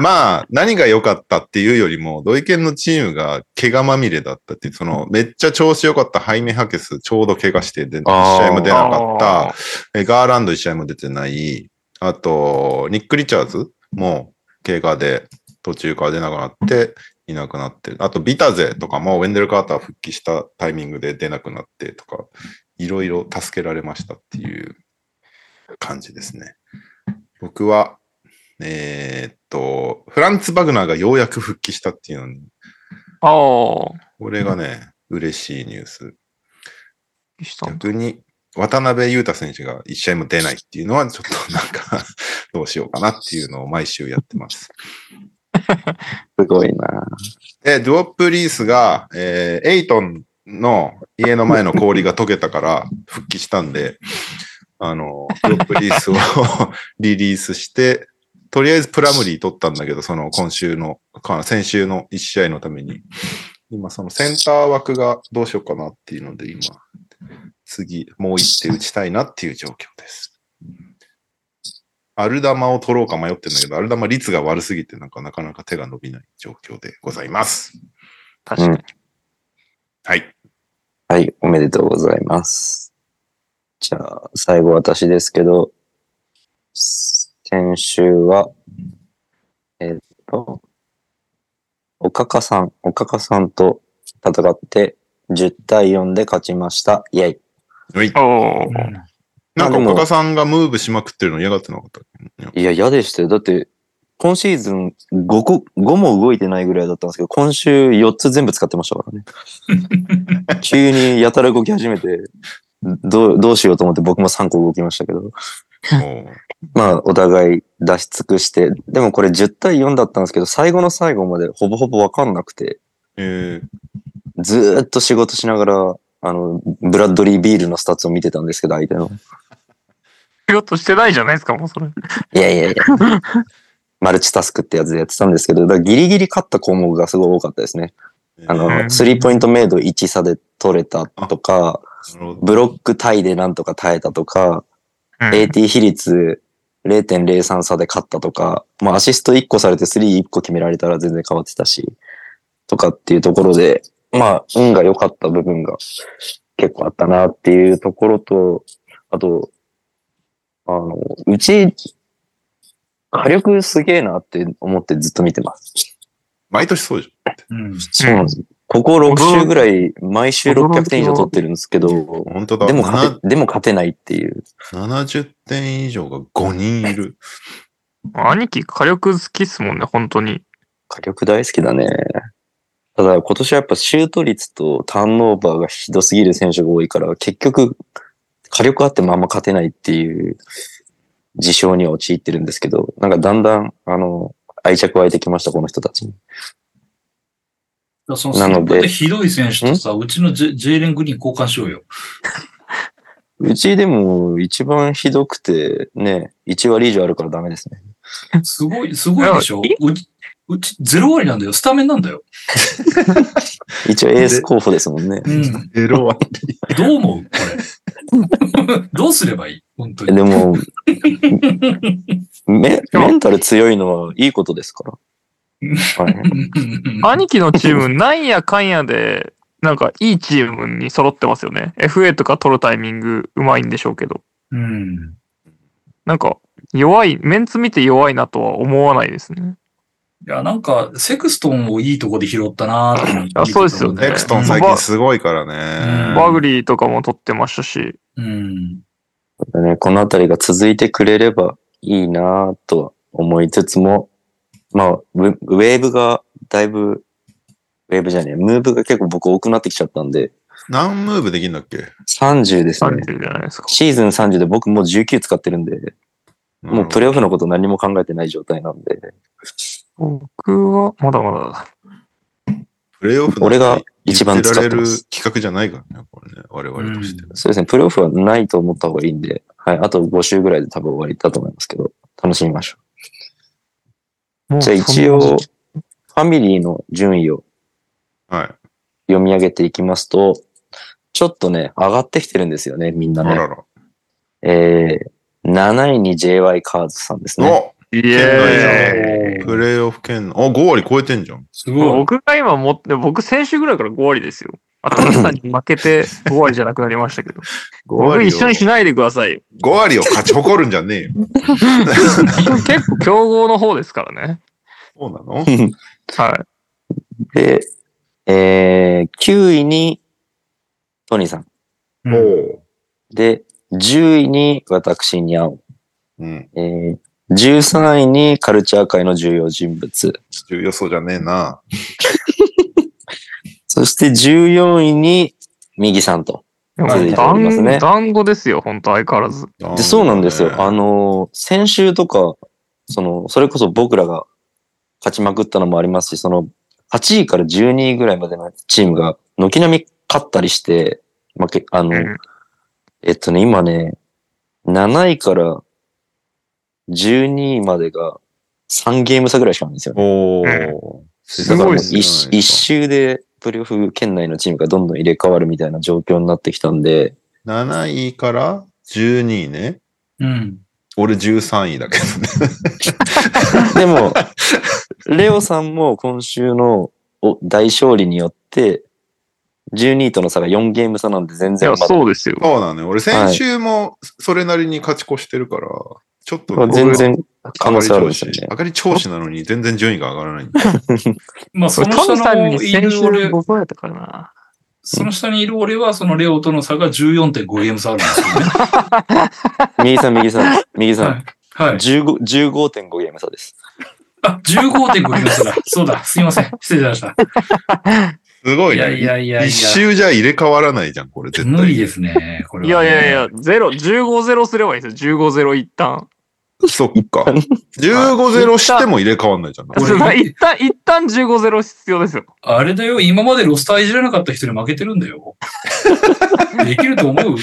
Speaker 1: まあ、何が良かったっていうよりも、土井健のチームが怪我まみれだったっていう、その、めっちゃ調子良かったハイメ・ハケス、ちょうど怪我してで、試
Speaker 4: あー
Speaker 1: 合も出なかった
Speaker 3: あ。
Speaker 1: えガーランド一試合も出てない。あと、ニック・リチャーズも怪我で途中から出なくなって、いなくなってる。あと、ビタゼとかもウェンデル・カーター復帰したタイミングで出なくなってとか、いろいろ助けられましたっていう感じですね。僕は、えーっと、フランツ・バグナーがようやく復帰したっていうのに、
Speaker 3: ーああ、
Speaker 1: これがね、嬉しいニュース。
Speaker 3: いい人なんだ
Speaker 1: 逆に、渡辺裕太選手が一試合も出ないっていうのは、ちょっとなんか、 どうしようかなっていうのを毎週やってます。
Speaker 4: すごいな。
Speaker 1: で、ドゥオップリースが、えーエイトンの家の前の氷が溶けたから 復帰したんで、あの、ドゥオップリースを リリースして、とりあえずプラムリー取ったんだけど、その今週の、か先週の1試合のために、今そのセンター枠がどうしようかなっていうので、今、次、もう一手打ちたいなっていう状況です。アルダマを取ろうか迷ってんだけど、アルダマ率が悪すぎて、なんかなかなか手が伸びない状況でございます。
Speaker 3: 確かに。
Speaker 1: はい。
Speaker 4: はい、おめでとうございます。じゃあ、最後私ですけど、先週は、えっと、おかかさん、おかかさんと戦って、10対4で勝ちました。イェイ。
Speaker 1: はい。
Speaker 3: おお、
Speaker 1: なんか、
Speaker 4: あでも
Speaker 1: 岡田さんがムーブしまくってるの嫌がってなかったっけ
Speaker 4: いや、嫌でしたよ。だって、今シーズン5個、5も動いてないぐらいだったんですけど、今週4つ全部使ってましたからね。急にやたら動き始めて、どう、どうしようと思って僕も3個動きましたけど。
Speaker 1: もう
Speaker 4: まあ、お互い出し尽くして、でもこれ10対4だったんですけど、最後の最後までほぼほぼわかんなくて、
Speaker 1: えー、
Speaker 4: ずーっと仕事しながら、あの、ブラッドリー・ビールのスタッツを見てたんですけど、相手の。
Speaker 3: 仕事してないじゃないですか、もうそれ。
Speaker 4: いやいやいや。マルチタスクってやつでやってたんですけど、だからギリギリ勝った項目がすごい多かったですね。
Speaker 1: な
Speaker 4: あの、
Speaker 3: ん
Speaker 4: スリーポイントメイド1差で取れたとか、
Speaker 1: るほど
Speaker 4: ブロックタイでなんとか耐えたとか、
Speaker 3: うん
Speaker 4: AT 比率0.03差で勝ったとか、まあアシスト1個されて3、1個決められたら全然変わってたし、とかっていうところで、まあ運が良かった部分が結構あったなっていうところと、あと、あの、うち、火力すげえなって思ってずっと見てます。
Speaker 1: 毎年そうじ
Speaker 2: うん。
Speaker 4: そうなんです。ここ6週ぐらい、毎週600点以上取ってるんですけど
Speaker 1: ゃん。、本当だ。
Speaker 4: でも
Speaker 1: な
Speaker 4: 勝て、でも勝てないっていう。
Speaker 1: 70点以上が5人いる。
Speaker 3: 兄貴、火力好きっすもんね、本当に。
Speaker 4: 火力大好きだね。ただ今年はやっぱシュート率とターンオーバーがひどすぎる選手が多いから、結局火力あってもあんま勝てないっていう事象には陥ってるんですけど、なんかだんだん、あの、愛着湧いてきました、この人たちに。
Speaker 2: その
Speaker 4: なので
Speaker 2: だってひどい選手とさ、うちのジェジェイレン・グリーン交換しようよ。
Speaker 4: うちでも一番ひどくて、ね、1割以上あるからダメですね。
Speaker 2: すごい、すごいでしょ
Speaker 3: いや
Speaker 2: うち、うち0割なんだよ。スタメンなんだよ。
Speaker 4: 一応エース候補ですもんね。
Speaker 2: うん。
Speaker 1: ゼロは。
Speaker 2: どう思うこれ。 どうすればいい本当に。
Speaker 4: でも、メメンタル強いのはいいことですから。はい
Speaker 3: 兄貴のチーム、なんやかんやで、なんかいいチームに揃ってますよね。FA とか取るタイミングうまいんでしょうけど。
Speaker 2: うん。
Speaker 3: なんか、弱い、メンツ見て弱いなとは思わないですね。
Speaker 2: いや、なんか、セクストンをいいとこで拾ったなぁと思って
Speaker 3: あそうですよね
Speaker 1: ネクストン最近すごいからね。
Speaker 3: バグリーとかも取ってましたし。
Speaker 2: うん。
Speaker 4: ね、このあたりが続いてくれればいいなぁとは思いつつも、まあ、ウェウェーブがだいぶ、ウェーブじゃねえ、ムーブが結構僕多くなってきちゃったんで、
Speaker 1: 何ムーブできんだっけ
Speaker 4: 30ですね。
Speaker 3: 30じゃないですか。
Speaker 4: シーズン30で僕もう19使ってるんで、もうプ
Speaker 1: レ
Speaker 4: レイオフのこと何も考えてない状態なんで、
Speaker 3: 僕は、まだまだだ。
Speaker 1: プレイオフ
Speaker 4: 俺が一番使
Speaker 1: 使
Speaker 4: っ
Speaker 1: っててられ
Speaker 4: ま
Speaker 1: る
Speaker 4: す
Speaker 1: 企画じゃないからね、これね。我々として。
Speaker 4: そうですね、プレイオフはないと思った方がいいんで、はい、あと5週ぐらいで多分終わりだと思いますけど、楽しみましょ
Speaker 3: も
Speaker 4: う。
Speaker 3: う
Speaker 4: じゃあ一
Speaker 3: そん
Speaker 4: 応、
Speaker 3: な
Speaker 4: ファミリーの順位を
Speaker 1: はい。
Speaker 4: 読み上げていきますと、ちょっとね、上がってきてるんですよね、みんな
Speaker 1: あ
Speaker 4: ね。
Speaker 1: らら。
Speaker 4: えー、7位に JY カーズさんですね。
Speaker 1: お
Speaker 3: イ
Speaker 1: え
Speaker 3: エーイ
Speaker 1: プレイオフ圏の、あ、5割超えてんじゃん。
Speaker 2: すごい。
Speaker 3: 僕が今持って、僕先週ぐらいから5割ですよ。あ、トミさんに負けて5割じゃなくなりましたけど。
Speaker 1: 5
Speaker 3: 僕
Speaker 1: を
Speaker 3: 一緒にしないでくだ さいよ。
Speaker 1: 5割を勝ち誇るんじゃねえよ。
Speaker 3: 結構強豪の方ですからね。
Speaker 1: そうなの
Speaker 3: は
Speaker 4: で、えー、9位にトニーさん。
Speaker 2: うん
Speaker 1: お
Speaker 4: で、10位に私に青。
Speaker 1: う。うん。
Speaker 4: えー、13位にカルチャー界の重要人物。
Speaker 1: 重要そうじゃねえな。
Speaker 4: そして14位に右さんと。
Speaker 3: い。
Speaker 4: 続いておりますね
Speaker 3: 団団子ですよ、本当相変わらず。
Speaker 4: で、そうなんですよ。あ
Speaker 1: あ
Speaker 4: のー先週とか、その、それこそ僕らが勝ちまくったのもありますし、その、8位から12位ぐらいまでのチームが、軒並み勝ったりして、負け、あの、
Speaker 3: うん
Speaker 4: えっとね、今ね、7位から12位までが3ゲーム差ぐらいしかないんですよね。
Speaker 1: お
Speaker 3: うん
Speaker 1: ー。
Speaker 4: だからもう
Speaker 3: すご
Speaker 4: 一周一周でプレーオフ圏内のチームがどんどん入れ替わるみたいな状況になってきたんで、
Speaker 1: 7位から12位ね。
Speaker 2: うん。
Speaker 1: 俺13位だけどね。
Speaker 4: でも、レオさんも今週のお大勝利によって、12位との差が4ゲーム差なんで全
Speaker 3: い
Speaker 4: 然
Speaker 3: や、
Speaker 4: まだ
Speaker 3: そうですよ。
Speaker 1: そうなのよ。俺先週もそれなりに勝ち越してるから、ちょっと
Speaker 4: まあ全然可能性ある
Speaker 1: 上が
Speaker 4: ん
Speaker 1: り調
Speaker 4: です
Speaker 1: 子
Speaker 4: よね。
Speaker 1: 上がり調子なのに全然順位が上がらないんだよ。
Speaker 2: まあ、その
Speaker 3: ト
Speaker 2: 下
Speaker 3: ミさんに
Speaker 2: のい
Speaker 3: 先
Speaker 2: る
Speaker 3: 週
Speaker 2: 俺、
Speaker 3: 僕やったからな。
Speaker 2: その下にいる俺は、そのレオとの差が14.5ゲーム差あるんですよね。
Speaker 4: 右さん、右さん、右さん。
Speaker 2: はい。
Speaker 4: 15 15.5ゲーム差です。
Speaker 2: あ、15.5ゲーム差だ。そうだ。すいません。失礼しました。
Speaker 1: すごい
Speaker 2: いや
Speaker 1: ね。
Speaker 2: いやいやい
Speaker 1: 一
Speaker 2: や。
Speaker 1: 周じゃ入れ替わらないじゃん、これ絶対。
Speaker 2: 無理ですね。こ
Speaker 3: い
Speaker 2: れ
Speaker 3: や
Speaker 2: は、
Speaker 3: い
Speaker 2: ね。
Speaker 3: やいや、ゼロ、15ゼロすればいいですよ。15ゼロ一旦。
Speaker 1: そっか。15-0しても入れ替わんないじゃん。
Speaker 2: 俺
Speaker 3: そんな一旦、一旦15ゼロ必要ですよ。
Speaker 2: あれだよ。今までロスターいじらなかった人に負けてるんだ よ。できると思う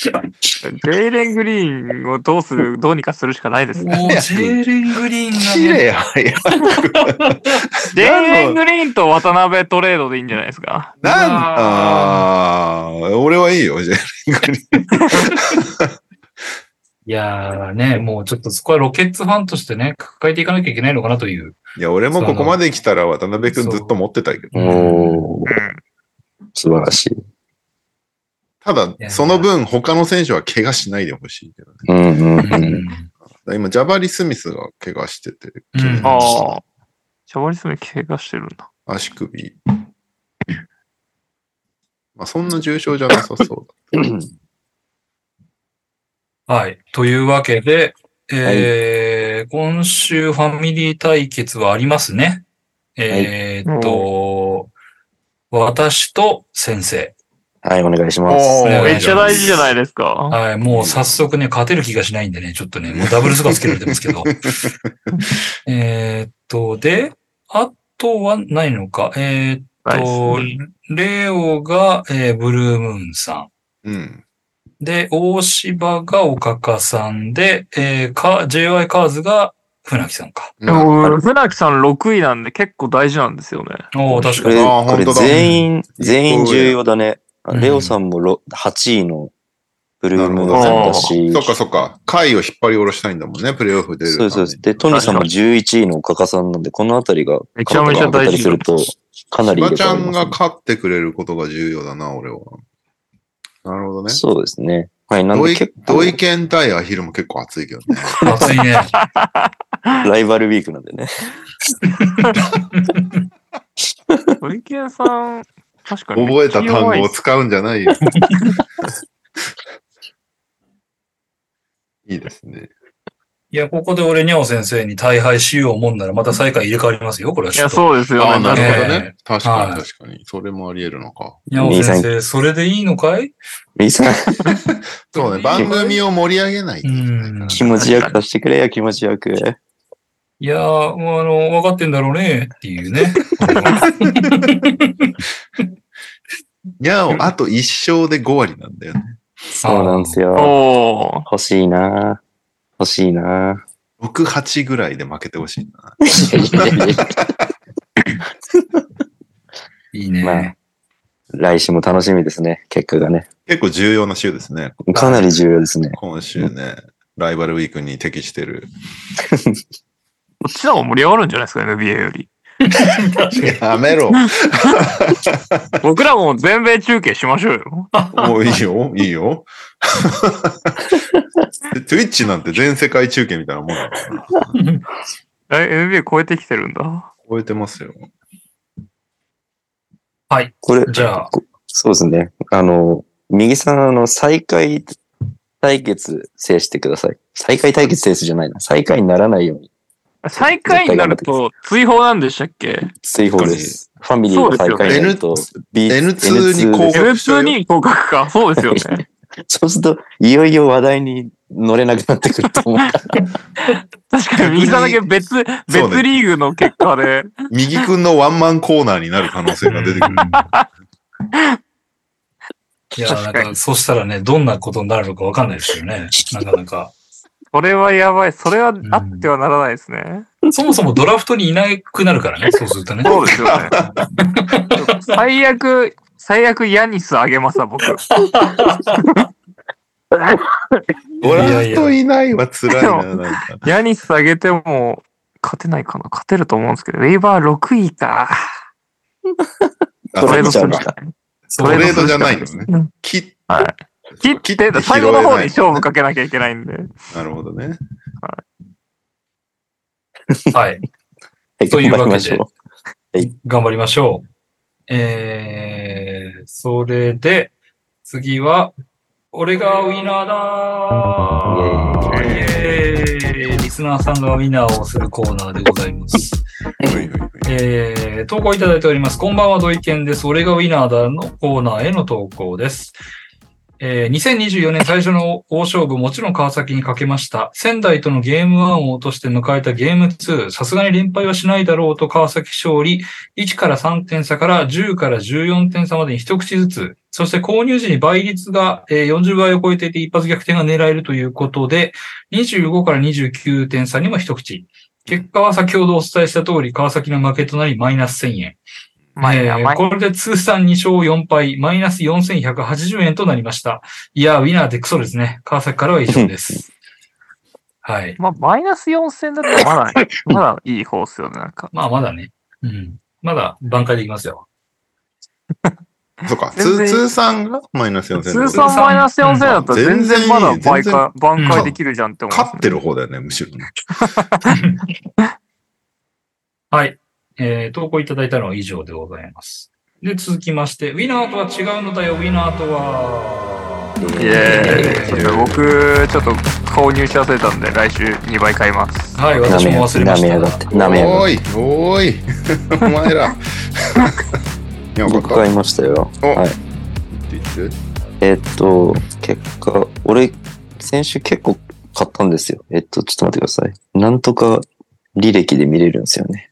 Speaker 3: ジェイレン・グリーンをどうする、どうにかするしかないですね。
Speaker 2: もう、ジェーレン・グリーンが、
Speaker 1: 綺
Speaker 2: ね。
Speaker 1: 麗や。
Speaker 3: ジェイレン・グリーンと渡辺トレードでいいんじゃないですか。
Speaker 1: なん、
Speaker 2: あ
Speaker 1: あー俺はいいよ、ジェリングリーン
Speaker 2: いやーね、もうちょっとそこはロケッツファンとしてね、抱えていかなきゃいけないのかなという。
Speaker 1: いや、俺もここまで来たら渡辺くんずっと持ってたいけど。
Speaker 4: おー、素晴らしい。
Speaker 1: ただ、その分他の選手は怪我しないでほしいけどね。
Speaker 4: うんうん
Speaker 2: う
Speaker 4: うん。
Speaker 2: ん
Speaker 1: 今、ジャバリ・スミスが怪我してて、
Speaker 2: うん
Speaker 3: ああ。シャバリスミ怪我してるんだ。
Speaker 1: 足首。まあ、そんな重症じゃなさそう
Speaker 2: はい。というわけで、えー今週ファミリー対決はありますね。えーっと、私と先生。
Speaker 4: はい、お願いし
Speaker 1: だ。
Speaker 4: ます。
Speaker 2: ー
Speaker 3: めっちゃ大事じゃないいですか。
Speaker 2: はい、もう早速ね、勝てる気がしないんでね、ちょっとね、もうダブルスコアつけられてますけ ど。えーっと、で、あとはないのか。えーっと
Speaker 3: ナイ、
Speaker 2: レオが、えーブルームーンさん。
Speaker 1: うん。
Speaker 2: で、大柴が岡かさんで、えー、か、JY カーズが船木さんか。
Speaker 3: スでも、船木さん6位なんで結構大事なんですよね。
Speaker 2: おお確
Speaker 4: こ
Speaker 2: か
Speaker 4: れ、
Speaker 2: に。
Speaker 1: あー
Speaker 4: こ
Speaker 1: 本
Speaker 4: れ
Speaker 1: 当だ
Speaker 4: 全員、全員重要だね。あ
Speaker 2: うん
Speaker 4: レオさんもろ8位のブルームーンさんだし
Speaker 1: そ、っかそっか。回を引っ張り下ろしたいんだもんね、プレイオフ出るた
Speaker 4: そ
Speaker 1: め
Speaker 4: う
Speaker 1: に。
Speaker 4: そうです。で、トニーさんも11位のおかかさんなんで、このあたりが、
Speaker 3: めちゃめちゃ大事
Speaker 4: カウントが上がったりすると、かなり
Speaker 1: 千葉
Speaker 4: 入れ
Speaker 1: ち
Speaker 4: 替
Speaker 1: ゃ
Speaker 4: わり
Speaker 1: ん
Speaker 4: ます
Speaker 1: が
Speaker 4: ね、
Speaker 1: 勝ってくれることが重要だな、俺は。なるほどね。
Speaker 4: そうですね。はい、なん
Speaker 1: 土
Speaker 4: で
Speaker 1: 井
Speaker 4: 結構
Speaker 1: 土、井健対アヒルも結構熱いけどね。
Speaker 2: 熱いね。
Speaker 4: ライバルウィークなんでね。
Speaker 3: ホリケンさん、確かに。
Speaker 1: 覚えた単語を
Speaker 3: 使
Speaker 1: 使うんじゃないよ。 いいですね。
Speaker 2: いや、ここで俺、にゃお先生に大敗しようもんなら、また最下位入れ替わりますよ、これはいちょ
Speaker 3: や、
Speaker 2: っと。
Speaker 3: そうですよ
Speaker 1: ああ、
Speaker 3: ね。
Speaker 1: なるほど
Speaker 2: ね
Speaker 1: ね。確か
Speaker 2: は
Speaker 1: に
Speaker 2: い
Speaker 1: 確かに。それもあり得るのか。
Speaker 2: にゃお先生、それでいいのかい
Speaker 4: 右さん、
Speaker 1: そうね。番組を盛り上げないと
Speaker 2: う
Speaker 1: いけない
Speaker 2: ん
Speaker 1: か。
Speaker 4: 気持ちよく出してくれよ、気持ち よく。
Speaker 2: いやー、もうあの、分かってんだろうね、っていうね。
Speaker 1: にゃお、あと一勝で5割なんだよね。
Speaker 4: そうなんですよ。
Speaker 3: おー
Speaker 4: 欲しいな欲しいな
Speaker 1: 6、8ぐらいで負けてほしいな。
Speaker 4: いやいやいやいや
Speaker 2: いいね。
Speaker 4: まあ来週も楽しみですね。結果がね。
Speaker 1: 結構重要な週ですね。
Speaker 4: かなり重要ですね。
Speaker 1: 今週ね、ライバルウィークに適してる。
Speaker 3: こっちの方が盛り上がるんじゃないですか、NBA より。
Speaker 1: やめろ。
Speaker 3: 僕らも全米中継しましょうよ。
Speaker 1: もういいよ、いいよ。Twitch なんて全世界中継みたいなもんだからな
Speaker 3: え NBA 超えてきてるんだ。
Speaker 1: 超えてますよ。
Speaker 4: これ、
Speaker 2: じゃあ、
Speaker 4: そうですね。あの、右さん、あの、最下位対決制してください。最下位対決制すじゃないな。最下位にならないように。
Speaker 3: 最下位になると追放なんでしたっけ
Speaker 4: 追放です。ファミリーが最下位になると、B
Speaker 1: N2 に降
Speaker 3: l
Speaker 1: 格
Speaker 3: f 2に合格か。そうですよ ね。
Speaker 4: そうすると、いよいよ話題に乗れなくなってくると思う。
Speaker 3: 確かに右さんだけ別、別
Speaker 1: そうね
Speaker 3: リーグの結果で。
Speaker 1: 右くんのワンマンコーナーになる可能性が出てくる。
Speaker 2: いや、なんか、そしたらね、どんなことになるのかわかんないですよね。なかなか。
Speaker 3: それはやばい。それはあってはならないですね。
Speaker 2: そもそもドラフトにいなくなるからね、そうするとね。
Speaker 3: そうですよね。 最悪、最悪ヤニスあげますわ、僕。
Speaker 1: ドラフトいないは辛いな、なんか。
Speaker 3: ヤニスあげても勝てないかな。勝てると思うんですけど、ウェイバー6位か。
Speaker 1: あ
Speaker 3: トレ
Speaker 4: 取れ
Speaker 3: ード
Speaker 4: ち
Speaker 3: す
Speaker 4: ゃ
Speaker 3: る
Speaker 4: う
Speaker 3: し
Speaker 4: の
Speaker 3: か
Speaker 4: か
Speaker 3: ない。
Speaker 1: トレードじゃないんですね。
Speaker 3: うん
Speaker 1: 切っ
Speaker 3: 切っ
Speaker 1: 切ってて拾え、
Speaker 3: 最後の方に勝負かけなきゃいけないんで。
Speaker 1: なるほどね。
Speaker 2: はい。
Speaker 4: はい
Speaker 2: というわけで
Speaker 4: 頑張りましょ
Speaker 2: 頑張りましょう。えー、それで、次は、俺がウィナーだーイエーイリスナーさんがウィナーをするコーナーでございます。
Speaker 1: ほいほいほい
Speaker 2: えー、投稿いただいております。こんばんは、土井健です。俺がウィナーだのコーナーへの投稿です。えー、2024年最初の大勝負、もちろん川崎にかけました。仙台とのゲーム1を落として迎えたゲーム2、さすがに連敗はしないだろうと川崎勝利、1から3点差から10から14点差までに一口ずつ、そして購入時に倍率がえー40倍を超えていて一発逆転が狙えるということで、25から29点差にも一口。結果は先ほどお伝えした通り、川崎の負けとなりマイナス1000円。
Speaker 3: まあ、
Speaker 2: えー
Speaker 3: やばい。
Speaker 2: これで通算2勝4敗、マイナス4180円となりました。いやー、ウィナーでクソですね。川崎からは以上 です。はい。
Speaker 3: まあ、マイナス4000だったらまだ、まだいい方ですよね、なんか。
Speaker 2: まあ、まだね。うん。まだ挽回できますよ。
Speaker 1: そっか、
Speaker 3: 全然
Speaker 1: 通通算がマイナス4000
Speaker 3: 通算マイナス4000だったら全然まだ倍か挽回できるじゃんって思います
Speaker 1: 勝ってる方だよね、むしろね。
Speaker 2: はい。えー投稿いただいたのは以上でございます。で、続きまして、ウィナーとは違うのだよ、ウィナーとは。
Speaker 4: う。
Speaker 3: イエーイ。ちょっと僕、ちょっと購入し忘れたんで、来週2倍買います。
Speaker 2: はい、
Speaker 4: 舐
Speaker 2: 私
Speaker 4: め
Speaker 2: も忘れました
Speaker 4: 舐めやが
Speaker 2: が
Speaker 4: って。。舐めやがっ
Speaker 1: おい、おい、お前ら。
Speaker 4: て。
Speaker 1: よ
Speaker 4: 僕
Speaker 1: かっ
Speaker 4: 買いましたよ。
Speaker 1: た。お
Speaker 4: はい
Speaker 1: って言って
Speaker 4: えっと、結果、俺、先週結構買ったんですよ。えっと、ちょっと待ってください。なんとか履歴で見れるんですよね。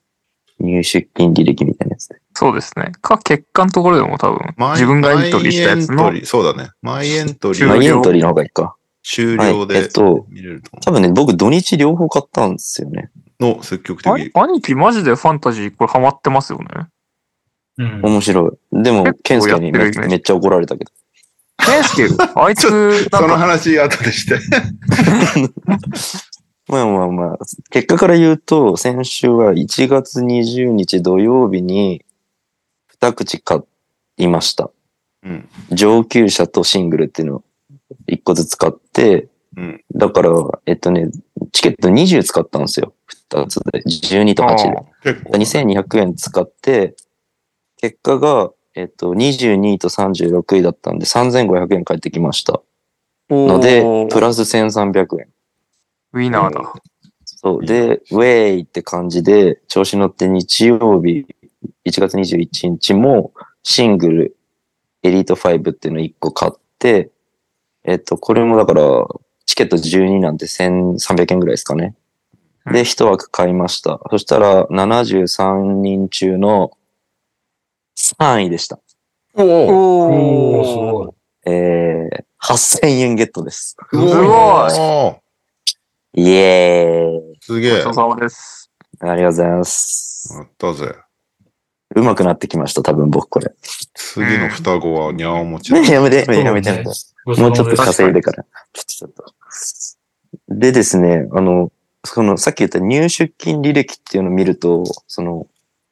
Speaker 4: 入出金履歴みたいなやつで。
Speaker 3: そうですね。か、結果のところでも多分、
Speaker 1: マイ
Speaker 3: 自分がエントリーしたやつ
Speaker 1: マイエン
Speaker 3: の
Speaker 1: トリーそうだね。マイエントリ
Speaker 3: 終了
Speaker 4: マイエ
Speaker 1: ー
Speaker 4: ントリーの方がいいか。
Speaker 1: 終
Speaker 4: はい
Speaker 1: 了。
Speaker 4: え
Speaker 1: で
Speaker 4: っと、
Speaker 1: 見れると思
Speaker 4: 多分ね、僕土日両方買ったんですよね。
Speaker 1: う。の積極
Speaker 3: あ
Speaker 1: 的。
Speaker 3: 兄貴マジでファンタジーこれハマってますよね。
Speaker 2: うん。
Speaker 4: 面白い。でも
Speaker 3: 結構、
Speaker 4: ケンスケに
Speaker 3: や
Speaker 4: め
Speaker 3: ってるね
Speaker 4: めっちゃ怒られたけど。
Speaker 3: ケン スケ、あいつ、な
Speaker 1: そ
Speaker 3: ん
Speaker 1: の
Speaker 3: か、
Speaker 1: 話後でして。
Speaker 4: まあまあまあ、結果から言うと、先週は1月20日土曜日に2口買いました。
Speaker 1: うん。
Speaker 4: 上級者とシングルっていうのを1個ずつ買って、
Speaker 1: うん
Speaker 4: だから、えっとね、チケット20使ったんですよ。2つで。12と8で。
Speaker 1: 結構。
Speaker 4: 2200円使って、結果が、えっと、22位と36位だったんで、3500円返ってきました。ので、プラス1300円。
Speaker 3: ウィナーだ。
Speaker 4: そう。で、ウェイって感じで、調子乗って日曜日、1月21日も、シングル、エリート5っていうの1個買って、えっと、これもだから、チケット12なんて1300円ぐらいですかね。
Speaker 3: う
Speaker 4: で、1枠買いました。そしたら、73人中の3位でした。
Speaker 1: おお。
Speaker 2: お
Speaker 3: お
Speaker 2: ー、すごい。
Speaker 4: えー、8000円ゲットで
Speaker 1: す
Speaker 4: す。
Speaker 3: すごい
Speaker 1: おー
Speaker 4: イエーイ。
Speaker 1: すげえ。
Speaker 3: ごちそうさまです。
Speaker 4: ありがとうございます。
Speaker 1: やったぜ。
Speaker 4: うまくなってきました、多分僕これ。
Speaker 1: 次の双子はにゃおもちゃん。
Speaker 4: ねやめて、やめて、やめて。やめて
Speaker 2: ごち
Speaker 4: も
Speaker 2: そうさまで
Speaker 4: ちょっと
Speaker 2: す。
Speaker 4: 稼いでから。ちょっと。でですね、あの、その、さっき言った入出金履歴っていうのを見ると、その、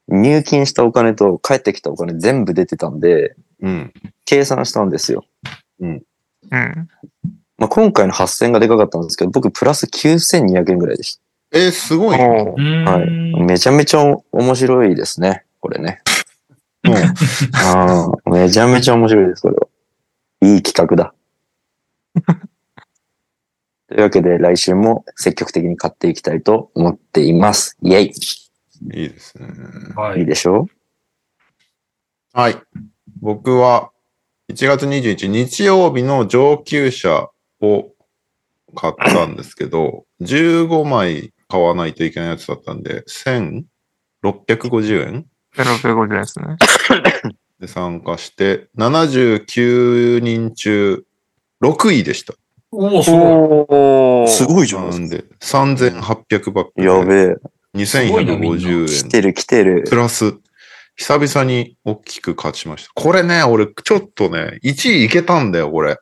Speaker 4: 入金したお金と帰ってきたお金全部出てたんで、
Speaker 1: うん。
Speaker 4: 計算したんですよ。
Speaker 3: うん。
Speaker 4: まあ、今回の8000がでかかったんですけど、僕プラス9200円ぐらいでし
Speaker 1: えー、すごいね。
Speaker 3: お
Speaker 2: う
Speaker 3: う
Speaker 2: ーん。
Speaker 4: た。はい。
Speaker 2: 嗯
Speaker 4: めちゃめちゃ面白いですね。これね。
Speaker 1: うん
Speaker 4: ああ、めちゃめちゃ面白いです、これは。いい企画だ。というわけで、来週も積極的に買っていきたいと思っています。イェイ
Speaker 1: いいですね。
Speaker 2: はい
Speaker 4: い
Speaker 2: い。
Speaker 4: でしょ
Speaker 1: はい。僕は1月21日曜日の上級者を買ったんですけど、15枚買わないといけないやつだったんで、1650円
Speaker 3: 050円ですね。
Speaker 1: で参加して、79人中6位でした。
Speaker 2: おお、すごい。
Speaker 3: おお。
Speaker 4: ごい
Speaker 1: なんで、3800バック
Speaker 4: や
Speaker 1: で
Speaker 4: べえ。
Speaker 1: 2150
Speaker 4: 来
Speaker 1: 円
Speaker 4: てる来て る
Speaker 1: プ。ラス、久々に大きく勝ちました。これね、俺、ちょっとね、1位いけたんだよ、これ
Speaker 4: ん。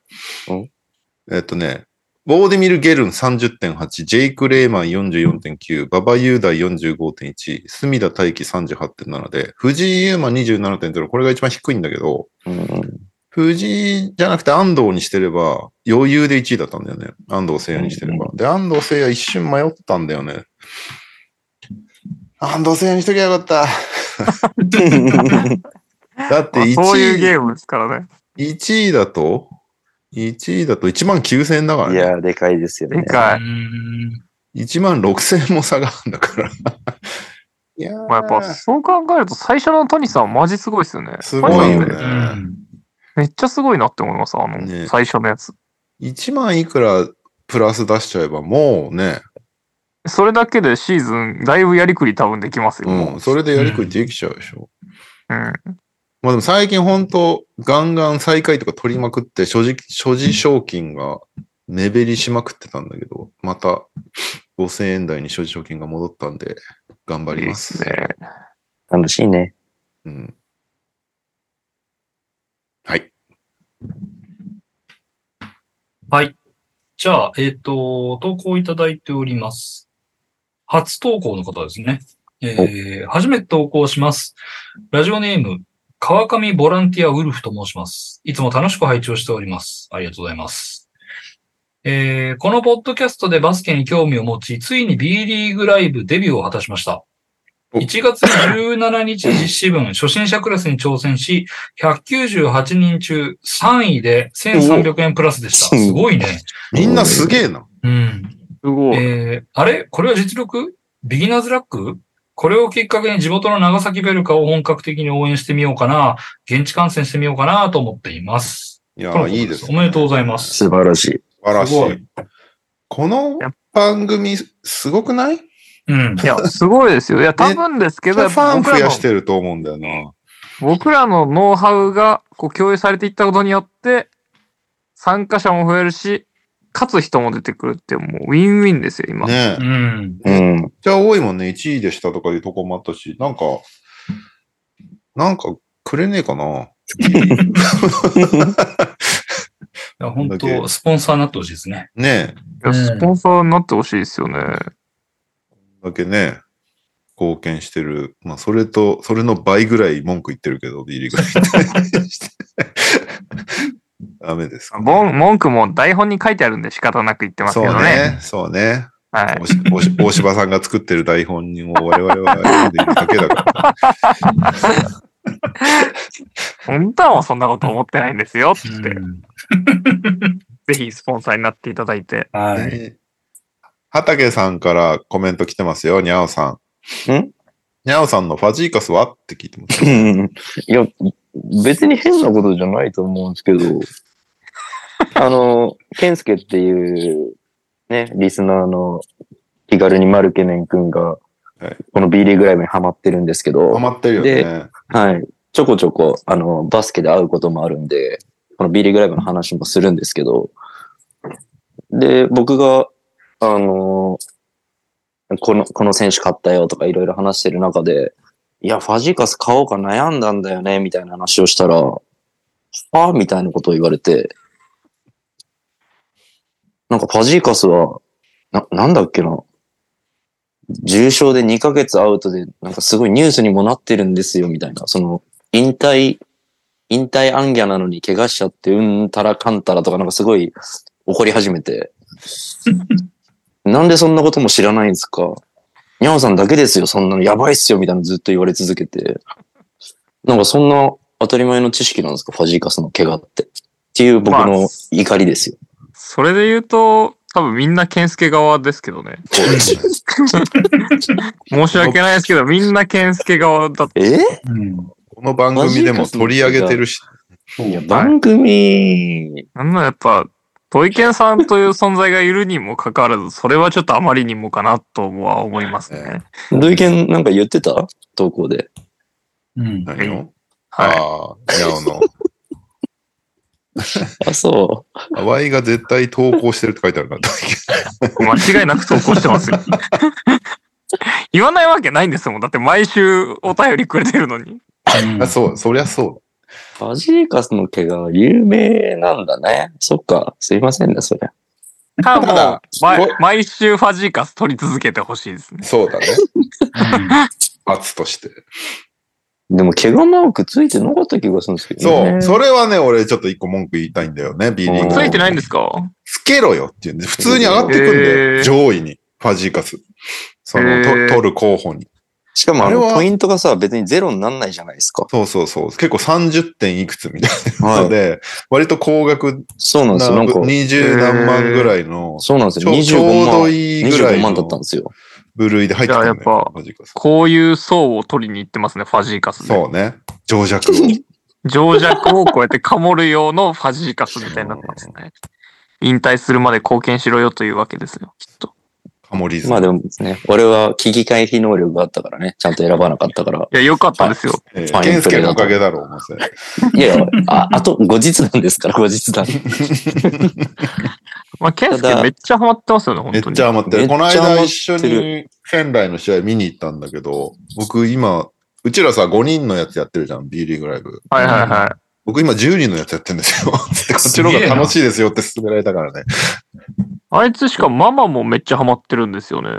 Speaker 1: えっとね、ボーディミル・ゲルン30.8、ジェイク・レーマン44.9、ババ・ユーダイ45.1、隅田大輝38.7で、藤井優馬27.0、これが一番低いんだけど、
Speaker 4: うん
Speaker 1: 藤井じゃなくて安藤にしてれば、余裕で1位だったんだよね。安藤聖也にしてれば。で、安藤聖也一瞬迷ったんだよね。安藤聖也にしときゃよかった。だって
Speaker 3: まあ
Speaker 1: 1位、
Speaker 3: そういうゲームですからね。
Speaker 1: 1位だと、1位だと1万9000円だから
Speaker 4: い
Speaker 1: ね。
Speaker 4: や、でかいですよね
Speaker 3: で。か
Speaker 2: う
Speaker 3: い。
Speaker 2: ーん
Speaker 1: 1万6000円も差があるんだから。 いやー
Speaker 3: まあ、やっぱそう考えると最初のトニさんマジすごいですよね。
Speaker 1: すごいよね
Speaker 4: う
Speaker 2: う。ん。
Speaker 3: めっちゃすごいなって思います、あの、
Speaker 1: ね
Speaker 3: 最初のやつ。
Speaker 1: 1万いくらプラス出しちゃえばもうね、
Speaker 3: それだけでシーズン、だいぶやりくり多分できますよ、
Speaker 1: う
Speaker 3: も
Speaker 1: ん、それでやりくりできちゃうでしょ。
Speaker 3: う。うん。
Speaker 1: まあでも最近本当ガンガン最下位とか取りまくって、所持、所持賞金が目減りしまくってたんだけど、また5000円台に所持賞金が戻ったんで、頑張
Speaker 3: いい
Speaker 1: り
Speaker 3: で
Speaker 1: ますす。
Speaker 3: ね。
Speaker 4: 楽しいね。
Speaker 1: うん。はい。
Speaker 2: はい。じゃあ、えっ、と、投稿いただいております。初投稿の方ですね。えー、初めて投稿します。ラジオネーム、川上ボランティアウルフと申します。いつも楽しく拝聴しております。ありがとうございます。えー、このポッドキャストでバスケに興味を持ち、ついに B リーグライブデビューを果たしました。
Speaker 1: お
Speaker 2: 1月17日実施分、初心者クラスに挑戦し、198人中3位で1300円プラスでした。
Speaker 4: お
Speaker 2: すごいね。
Speaker 1: みんなすげえな。
Speaker 2: うん。
Speaker 3: すごい。
Speaker 2: えー、あれこれは実力ビギナーズラックこれをきっかけに地元の長崎ベルカを本格的に応援してみようかな、現地観戦してみようかなと思っています。
Speaker 1: いや
Speaker 2: と
Speaker 1: ー、
Speaker 2: のこと
Speaker 1: いいです、
Speaker 2: おめでとうございます。
Speaker 4: 素晴らしい。
Speaker 1: 素晴らし
Speaker 2: すご
Speaker 1: い。この番組、すごくない
Speaker 2: うん。
Speaker 3: いや、すごいですよ。い や、多分ですけ
Speaker 1: フ
Speaker 3: ど、やっ
Speaker 1: ァ
Speaker 3: ぱ
Speaker 1: ン
Speaker 3: 僕
Speaker 1: 増
Speaker 3: ら
Speaker 1: や
Speaker 3: の
Speaker 1: し、てると思うんだよな。
Speaker 3: 僕らのノウハウがこう共有されていったことによって、参加者も増えるし、勝つ人も出てくるって、もうウィンウィンですよ、今。
Speaker 1: ね
Speaker 2: う
Speaker 1: え。
Speaker 2: ん。
Speaker 4: うん。
Speaker 1: じゃあ多いもんね。1位でしたとかいうとこもあったし、なんか、なんかくれねえかな。
Speaker 2: いや本
Speaker 1: だけ
Speaker 2: 当スポンサーになってほしいですね。
Speaker 1: ねえ。
Speaker 3: いやスポンサーになってほしいですよね。
Speaker 1: だけね、貢献してる。まあ、それと、それの倍ぐらい文句言ってるけど、B リーグに対して ダメですか、
Speaker 3: ぼん文句も台本に書いてあるんで仕方なく言ってます
Speaker 1: そう
Speaker 3: けどね。
Speaker 1: ね。そうね。
Speaker 3: はい。
Speaker 1: おしおし大柴さんが作ってる台本を我々は読んでいるだけだから。
Speaker 3: 本当はもうそんなこと思ってないんですよ、つって。
Speaker 2: うん
Speaker 3: ぜひスポンサーになっていただいて。
Speaker 2: はい。
Speaker 1: えー畑さんからコメント来てますよ、にゃおさん。
Speaker 4: ん
Speaker 1: にゃおさんのファジーカスはって聞いてます。
Speaker 4: うんいや、別に変なことじゃないと思うんですけど、あの、ケンスケっていう、ね、リスナーの気軽にマルケネン君が
Speaker 1: はい、
Speaker 4: この B リーグライブにハマってるんですけど、
Speaker 1: ハマってるよね。
Speaker 4: はい。ちょこちょこ、あの、バスケで会うこともあるんで、この B リーグライブの話もするんですけど、で、僕が、あの、この、この選手買ったよとかいろいろ話してる中で、いや、ファジーカス買おうか悩んだんだよね、みたいな話をしたら、はぁみたいなことを言われて、なんかファジーカスは、な、なんだっけな。重症で2ヶ月アウトで、なんかすごいニュースにもなってるんですよ、みたいな。その、引退、引退アンギャなのに怪我しちゃって、うんたらかんたらとか、なんかすごい怒り始 めて。なんでそんなことも知らないんですかにゃおさんだけですよ、そんなのやばいっすよ、みたいなのずっと言われ続けて。なんかそんな当たり前の知識なんですか、ファジーカスの怪我って。っていう僕
Speaker 3: まあ
Speaker 4: の怒 りですよ。
Speaker 3: それで言うと、多分みんな健介側ですけどね。
Speaker 4: そうですね
Speaker 3: 申し訳ないですけど、みんな健介側だっ
Speaker 4: え
Speaker 2: うん。
Speaker 1: この番組でも取り上げてるし、
Speaker 4: いや、番組、
Speaker 3: なんだやっぱ、トイケンさんという存在がいるにもかかわらず、それはちょっとあまりにもかなとは思いますね。
Speaker 4: 土井健なんか言ってた投稿で。
Speaker 2: うん。
Speaker 1: 何を
Speaker 3: は
Speaker 1: ああ、にゃおの。
Speaker 4: あ、そう。
Speaker 1: ワイが絶対投稿してるって書いてあるから。
Speaker 3: い。間違いなく投稿してますよ。 言わないわけないんですもん。だって毎週お便りくれてるのに。
Speaker 1: あそう、そりゃそう。
Speaker 4: ファジーカスの毛が有名なんだね。そっか。すいませんね、それ。
Speaker 3: かも
Speaker 1: ただ
Speaker 3: う、毎
Speaker 1: ご
Speaker 3: 毎週ファジーカス取り続けてほしいですね。
Speaker 1: そうだね。圧として。
Speaker 4: でも、毛がマークついてなかった気がするんですけど
Speaker 1: そ
Speaker 4: ね。
Speaker 1: う。それはね、俺ちょっと一個文句言いたいんだよね、B リーグ
Speaker 4: う
Speaker 1: の。
Speaker 4: ん
Speaker 3: ついてないんですか
Speaker 1: つけろよっていうんで、普通に上がってくんだ
Speaker 3: へー
Speaker 1: よ。上位に。ファジーカス。その、と
Speaker 3: へー
Speaker 1: 取る候補に。
Speaker 4: しかも、あ
Speaker 1: あれ
Speaker 4: の、
Speaker 1: は
Speaker 4: ポイントがさ、別にゼロになんないじゃないですか。
Speaker 1: そうそうそう。結構30点いくつみたいな
Speaker 4: は
Speaker 1: の
Speaker 4: い。
Speaker 1: で、割と高額
Speaker 4: そうなんです
Speaker 1: な、
Speaker 4: よ。なんか、
Speaker 1: 20何万ぐらいの、
Speaker 4: そうなんです
Speaker 1: ち
Speaker 4: よ。
Speaker 1: ょちょう
Speaker 4: 25
Speaker 1: ど
Speaker 4: 万。
Speaker 1: いいぐら
Speaker 4: 25
Speaker 1: い
Speaker 4: 万だ
Speaker 1: の
Speaker 4: ったんですよ。
Speaker 1: 部類で入ってくるん
Speaker 3: じ
Speaker 1: だ
Speaker 3: ゃあやっぱ
Speaker 1: よ、ファジーカス。
Speaker 3: こういう層を取りに行ってますね、ファジーカスね。
Speaker 1: そうね。情弱を。
Speaker 3: 情弱をこうやってかもる用のファジーカスみたいになったんですね。引退するまで貢献しろよというわけですよ、きっと。
Speaker 1: カモリズム。
Speaker 4: まあでもね、俺は危機回避能力があったからね、ちゃんと選ばなかったから。
Speaker 3: いや、良かったですよ。
Speaker 1: え
Speaker 4: フ
Speaker 1: ー
Speaker 4: ァイン
Speaker 1: ケンスケのおかげだろう、思って。
Speaker 4: いやいや、あ、あと後日なんですから、後日談。
Speaker 3: まあ、ケンスケ
Speaker 4: ただ
Speaker 3: めっちゃハマってますよね、本
Speaker 1: めっ
Speaker 3: 当に。
Speaker 1: ちゃハマって
Speaker 4: めっ
Speaker 1: る。
Speaker 4: ちゃ
Speaker 1: この
Speaker 4: ハマって
Speaker 1: 間
Speaker 4: る
Speaker 1: 一緒に仙台の試合見に行ったんだけど、僕今、うちらさ、5人のやつやってるじゃん、B リーグライブ。
Speaker 3: はいはいは
Speaker 1: 僕今10人のやつやってるんですよ。つってこっちの
Speaker 2: す
Speaker 1: 方
Speaker 2: げ
Speaker 1: が
Speaker 2: えな
Speaker 1: 楽しいですよって勧められたからね。
Speaker 3: い。あいつしかママもめっちゃハマってるんですよね。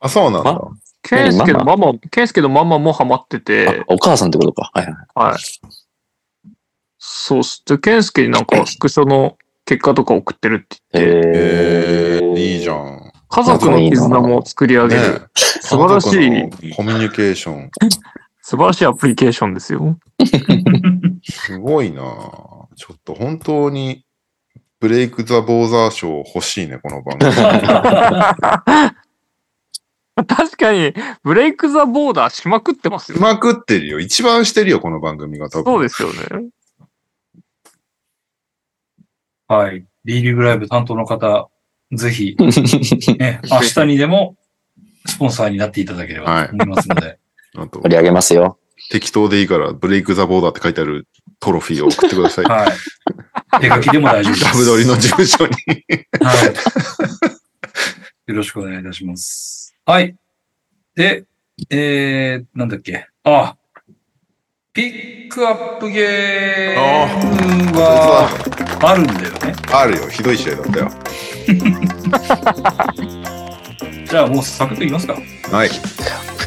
Speaker 1: あ、そうなんだ
Speaker 4: ま。
Speaker 3: ケンスケのママ、ケンスケのママもハマってて
Speaker 4: あ、お母さんってことか。はいはい。
Speaker 3: はい。そうっす。で、ケンスケになんかスクショの結果とか送ってるって。
Speaker 1: え
Speaker 4: へ
Speaker 1: ー、いいじゃ
Speaker 4: ん。
Speaker 1: ん。
Speaker 3: 家族の絆も作り上げ
Speaker 1: ね
Speaker 3: る。素晴らし
Speaker 1: 家
Speaker 3: い、
Speaker 1: 族のコミュニケーション。
Speaker 3: 素晴らしいアプリケーションですよ。
Speaker 1: すごいなぁちょっと本当に、ブレイク・ザ・ボーザー賞欲しいね、この番組。
Speaker 3: 確かに、ブレイク・ザ・ボーダーしまくってますよ
Speaker 1: う。まくってるよ。一番してるよ、この番組が多
Speaker 3: そう
Speaker 1: 分。
Speaker 3: ですよね。
Speaker 2: はい。B リーグライブ担当の方、ぜひ、 ね、明日にでも、スポンサーになっていただければと思いますので。
Speaker 1: あと
Speaker 4: 盛、り上げますよ。
Speaker 1: 適当でいいから、ブレイク・ザ・ボーダーって書いてあるトロフィーを送ってください。
Speaker 2: はい。手書きでも大丈夫です。
Speaker 1: ダブドリの住所に。
Speaker 2: はい。よろしくお願いいたします。はい。で、えー、なんだっけ。あ、ピックアップゲームがあるんだよね。
Speaker 1: あるよ、ひどい試合だったよ。
Speaker 2: じゃあもうサクッと言いますか。
Speaker 1: はい。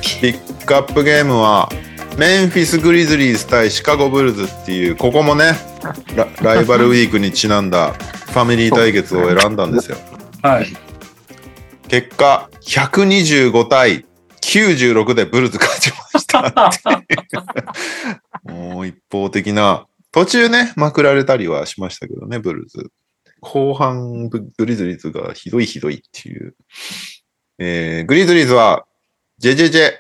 Speaker 1: ピックアップゲームは、メンフィス・グリズリーズ対シカゴ・ブルズっていう、ここもね、ラライバルウィークにちなんだファミリー対決を選んだんですよ。
Speaker 2: はい。
Speaker 1: 結果、125対96でブルズ勝ちましたっていう。もう一方的な、途中ね、まくられたりはしましたけどね、ブルズ。後半、ブグリズリーズがひどいひどいっていう。えー、グリズリーズは、ジェジェジェ、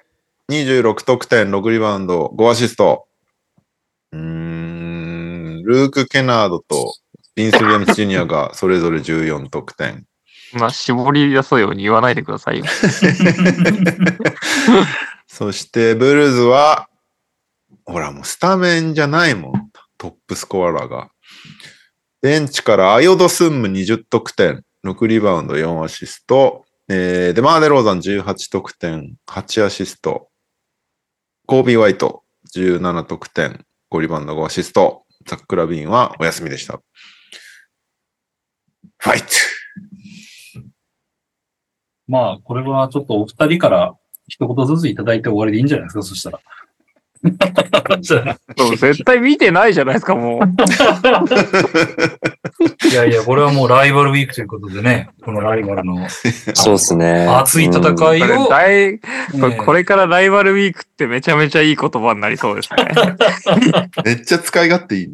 Speaker 1: 26得点、6リバウンド、5アシスト。うーん、ルーク・ケナードとビンス・ウィリアムス・ジュニアがそれぞれ14得点。
Speaker 3: まあ、絞り出そうように言わないでくださいよ。
Speaker 1: そして、ブルーズは、ほら、もうスタメンじゃないもん。トップスコアラーが。ベンチからアヨドスンム20得点、6リバウンド4アシスト。えー、デマーデローザン18得点、8アシスト。コービー・ワイト、17得点、5リバウンド5アシスト、ザック・ラビーンはお休みでした。ファイト
Speaker 2: まあ、これはちょっとお二人から一言ずついただいて終わりでいいんじゃないですか、そした ら。
Speaker 3: そう絶対見てないじゃないです か、もう。
Speaker 2: いやいや、これはもうライバルウィークということでね、このライバルの
Speaker 4: そうですね。
Speaker 2: 熱い戦
Speaker 4: う
Speaker 2: い
Speaker 4: ん
Speaker 3: これ
Speaker 2: を、
Speaker 3: 大こ
Speaker 2: ね
Speaker 3: れこれからライバルウィークってめちゃめちゃいい言葉になりそうですね。
Speaker 1: めっちゃ使い勝手いいね。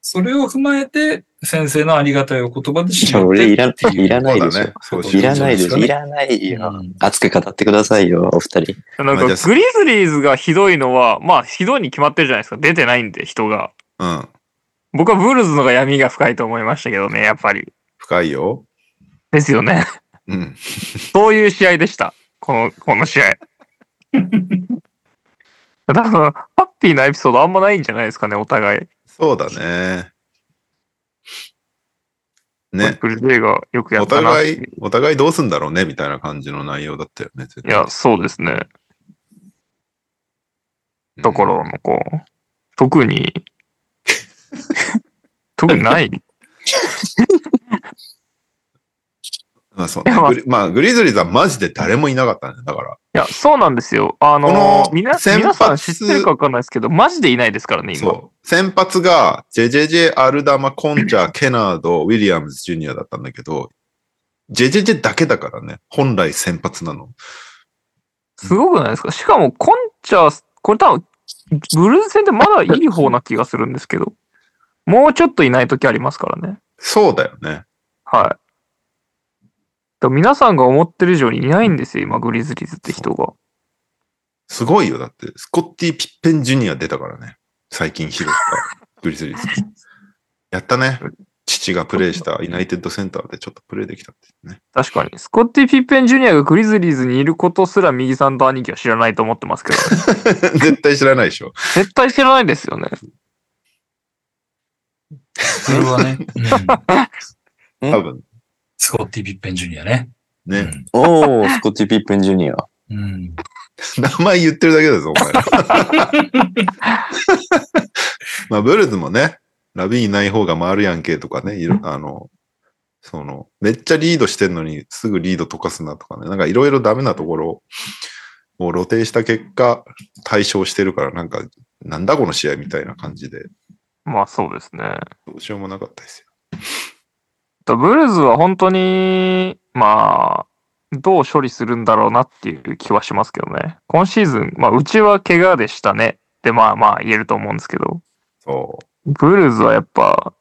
Speaker 2: それを踏まえて、先生のありがたいお言葉で
Speaker 4: い
Speaker 2: 締
Speaker 4: や
Speaker 2: め
Speaker 4: 俺
Speaker 2: て
Speaker 4: いら
Speaker 2: っていう
Speaker 4: いらないでし
Speaker 1: そ
Speaker 4: ょ
Speaker 1: うだね。そうしよう
Speaker 4: いらないで
Speaker 2: そ
Speaker 4: す。
Speaker 2: うですね
Speaker 4: いらないよ。
Speaker 2: うん
Speaker 4: 熱く語ってくださいよ、お二人。
Speaker 3: なん
Speaker 1: まあじゃ
Speaker 3: か
Speaker 1: あ
Speaker 3: グリズリーズがひどいのは、まあひどいに決まってるじゃないですか。出てないんで人が。
Speaker 1: うん。
Speaker 3: 僕はブルーズの方が闇が深いと思いましたけどね、やっぱり。
Speaker 1: 深いよ。
Speaker 3: ですよね。
Speaker 1: うん。
Speaker 3: そういう試合でした。この、こ の試合。多分、ハッピーなエピソードあんまないんじゃないですかね、お互い。
Speaker 1: そうだね。
Speaker 3: マイ
Speaker 1: ね。
Speaker 3: クル・ジェイがよくや
Speaker 1: お
Speaker 3: ったなって
Speaker 1: 互
Speaker 3: い。、
Speaker 1: いうお互いどうすんだろうねみたいな感じの内容だったよね。絶
Speaker 3: い
Speaker 1: 対
Speaker 3: や、そうですね。
Speaker 1: うん
Speaker 3: ところのこう、特に、 特にない。
Speaker 1: まあそう
Speaker 3: いやまあ
Speaker 1: グリまあ、グリズリーズはマジで誰もいなかったね。だから。
Speaker 3: いや、そうなんですよ。あの、
Speaker 1: この
Speaker 3: みな
Speaker 1: 先発
Speaker 3: 皆さん知ってるかわかんないですけど、マジでいないですからね、今。
Speaker 1: そう。先発が、JJJ、アルダマ、コンチャ、ケナード、ウィリアムズ、ジュニアだったんだけど、JJJ だけだからね。本来先発なの。
Speaker 3: すごくないですかしかも、コンチャー、これ多分、ブルーズ戦ってまだいい方な気がするんですけど、もうちょっといない時ありますからね。
Speaker 1: そうだよね。
Speaker 3: はい。だから皆さんが思ってる以上にいないんですよ、今、グリズリーズって人が。
Speaker 1: すごいよ。だって、スコッティ・ピッペン・ジュニア出たからね。最近拾った。グリズリーズ。やったね。父がプレイしたユナイテッドセンターでちょっとプレイできたってね。
Speaker 3: 確かに。スコッティ・ピッペン・ジュニアがグリズリーズにいることすら右さんと兄貴は知らないと思ってますけど、ね、
Speaker 1: 絶対知らないでしょ。
Speaker 3: 絶対知らないですよね。
Speaker 2: それはね、うん
Speaker 1: 多分
Speaker 2: スコッティ・ピッペン・ジュニアね。う
Speaker 1: ね。
Speaker 2: ん
Speaker 4: おー、スコッティ・ピッペン・ジュニア。
Speaker 2: う
Speaker 1: 名
Speaker 2: ん、
Speaker 1: 前言ってるだけだぞ、お前。 まあ、ブルーズもね、ラビーいない方が回るやんけとかね、いろ、あの、その、めっちゃリードしてんのにすぐリード溶かすなとかね、なんかいろいろダメなところを露呈した結果、対象してるから、なんか、なんだこの試合みたいな感じで、
Speaker 3: まあそうですね。
Speaker 1: どうしようもなかったですよ。
Speaker 3: とブルーズは本当に、まあ、どう処理するんだろうなっていう気はしますけどね。今シーズン、まあ、うちは怪我でしたねって、まあまあ言えると思うんですけど、
Speaker 1: そう。
Speaker 3: ブルーズはやっぱ、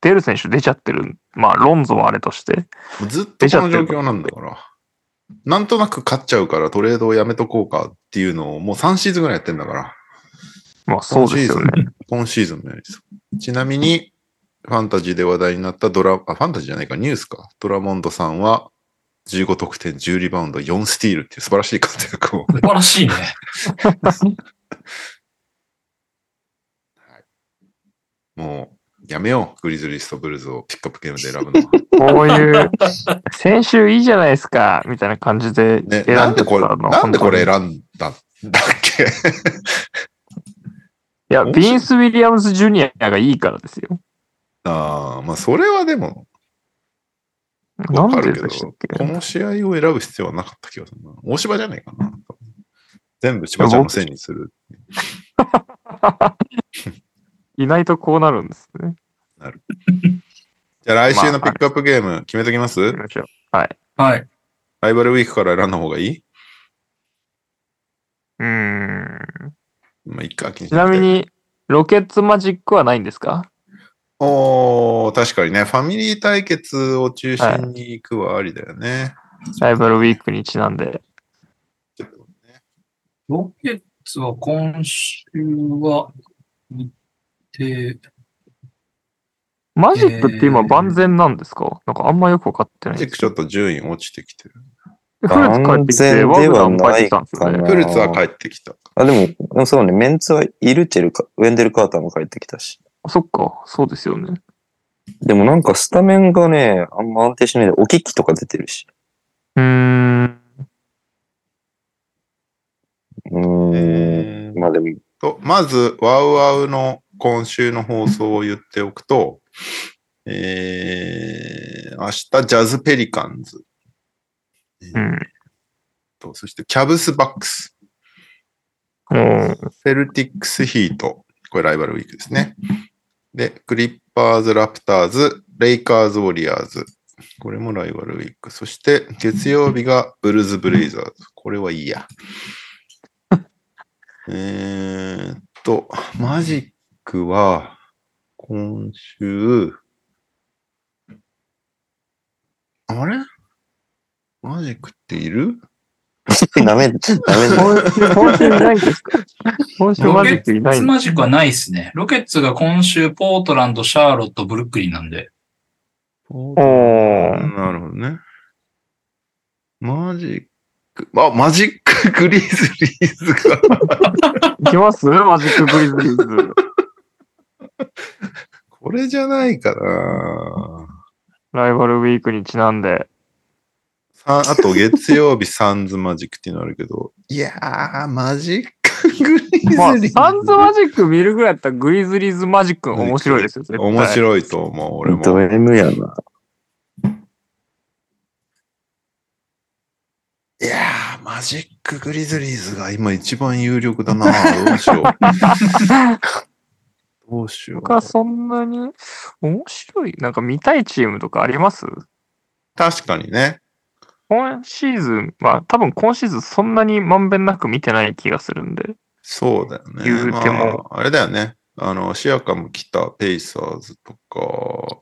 Speaker 3: 出る選手出ちゃってる。まあ、ロンゾはあれとして。
Speaker 1: もうずっとこの状況なんだから。なんとなく勝っちゃうからトレードをやめとこうかっていうのをもう3シーズンぐらいやってんだから。
Speaker 3: まあ、そうですよね。
Speaker 1: 今シーズンのやりです。ちなみに、ファンタジーで話題になったドラ、あ、ファンタジーじゃないか、ニュースか。ドラモンドさんは、15得点、10リバウンド、4スティールっていう素晴らしい活躍を。
Speaker 2: 素晴らしいね。
Speaker 1: もう、やめよう。グリズリースとブルーズをピックアップゲームで選ぶの は。
Speaker 3: こ ういう、先週いいじゃないですか、みたいな感じで
Speaker 1: ね、な
Speaker 3: 選
Speaker 1: ん
Speaker 3: んで
Speaker 1: でこれ、
Speaker 3: たの。
Speaker 1: なんでこれ
Speaker 3: 本当
Speaker 1: 選
Speaker 3: に
Speaker 1: んだんだっけ
Speaker 3: いや、
Speaker 1: 面
Speaker 3: ビ
Speaker 1: 白い
Speaker 3: ーンス・ウィリアムズ・ジュニアがいいからですよ。
Speaker 1: ああ、まあ、それはでも、
Speaker 3: な
Speaker 1: わ
Speaker 3: ん
Speaker 1: か
Speaker 3: で
Speaker 1: るけど
Speaker 3: でしたっけ
Speaker 1: この試合を選ぶ必要はなかった気がするな。大芝じゃないかな。全部芝ちゃんのせいにする。
Speaker 3: いないとこうなるんですね。
Speaker 1: じゃあ来週のピックアップゲーム決めときます、
Speaker 3: 行きましょう
Speaker 2: はい。
Speaker 1: ライバルウィークから選んだ方がいいう
Speaker 3: ーん。
Speaker 1: まあ、いっか、気にし
Speaker 3: ちな
Speaker 1: くて
Speaker 3: み。に、ロケッツマジックはないんですか
Speaker 1: おー、確かにね、ファミリー対決を中心に行くはありだよね。
Speaker 3: ライバルウィークにちなんで。
Speaker 1: ちょっとね
Speaker 2: ロケッツは今週は、日程、
Speaker 3: マジックって
Speaker 2: え
Speaker 3: 今
Speaker 2: ー
Speaker 3: 万全なんですかなんかあんまよくわかってな
Speaker 1: マ
Speaker 3: い
Speaker 1: ジ
Speaker 3: で
Speaker 1: ック
Speaker 3: す。
Speaker 1: ちょっと順位落ちてきてる。
Speaker 3: でフルーツ帰ってきて、ワ
Speaker 4: 万全で
Speaker 3: グナ
Speaker 4: は
Speaker 3: ーも帰ってきたんですよ
Speaker 4: ないか
Speaker 3: ね
Speaker 4: な。
Speaker 1: フルーツは帰ってきた。
Speaker 4: あ、でも、でもそうね、メンツはイルテルか、ウェンデル・カーターも帰ってきたし。
Speaker 3: あそっか、そうですよね。
Speaker 4: でもなんかスタメンがね、あんま安定しないで、おききとか出てるし。
Speaker 3: うーん。
Speaker 4: でも。
Speaker 1: と、まず、ワウワウの今週の放送を言っておくと、えー、明日、ジャズペリカンズ
Speaker 3: うん。
Speaker 1: と、そして、キャブスバックス、
Speaker 3: も
Speaker 1: セルティックスヒート、これライバルウィークですね。で、クリッパーズ、ラプターズ、レイカーズ、ウォリアーズ、これもライバルウィーク。そして、月曜日がブルーズ、ブレイザーズ、これはいいや。 えーっと、マジックは、今週、あれマジックっている
Speaker 4: ダメ、ダメ
Speaker 3: う、
Speaker 4: だ。
Speaker 3: 今週、今週いないんですか今週マジックい
Speaker 2: ロ
Speaker 3: な
Speaker 2: ケッツ
Speaker 3: いんで
Speaker 2: マジックはないですね。ロケッツが今週、ポートランド、シャーロット、ブルックリンなんで。
Speaker 3: おー。
Speaker 1: なるほどね。マジック、あ、マジックグリズリーズ が、
Speaker 3: いきますマジックグリズリーズ。
Speaker 1: これじゃないかな。
Speaker 3: ライバルウィークにちなんで。
Speaker 1: さあと月曜日サンズマジックっていうのあるけど、いやー、マジックグリズリ
Speaker 3: まあ、
Speaker 1: ーズ。
Speaker 3: サンズマジック見るぐらいだったらグリズリーズマジックの方が面白いですよ、絶対。
Speaker 1: 面白いと思う、俺も。
Speaker 4: ド M やな。
Speaker 1: いやー、マジックグリズリーズが今一番有力だな。どうし よう。どうしよう。
Speaker 3: 他そんなに面白いなんか見たいチームとかあります
Speaker 1: 確かにね。
Speaker 3: 今シーズン、まあ多分今シーズンそんなにまんべんなく見てない気がするんで。
Speaker 1: そうだよね。
Speaker 3: 言うても
Speaker 1: まあ、あれだよね。あの、シアカム来たペイサーズとか、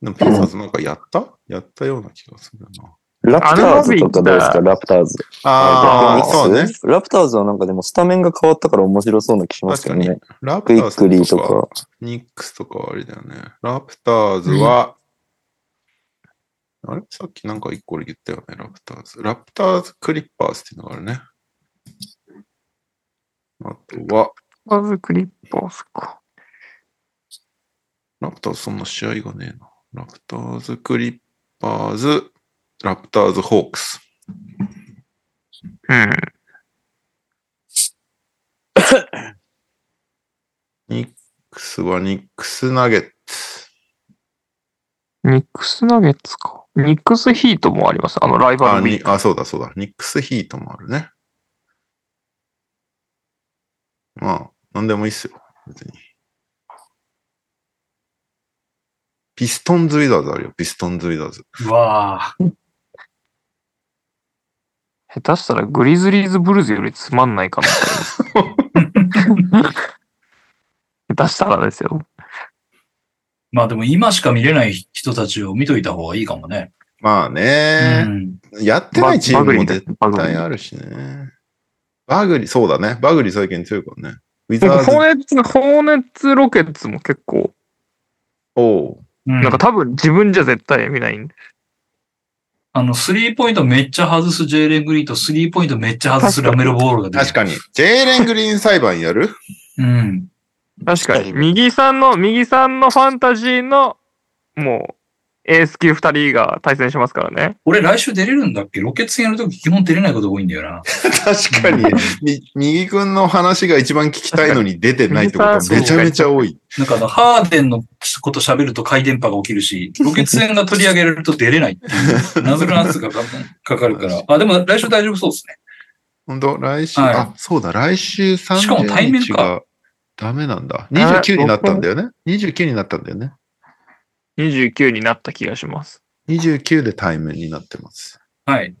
Speaker 1: でもペイサーズなんかやった、やったような気がするな。
Speaker 4: ラプターズとかどうです
Speaker 3: あ
Speaker 4: かラプターズ。
Speaker 1: ああ、そうね。。
Speaker 4: ラプターズはなんかでもスタメンが変わったから面白そうな気しますけど
Speaker 1: 確
Speaker 4: ね。
Speaker 1: ラ
Speaker 4: ク
Speaker 1: プ
Speaker 4: イ
Speaker 1: ター
Speaker 4: ックリ
Speaker 1: ズと
Speaker 4: ーと
Speaker 1: か、
Speaker 4: か。
Speaker 1: ニックスとかはあれだよね。ラプターズは、あれさっきなんか一個俺言ったよね、ラプターズ。ラプターズクリッパーズっていうのがあるね。あとは、
Speaker 3: まずクリッパーズか。
Speaker 1: ラプターズそんな試合がねえな。ラプターズ、クリッパーズ、ラプターズ、ホークス。
Speaker 3: うん。
Speaker 1: ニックスはニックスナゲッツ。
Speaker 3: ニックスナゲッツか。ニックスヒートもあります。あのライバ
Speaker 1: あ
Speaker 3: ルウィー
Speaker 1: に
Speaker 3: ク。
Speaker 1: あ、そうだそうだ。ニックスヒートもあるね。まあ、なんでもいいっすよ。別に。ピストンズ・ウィザーズあるよ。ピストンズ・ウィザーズ。
Speaker 2: うわぁ。
Speaker 3: 下手したらグリズリーズブルーズよりつまんないかもしれない。下手したらですよ。
Speaker 2: まあでも今しか見れない人たちを見といた方がいいかもね。
Speaker 1: まあ
Speaker 2: う
Speaker 1: ね、
Speaker 2: ん。
Speaker 1: やって
Speaker 3: バ
Speaker 1: ないチー
Speaker 3: バグ
Speaker 1: ム
Speaker 3: リ
Speaker 1: も
Speaker 3: ーだ
Speaker 1: 絶
Speaker 3: よバグリ
Speaker 1: 対
Speaker 3: ー。
Speaker 1: あるしね。バグリ、そうだね。バグリ最近強いからね。ウィ
Speaker 3: ホ
Speaker 1: ザーズ
Speaker 3: ーネッツ、ホーネッツロケッツも結構、
Speaker 1: おう
Speaker 2: な
Speaker 3: なんか多分自分じゃ絶対見ないんで。
Speaker 2: あの、スリーポイントめっちゃ外すジェイレン・グリーンと、スリーポイントめっちゃ外すラメロボールが出て
Speaker 1: 確かに。ジェイレン・グリーン裁判や る
Speaker 2: に。うん。
Speaker 3: 確かに。
Speaker 4: 確かに
Speaker 3: 右さんの、右さんのファンタジーの、もう、エース級二人が対戦しますからね。
Speaker 2: 俺来週出れるんだっけロケッツ戦やるとき基本出れないことが多いんだよな。
Speaker 1: 確かに。み右くんの話が一番聞きたいのに出てないってこと はめちゃめちゃ多い。
Speaker 2: なんかあの、ハーデンのこと喋ると回電波が起きるし、ロケッツ戦が取り上げられると出れないっていう、謎の圧がかかかかるから。あ、でも来週大丈夫そうですね。
Speaker 1: 本当来週、
Speaker 2: はい
Speaker 1: あ、そうだ、来週
Speaker 2: しかも対
Speaker 1: 30
Speaker 2: 面
Speaker 1: 日
Speaker 2: か
Speaker 1: がダメなんだ。29になったんだよね。29になったんだよね。
Speaker 3: 29になった気がします。
Speaker 1: 29で対面になってます。
Speaker 2: はい。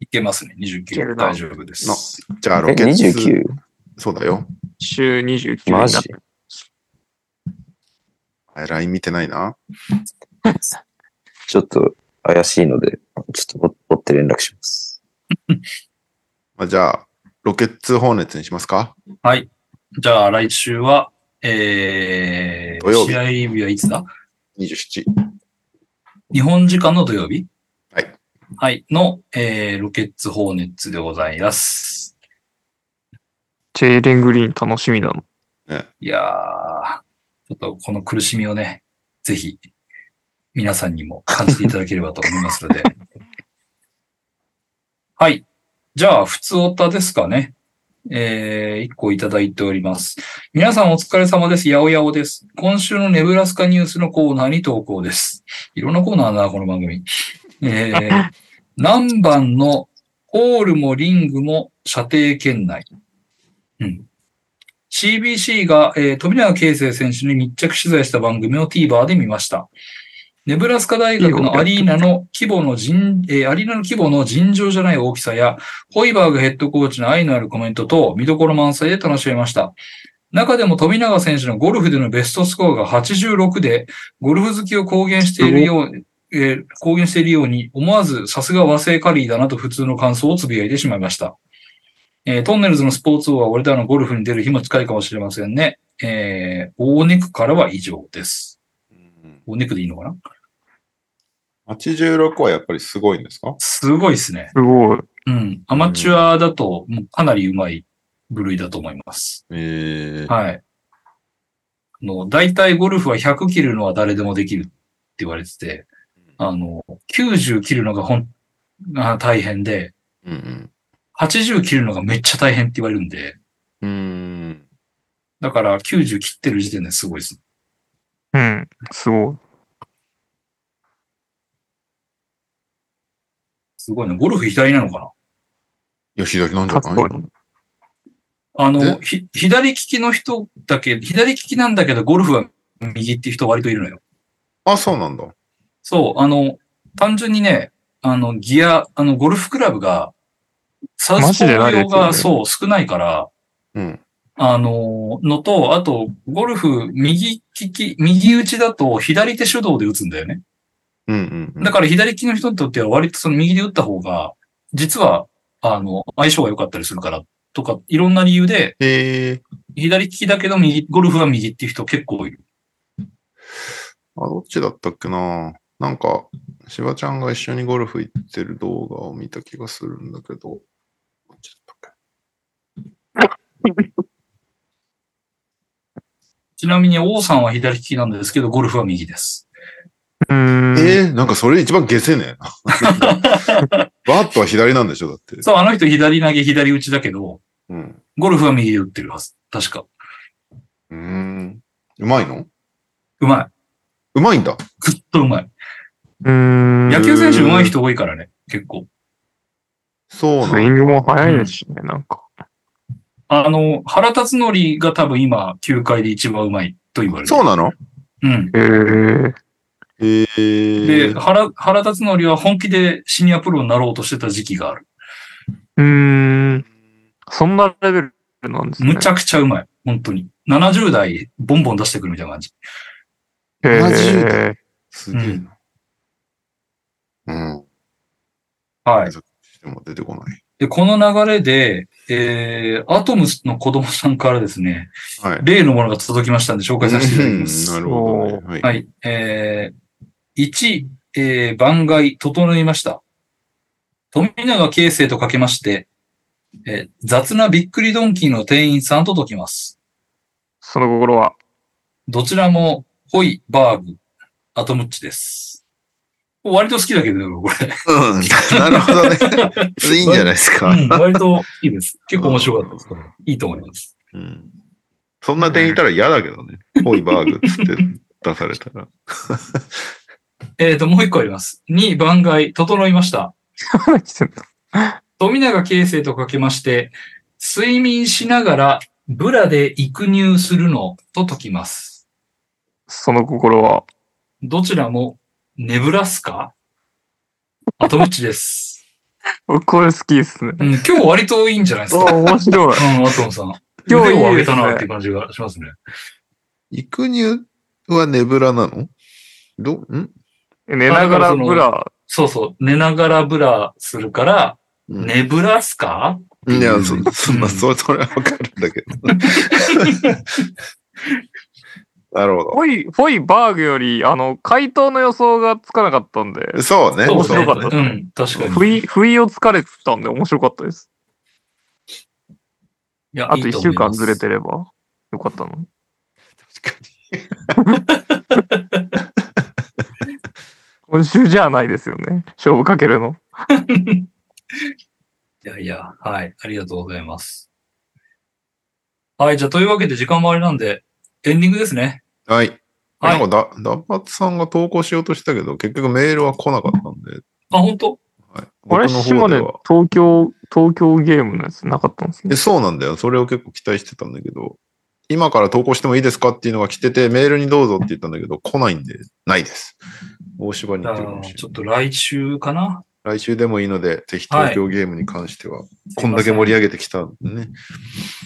Speaker 2: いけますね。
Speaker 3: いける
Speaker 2: 29。
Speaker 3: な
Speaker 2: 大丈夫です。
Speaker 1: じゃあ、
Speaker 4: え、
Speaker 1: ロケッツ。
Speaker 4: 29?
Speaker 1: そうだよ。
Speaker 3: 週29にな
Speaker 4: マ
Speaker 3: っ
Speaker 4: ジ
Speaker 3: た。
Speaker 1: あ LINE 見てないな。
Speaker 4: ちょっと怪しいので、ちょっと追って連絡します。
Speaker 1: まあ、じゃあ、ロケッツ放熱にしますか
Speaker 2: はい。じゃあ来週は、え
Speaker 1: 土曜
Speaker 2: ー、
Speaker 1: 日
Speaker 2: 試合日はいつだ
Speaker 1: ?27。
Speaker 2: 日本時間の土曜日
Speaker 1: はい。
Speaker 2: はい。の、えー、ロケッツ・ホーネッツでございます。
Speaker 3: ジェイレン・グリーン楽しみだな。
Speaker 2: いやー、ちょっとこの苦しみをね、ぜひ、皆さんにも感じていただければと思いますの で。はい。じゃあ、普通オタですかね。えー、一個いただいております。皆さんお疲れ様です。やおやおです。今週のネブラスカニュースのコーナーに投稿です。いろんなコーナーだな、この番組。えー、何番のホールもリングも射程圏内。うん。CBC が、えー、富永啓生選手に密着取材した番組を TVer で見ました。ネブラスカ大学のアリーナの規模の尋、えーアリーナの規模の尋常じゃない大きさや、ホイバーグヘッドコーチの愛のあるコメントと見どころ満載で楽しめました。中でも富永選手のゴルフでのベストスコアが86で、ゴルフ好きを公言しているよう、えー公言しているように、思わずさすが和製カリーだなと普通の感想をつぶやいてしまいました。えートンネルズのスポーツ王は俺らのゴルフに出る日も近いかもしれませんね。えー、大ネクからは以上です。大ネクでいいのかな
Speaker 1: 86はやっぱりすごいんですか
Speaker 2: すごいですね。
Speaker 3: すごい。
Speaker 2: うん。アマチュアだと、もうかなりうまい部類だと思います。
Speaker 1: ええ
Speaker 2: はい。あの、大体ゴルフは100切るのは誰でもできるって言われてて、あの、90切るのがほん、あ大変で、
Speaker 1: うん
Speaker 2: 80切るのがめっちゃ大変って言われるんで、
Speaker 1: うん。うん。
Speaker 2: だから90切ってる時点ですごいです。
Speaker 3: うん、すごい。
Speaker 2: すごいね。ゴルフ左なのかな
Speaker 1: 吉崎なんじゃ
Speaker 3: かっ
Speaker 1: な
Speaker 3: こ
Speaker 1: い
Speaker 3: いい。
Speaker 2: あの
Speaker 1: え、
Speaker 2: ひ、左利きの人だけ、左利きなんだけど、ゴルフは右っていう人割といるのよ。
Speaker 1: あ、そうなんだ。
Speaker 2: そう、あの、単純にね、あの、ギア、あの、ゴルフクラブが、サウ
Speaker 3: マ
Speaker 2: スポ
Speaker 3: ジで慣
Speaker 2: ー用
Speaker 3: れてる
Speaker 2: が、
Speaker 3: ね
Speaker 2: そう、少ないから、
Speaker 1: うん。
Speaker 2: あの、のと、あと、ゴルフ、右利き、右打ちだと、左手手動で打つんだよね。
Speaker 1: うんうんうん。
Speaker 2: だから、左利きの人にとっては、割とその右で打った方が、実は、あの、相性が良かったりするから、とか、いろんな理由で、
Speaker 1: ええ
Speaker 2: 左利きだけど、右、ゴルフは右っていう人結構いる。
Speaker 1: あ、どっちだったっけななんか、しばちゃんが一緒にゴルフ行ってる動画を見た気がするんだけど、どっちだったっ
Speaker 2: ちなみに、王さんは左利きなんですけど、ゴルフは右です。
Speaker 3: うーん。
Speaker 1: けええなんかそれ一番下せねえ な。バットは左なんでしょだって。
Speaker 2: そう、あの人左投げ、左打ちだけど、
Speaker 1: うん。
Speaker 2: ゴルフは右で打ってるはず。確か。
Speaker 1: うーん。うまいの
Speaker 2: うまい。
Speaker 1: うまいんだ。
Speaker 2: ぐっとうまい。
Speaker 3: うーん。
Speaker 2: 野球選手うまい人多いからね、結構。
Speaker 1: そうなん
Speaker 3: スイングも速いですしね、なんか。
Speaker 2: あの、原辰則が多分今、球界で一番うまいと言われる。
Speaker 1: そうなの
Speaker 2: うん。
Speaker 3: ええ
Speaker 1: ええ
Speaker 2: で、原、原辰則は本気でシニアプロになろうとしてた時期がある。
Speaker 3: うーん。そんなレベルなんですね。
Speaker 2: むちゃくちゃうまい。本当に。70代、ボンボン出してくるみたいな感じ。
Speaker 3: え
Speaker 1: 70
Speaker 3: え
Speaker 1: すげえな。うん。
Speaker 2: はい。
Speaker 1: でも出てこない。
Speaker 2: で、この流れで、えー、アトムスの子供さんからですね、
Speaker 1: はい。
Speaker 2: 例のものが届きましたんで紹介させていただきます。
Speaker 1: うんなるほど、ね。はい。
Speaker 2: はい。えー、1、えー、番外、整いました。富永啓生とかけまして、えー雑なびっくりドンキーの店員さんと解きます。
Speaker 3: その心は。
Speaker 2: どちらも、ホイ、バーグ、アトムッチです。割と好きだけどね、これ。
Speaker 1: うん。なるほどね。いいんじゃないですか。
Speaker 2: うん、割といいです。 結構面白かったです。これいいと思います。
Speaker 1: うん。そんな店員いたら嫌だけどね。ホイバーグっつって出されたら。
Speaker 2: えっ、と、もう一個あります。2、番外、整いました。
Speaker 3: 来てんだ
Speaker 2: 富永啓生とかけまして、睡眠しながらブラで育乳するのと解きます。
Speaker 3: その心は。
Speaker 2: どちらもネブラスカ後道です。
Speaker 3: 僕これ好きですね。
Speaker 2: うん、今日割といいんじゃないです
Speaker 3: あ
Speaker 2: か。うん、
Speaker 3: 面 白い。
Speaker 2: アトムさん。
Speaker 3: 今日いい
Speaker 2: 腕を上げ
Speaker 3: ですね
Speaker 2: たなっていう感じがしますね。
Speaker 1: 育乳はネブラなのど、ん
Speaker 3: 寝ながらブラ。
Speaker 2: そうそう。寝ながらブラするから、
Speaker 1: うん
Speaker 2: ネブラスカ
Speaker 1: いや、そ、そん
Speaker 2: う
Speaker 1: な、
Speaker 2: ん
Speaker 1: それ、それはわかるんだけど。 なるほ
Speaker 3: フォイ、フォイバーグより、あの、回答の予想がつかなかったんで、
Speaker 1: ど。そうね。
Speaker 2: そう
Speaker 3: 面
Speaker 2: です
Speaker 3: 白
Speaker 2: ね。
Speaker 3: かった
Speaker 2: うん、確か
Speaker 3: 不
Speaker 2: に。い
Speaker 3: 意、不意をつかれてたんで面白かったです。
Speaker 2: や
Speaker 3: あと1週間ずれ。
Speaker 2: いい思います
Speaker 3: てればよかったのに。
Speaker 1: 確か
Speaker 3: 今週じゃないですよね。勝負かけるの。
Speaker 2: いやいや、はい。ありがとうございます。はい、じゃあというわけで時間もあれなんで、エンディングですね。
Speaker 1: はい。
Speaker 2: はい
Speaker 1: なんかだ、ダバツさんが投稿しようとしたけど、結局メールは来なかったんで、
Speaker 2: あ、本当
Speaker 1: はい、
Speaker 3: あれ、
Speaker 1: 僕の方
Speaker 3: 島
Speaker 1: で
Speaker 3: 根
Speaker 1: は。
Speaker 3: 東京、東京ゲームのやつなかったんです
Speaker 1: え
Speaker 3: ね。
Speaker 1: そうなんだよ。それを結構期待してたんだけど、今から投稿してもいいですかっていうのが来てて、メールにどうぞって言ったんだけど、来ないんで、ないです。大芝に
Speaker 2: じゃ
Speaker 1: なってるか
Speaker 2: あ
Speaker 1: もし
Speaker 2: ち
Speaker 1: れ
Speaker 2: ょっ
Speaker 1: ない。
Speaker 2: と来週かな
Speaker 1: 来週でもいいので、ぜひ東京ゲームに関しては、こんだけ盛り上げてきたんで ね。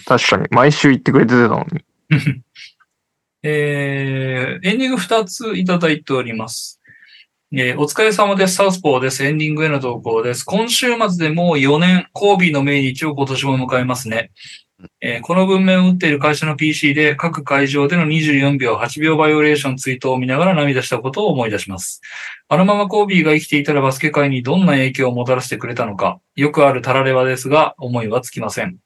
Speaker 3: 確かに。毎週行ってくれてたのに。
Speaker 2: えー、エンディング2ついただいております。えーお疲れ様です。サウスポーです。エンディングへの投稿です。今週末でもう4年、コービーの命日を今年も迎えますね。えーこの文面を打っている会社の PC で各会場での24秒8秒バイオレーションツイートを見ながら涙したことを思い出します。あのままコービーが生きていたらバスケ界にどんな影響をもたらしてくれたのか、よくあるタラレバですが、思いはつきません。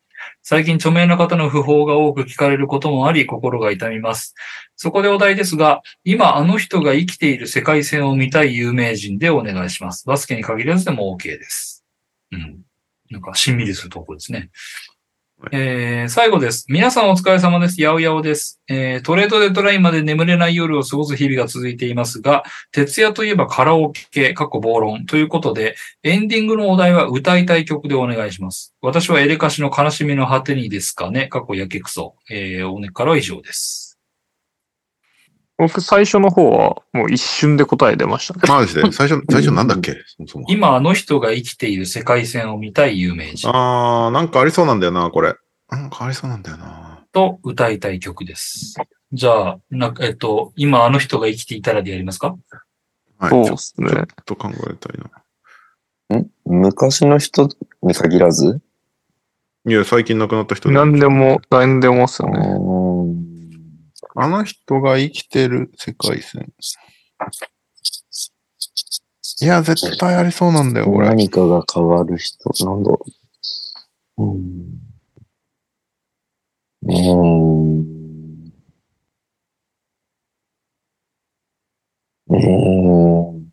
Speaker 2: 最近著名な方の訃報が多く聞かれることもあり、心が痛みます。そこでお題ですが、今あの人が生きている世界線を見たい有名人でお願いします。バスケに限らずでも OK です。うん。なんか、しんみりするとこですね。えー、最後です。皆さんお疲れ様です。やおやおです。えー、トレードデッドラインまで眠れない夜を過ごす日々が続いていますが、徹夜といえばカラオケ、過去暴論ということで、エンディングのお題は歌いたい曲でお願いします。私はエレカシの悲しみの果てにですかね。過去やけくそ。えー、おねからは以上です。
Speaker 3: 僕、最初の方は、もう一瞬で答え出ましたね。
Speaker 1: マジで、最初、最初なんだっけそもそも
Speaker 2: 今あの人が生きている世界線を見たい有名人
Speaker 1: あー、なんかありそうなんだよな、これ。なんかありそうなんだよな。
Speaker 2: と歌いたい曲です。じゃあ、なえっと、今あの人が生きていたらでやりますか
Speaker 1: はい。
Speaker 3: そう
Speaker 1: ちょ
Speaker 3: で
Speaker 1: っ
Speaker 3: すね。
Speaker 1: と考えたいな。
Speaker 4: 昔の人に限らず、
Speaker 1: いや、最近亡くなった人で
Speaker 3: 何でも、何でもっすよね。
Speaker 4: うーん
Speaker 1: あの人が生きてる世界線。いや、絶対ありそうなんだよ、これ。
Speaker 4: 何かが変わる人、なんだろう。うん。うーん。うーん。
Speaker 1: う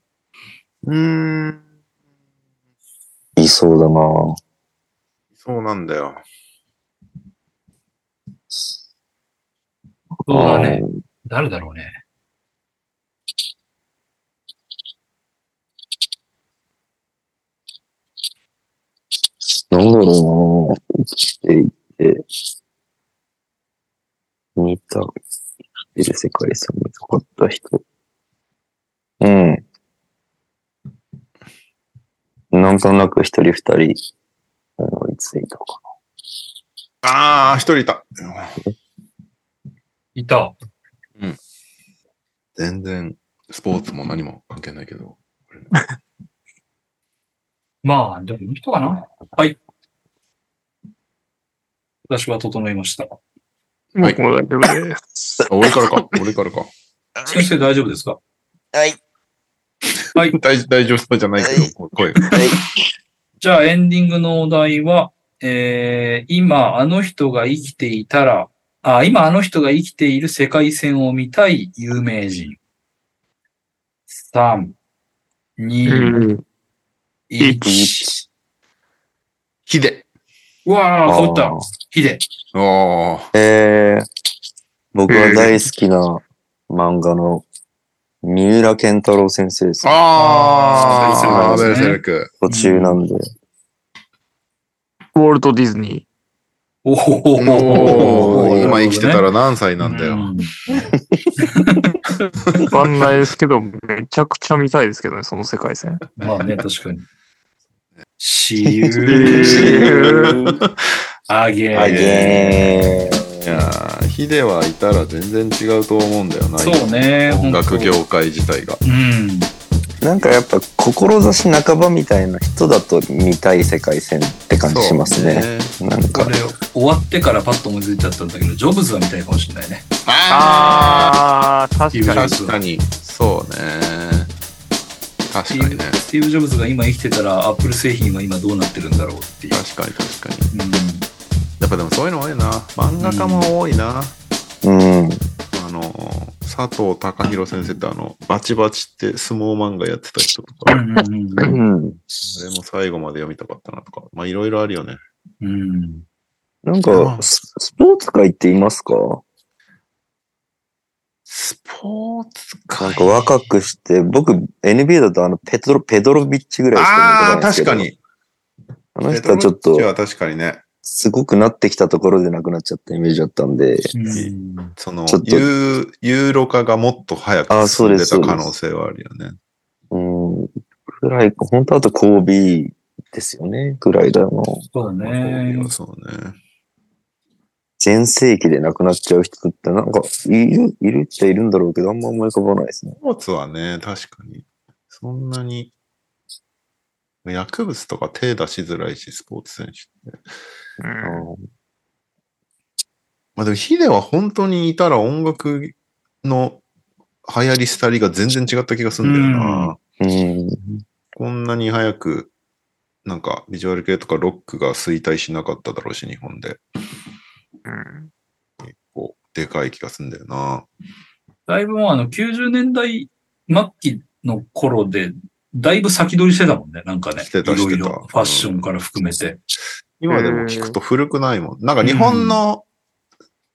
Speaker 1: ーん。
Speaker 4: いそうだな
Speaker 1: そうなんだよ。
Speaker 2: そうだね。誰だろうね。
Speaker 4: なんだろうなぁ。生きていて、見た、生きてる世界線見たかった人。うん。なんとなく一人二人思いついたか
Speaker 1: ああ、一人いた。
Speaker 2: いた。
Speaker 1: 全然、スポーツも何も関係ないけど。
Speaker 2: まあ、でもいい人かなはい。私は整いました。
Speaker 1: はい
Speaker 3: 僕も大丈夫です。
Speaker 1: あ俺からか。俺からか。
Speaker 2: 先生大丈夫ですか
Speaker 5: はい。
Speaker 1: 大大丈夫そうじゃないけど、声が。
Speaker 2: じゃあエンディングのお題は、えー、今あの人が生きていたら、あ、今あの人が生きている世界線を見たい有名人。3、2、
Speaker 3: うん。
Speaker 2: 1。
Speaker 1: ヒデ。
Speaker 2: うわ
Speaker 4: な。
Speaker 2: ー、かぶった
Speaker 4: あー。
Speaker 2: ヒデ。
Speaker 1: ああ。
Speaker 4: えー、僕は大好きな漫画の三浦健太郎先生です。
Speaker 1: あ
Speaker 2: あー
Speaker 1: あ、ベ
Speaker 2: ベ
Speaker 1: ル
Speaker 2: ル
Speaker 1: セ
Speaker 2: セ
Speaker 1: ル
Speaker 2: ル
Speaker 1: ク。
Speaker 4: 途中なんで。
Speaker 3: ウォルト・ディズニ
Speaker 2: お
Speaker 1: おー
Speaker 2: お
Speaker 1: 今生きてたら何歳なんだ
Speaker 2: う
Speaker 1: よ。
Speaker 3: ー。わかんないですけど、めちゃくちゃ見たいですけどね、その世界線。
Speaker 2: まあ ね、確かに。See you
Speaker 3: え
Speaker 2: again.
Speaker 4: あげ
Speaker 1: いやーヒデはいたら全然違うと思うんだよな。
Speaker 2: そうね。
Speaker 1: 音楽
Speaker 2: 本
Speaker 1: 業界自体が。
Speaker 2: 当うん。
Speaker 4: ー。なんかやっぱ、志半ばみたいな人だと見たい世界線って感じしますね。なん
Speaker 2: こ
Speaker 4: か
Speaker 2: れ、終わってからパッと思いついちゃったんだけど、ジョブズは見たいかもしれないね。
Speaker 1: あ
Speaker 3: あー、
Speaker 1: あ
Speaker 3: 確かに。
Speaker 1: 確かに。そうね。
Speaker 2: ステ
Speaker 1: 確
Speaker 2: ィ
Speaker 1: か
Speaker 2: ー
Speaker 1: に
Speaker 2: ブ
Speaker 1: ね。
Speaker 2: スティーブ・ジョブズが今生きてたら、アップル製品は今どうなってるんだろうっていう。
Speaker 1: 確かに確かに。
Speaker 2: うん
Speaker 1: やっぱでもそういうの多いな。漫画家も多いな。
Speaker 4: うん。
Speaker 1: あの、佐藤隆弘先生ってあの、バチバチって相撲漫画やってた人と
Speaker 2: う
Speaker 1: か、
Speaker 2: んうん
Speaker 4: うん。
Speaker 1: あれも最後まで読みたかったなとか、まあいろいろあるよね。
Speaker 2: うんうん
Speaker 4: なんかス、スポーツ界っていますか
Speaker 1: スポーツ
Speaker 4: なんか若くして、僕、NBA だとあの、ペドロ、ペドロビッチぐらいしか
Speaker 1: あ
Speaker 4: 見
Speaker 1: あ、
Speaker 4: たことないんです
Speaker 1: 確
Speaker 4: けど
Speaker 1: か。に。
Speaker 4: あの人はちょっ
Speaker 1: ペトロビッチ
Speaker 4: と、
Speaker 1: は確かにね。
Speaker 4: すごくなってきたところでなくなっちゃったイメージだったんで、
Speaker 1: その
Speaker 4: ちょっ、と
Speaker 1: ユーユーロ化がもっと早
Speaker 4: あー
Speaker 1: く
Speaker 4: そ
Speaker 1: 進ん
Speaker 4: うで
Speaker 1: ですた可能性はあるよね。
Speaker 4: うん、ぐらい、本当あとコービーですよね、ぐらいだな。
Speaker 2: そうだ
Speaker 1: ま
Speaker 2: ね
Speaker 1: あ。そうね。
Speaker 4: 全盛期で亡くなっちゃう人って、なんか、いる、いるっちゃいるんだろうけど、あんま思い浮かばないですね。
Speaker 1: スポーツはね、確かに。そんなに。薬物とか手出しづらいし、スポーツ選手って。
Speaker 3: うん
Speaker 1: まあでもヒデは本当にいたら音楽の流行り廃りが全然違った気がするんだよな。
Speaker 2: う
Speaker 4: うん。
Speaker 1: こんなに早く、なんかビジュアル系とかロックが衰退しなかっただろうし、日本で。
Speaker 3: うん
Speaker 1: こう、でかい気がするんだよな。
Speaker 2: だいぶもうあの90年代末期の頃で、だいぶ先取りしてたもんね。なんかね。
Speaker 1: してた
Speaker 2: いろい
Speaker 1: してた
Speaker 2: ろ。ファッションから含めて。
Speaker 1: 今でも聞くと古くないもん。なんか日本の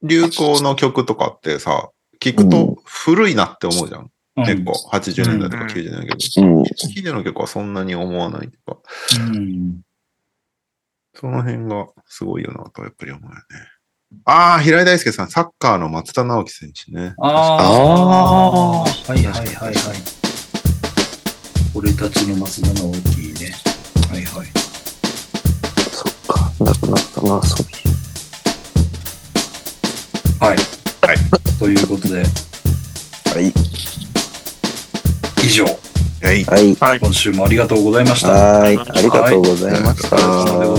Speaker 1: 流行の曲とかってさ、聞くと古いなって思うじゃん。
Speaker 2: うん
Speaker 1: 結構、80年代とか
Speaker 3: うん
Speaker 1: 90年代だけど、
Speaker 4: うん。
Speaker 1: ヒデの曲はそんなに思わないとか、
Speaker 2: うん。
Speaker 1: その辺がすごいよなとやっぱり思うよね。ああ、平井大輔さん、サッカーの松田直樹選手ね。
Speaker 2: ああー。はいはいはいはい。俺たちの松田の大きいね。はいはい。
Speaker 4: そっか、亡くなったな、そうい
Speaker 2: はい。
Speaker 1: はい
Speaker 2: ということで、
Speaker 4: はい。
Speaker 2: 以上、
Speaker 1: はい。
Speaker 4: はい。
Speaker 3: はい。
Speaker 2: 今週もありがとうございました。
Speaker 4: はい。ありがとうございました。
Speaker 1: はい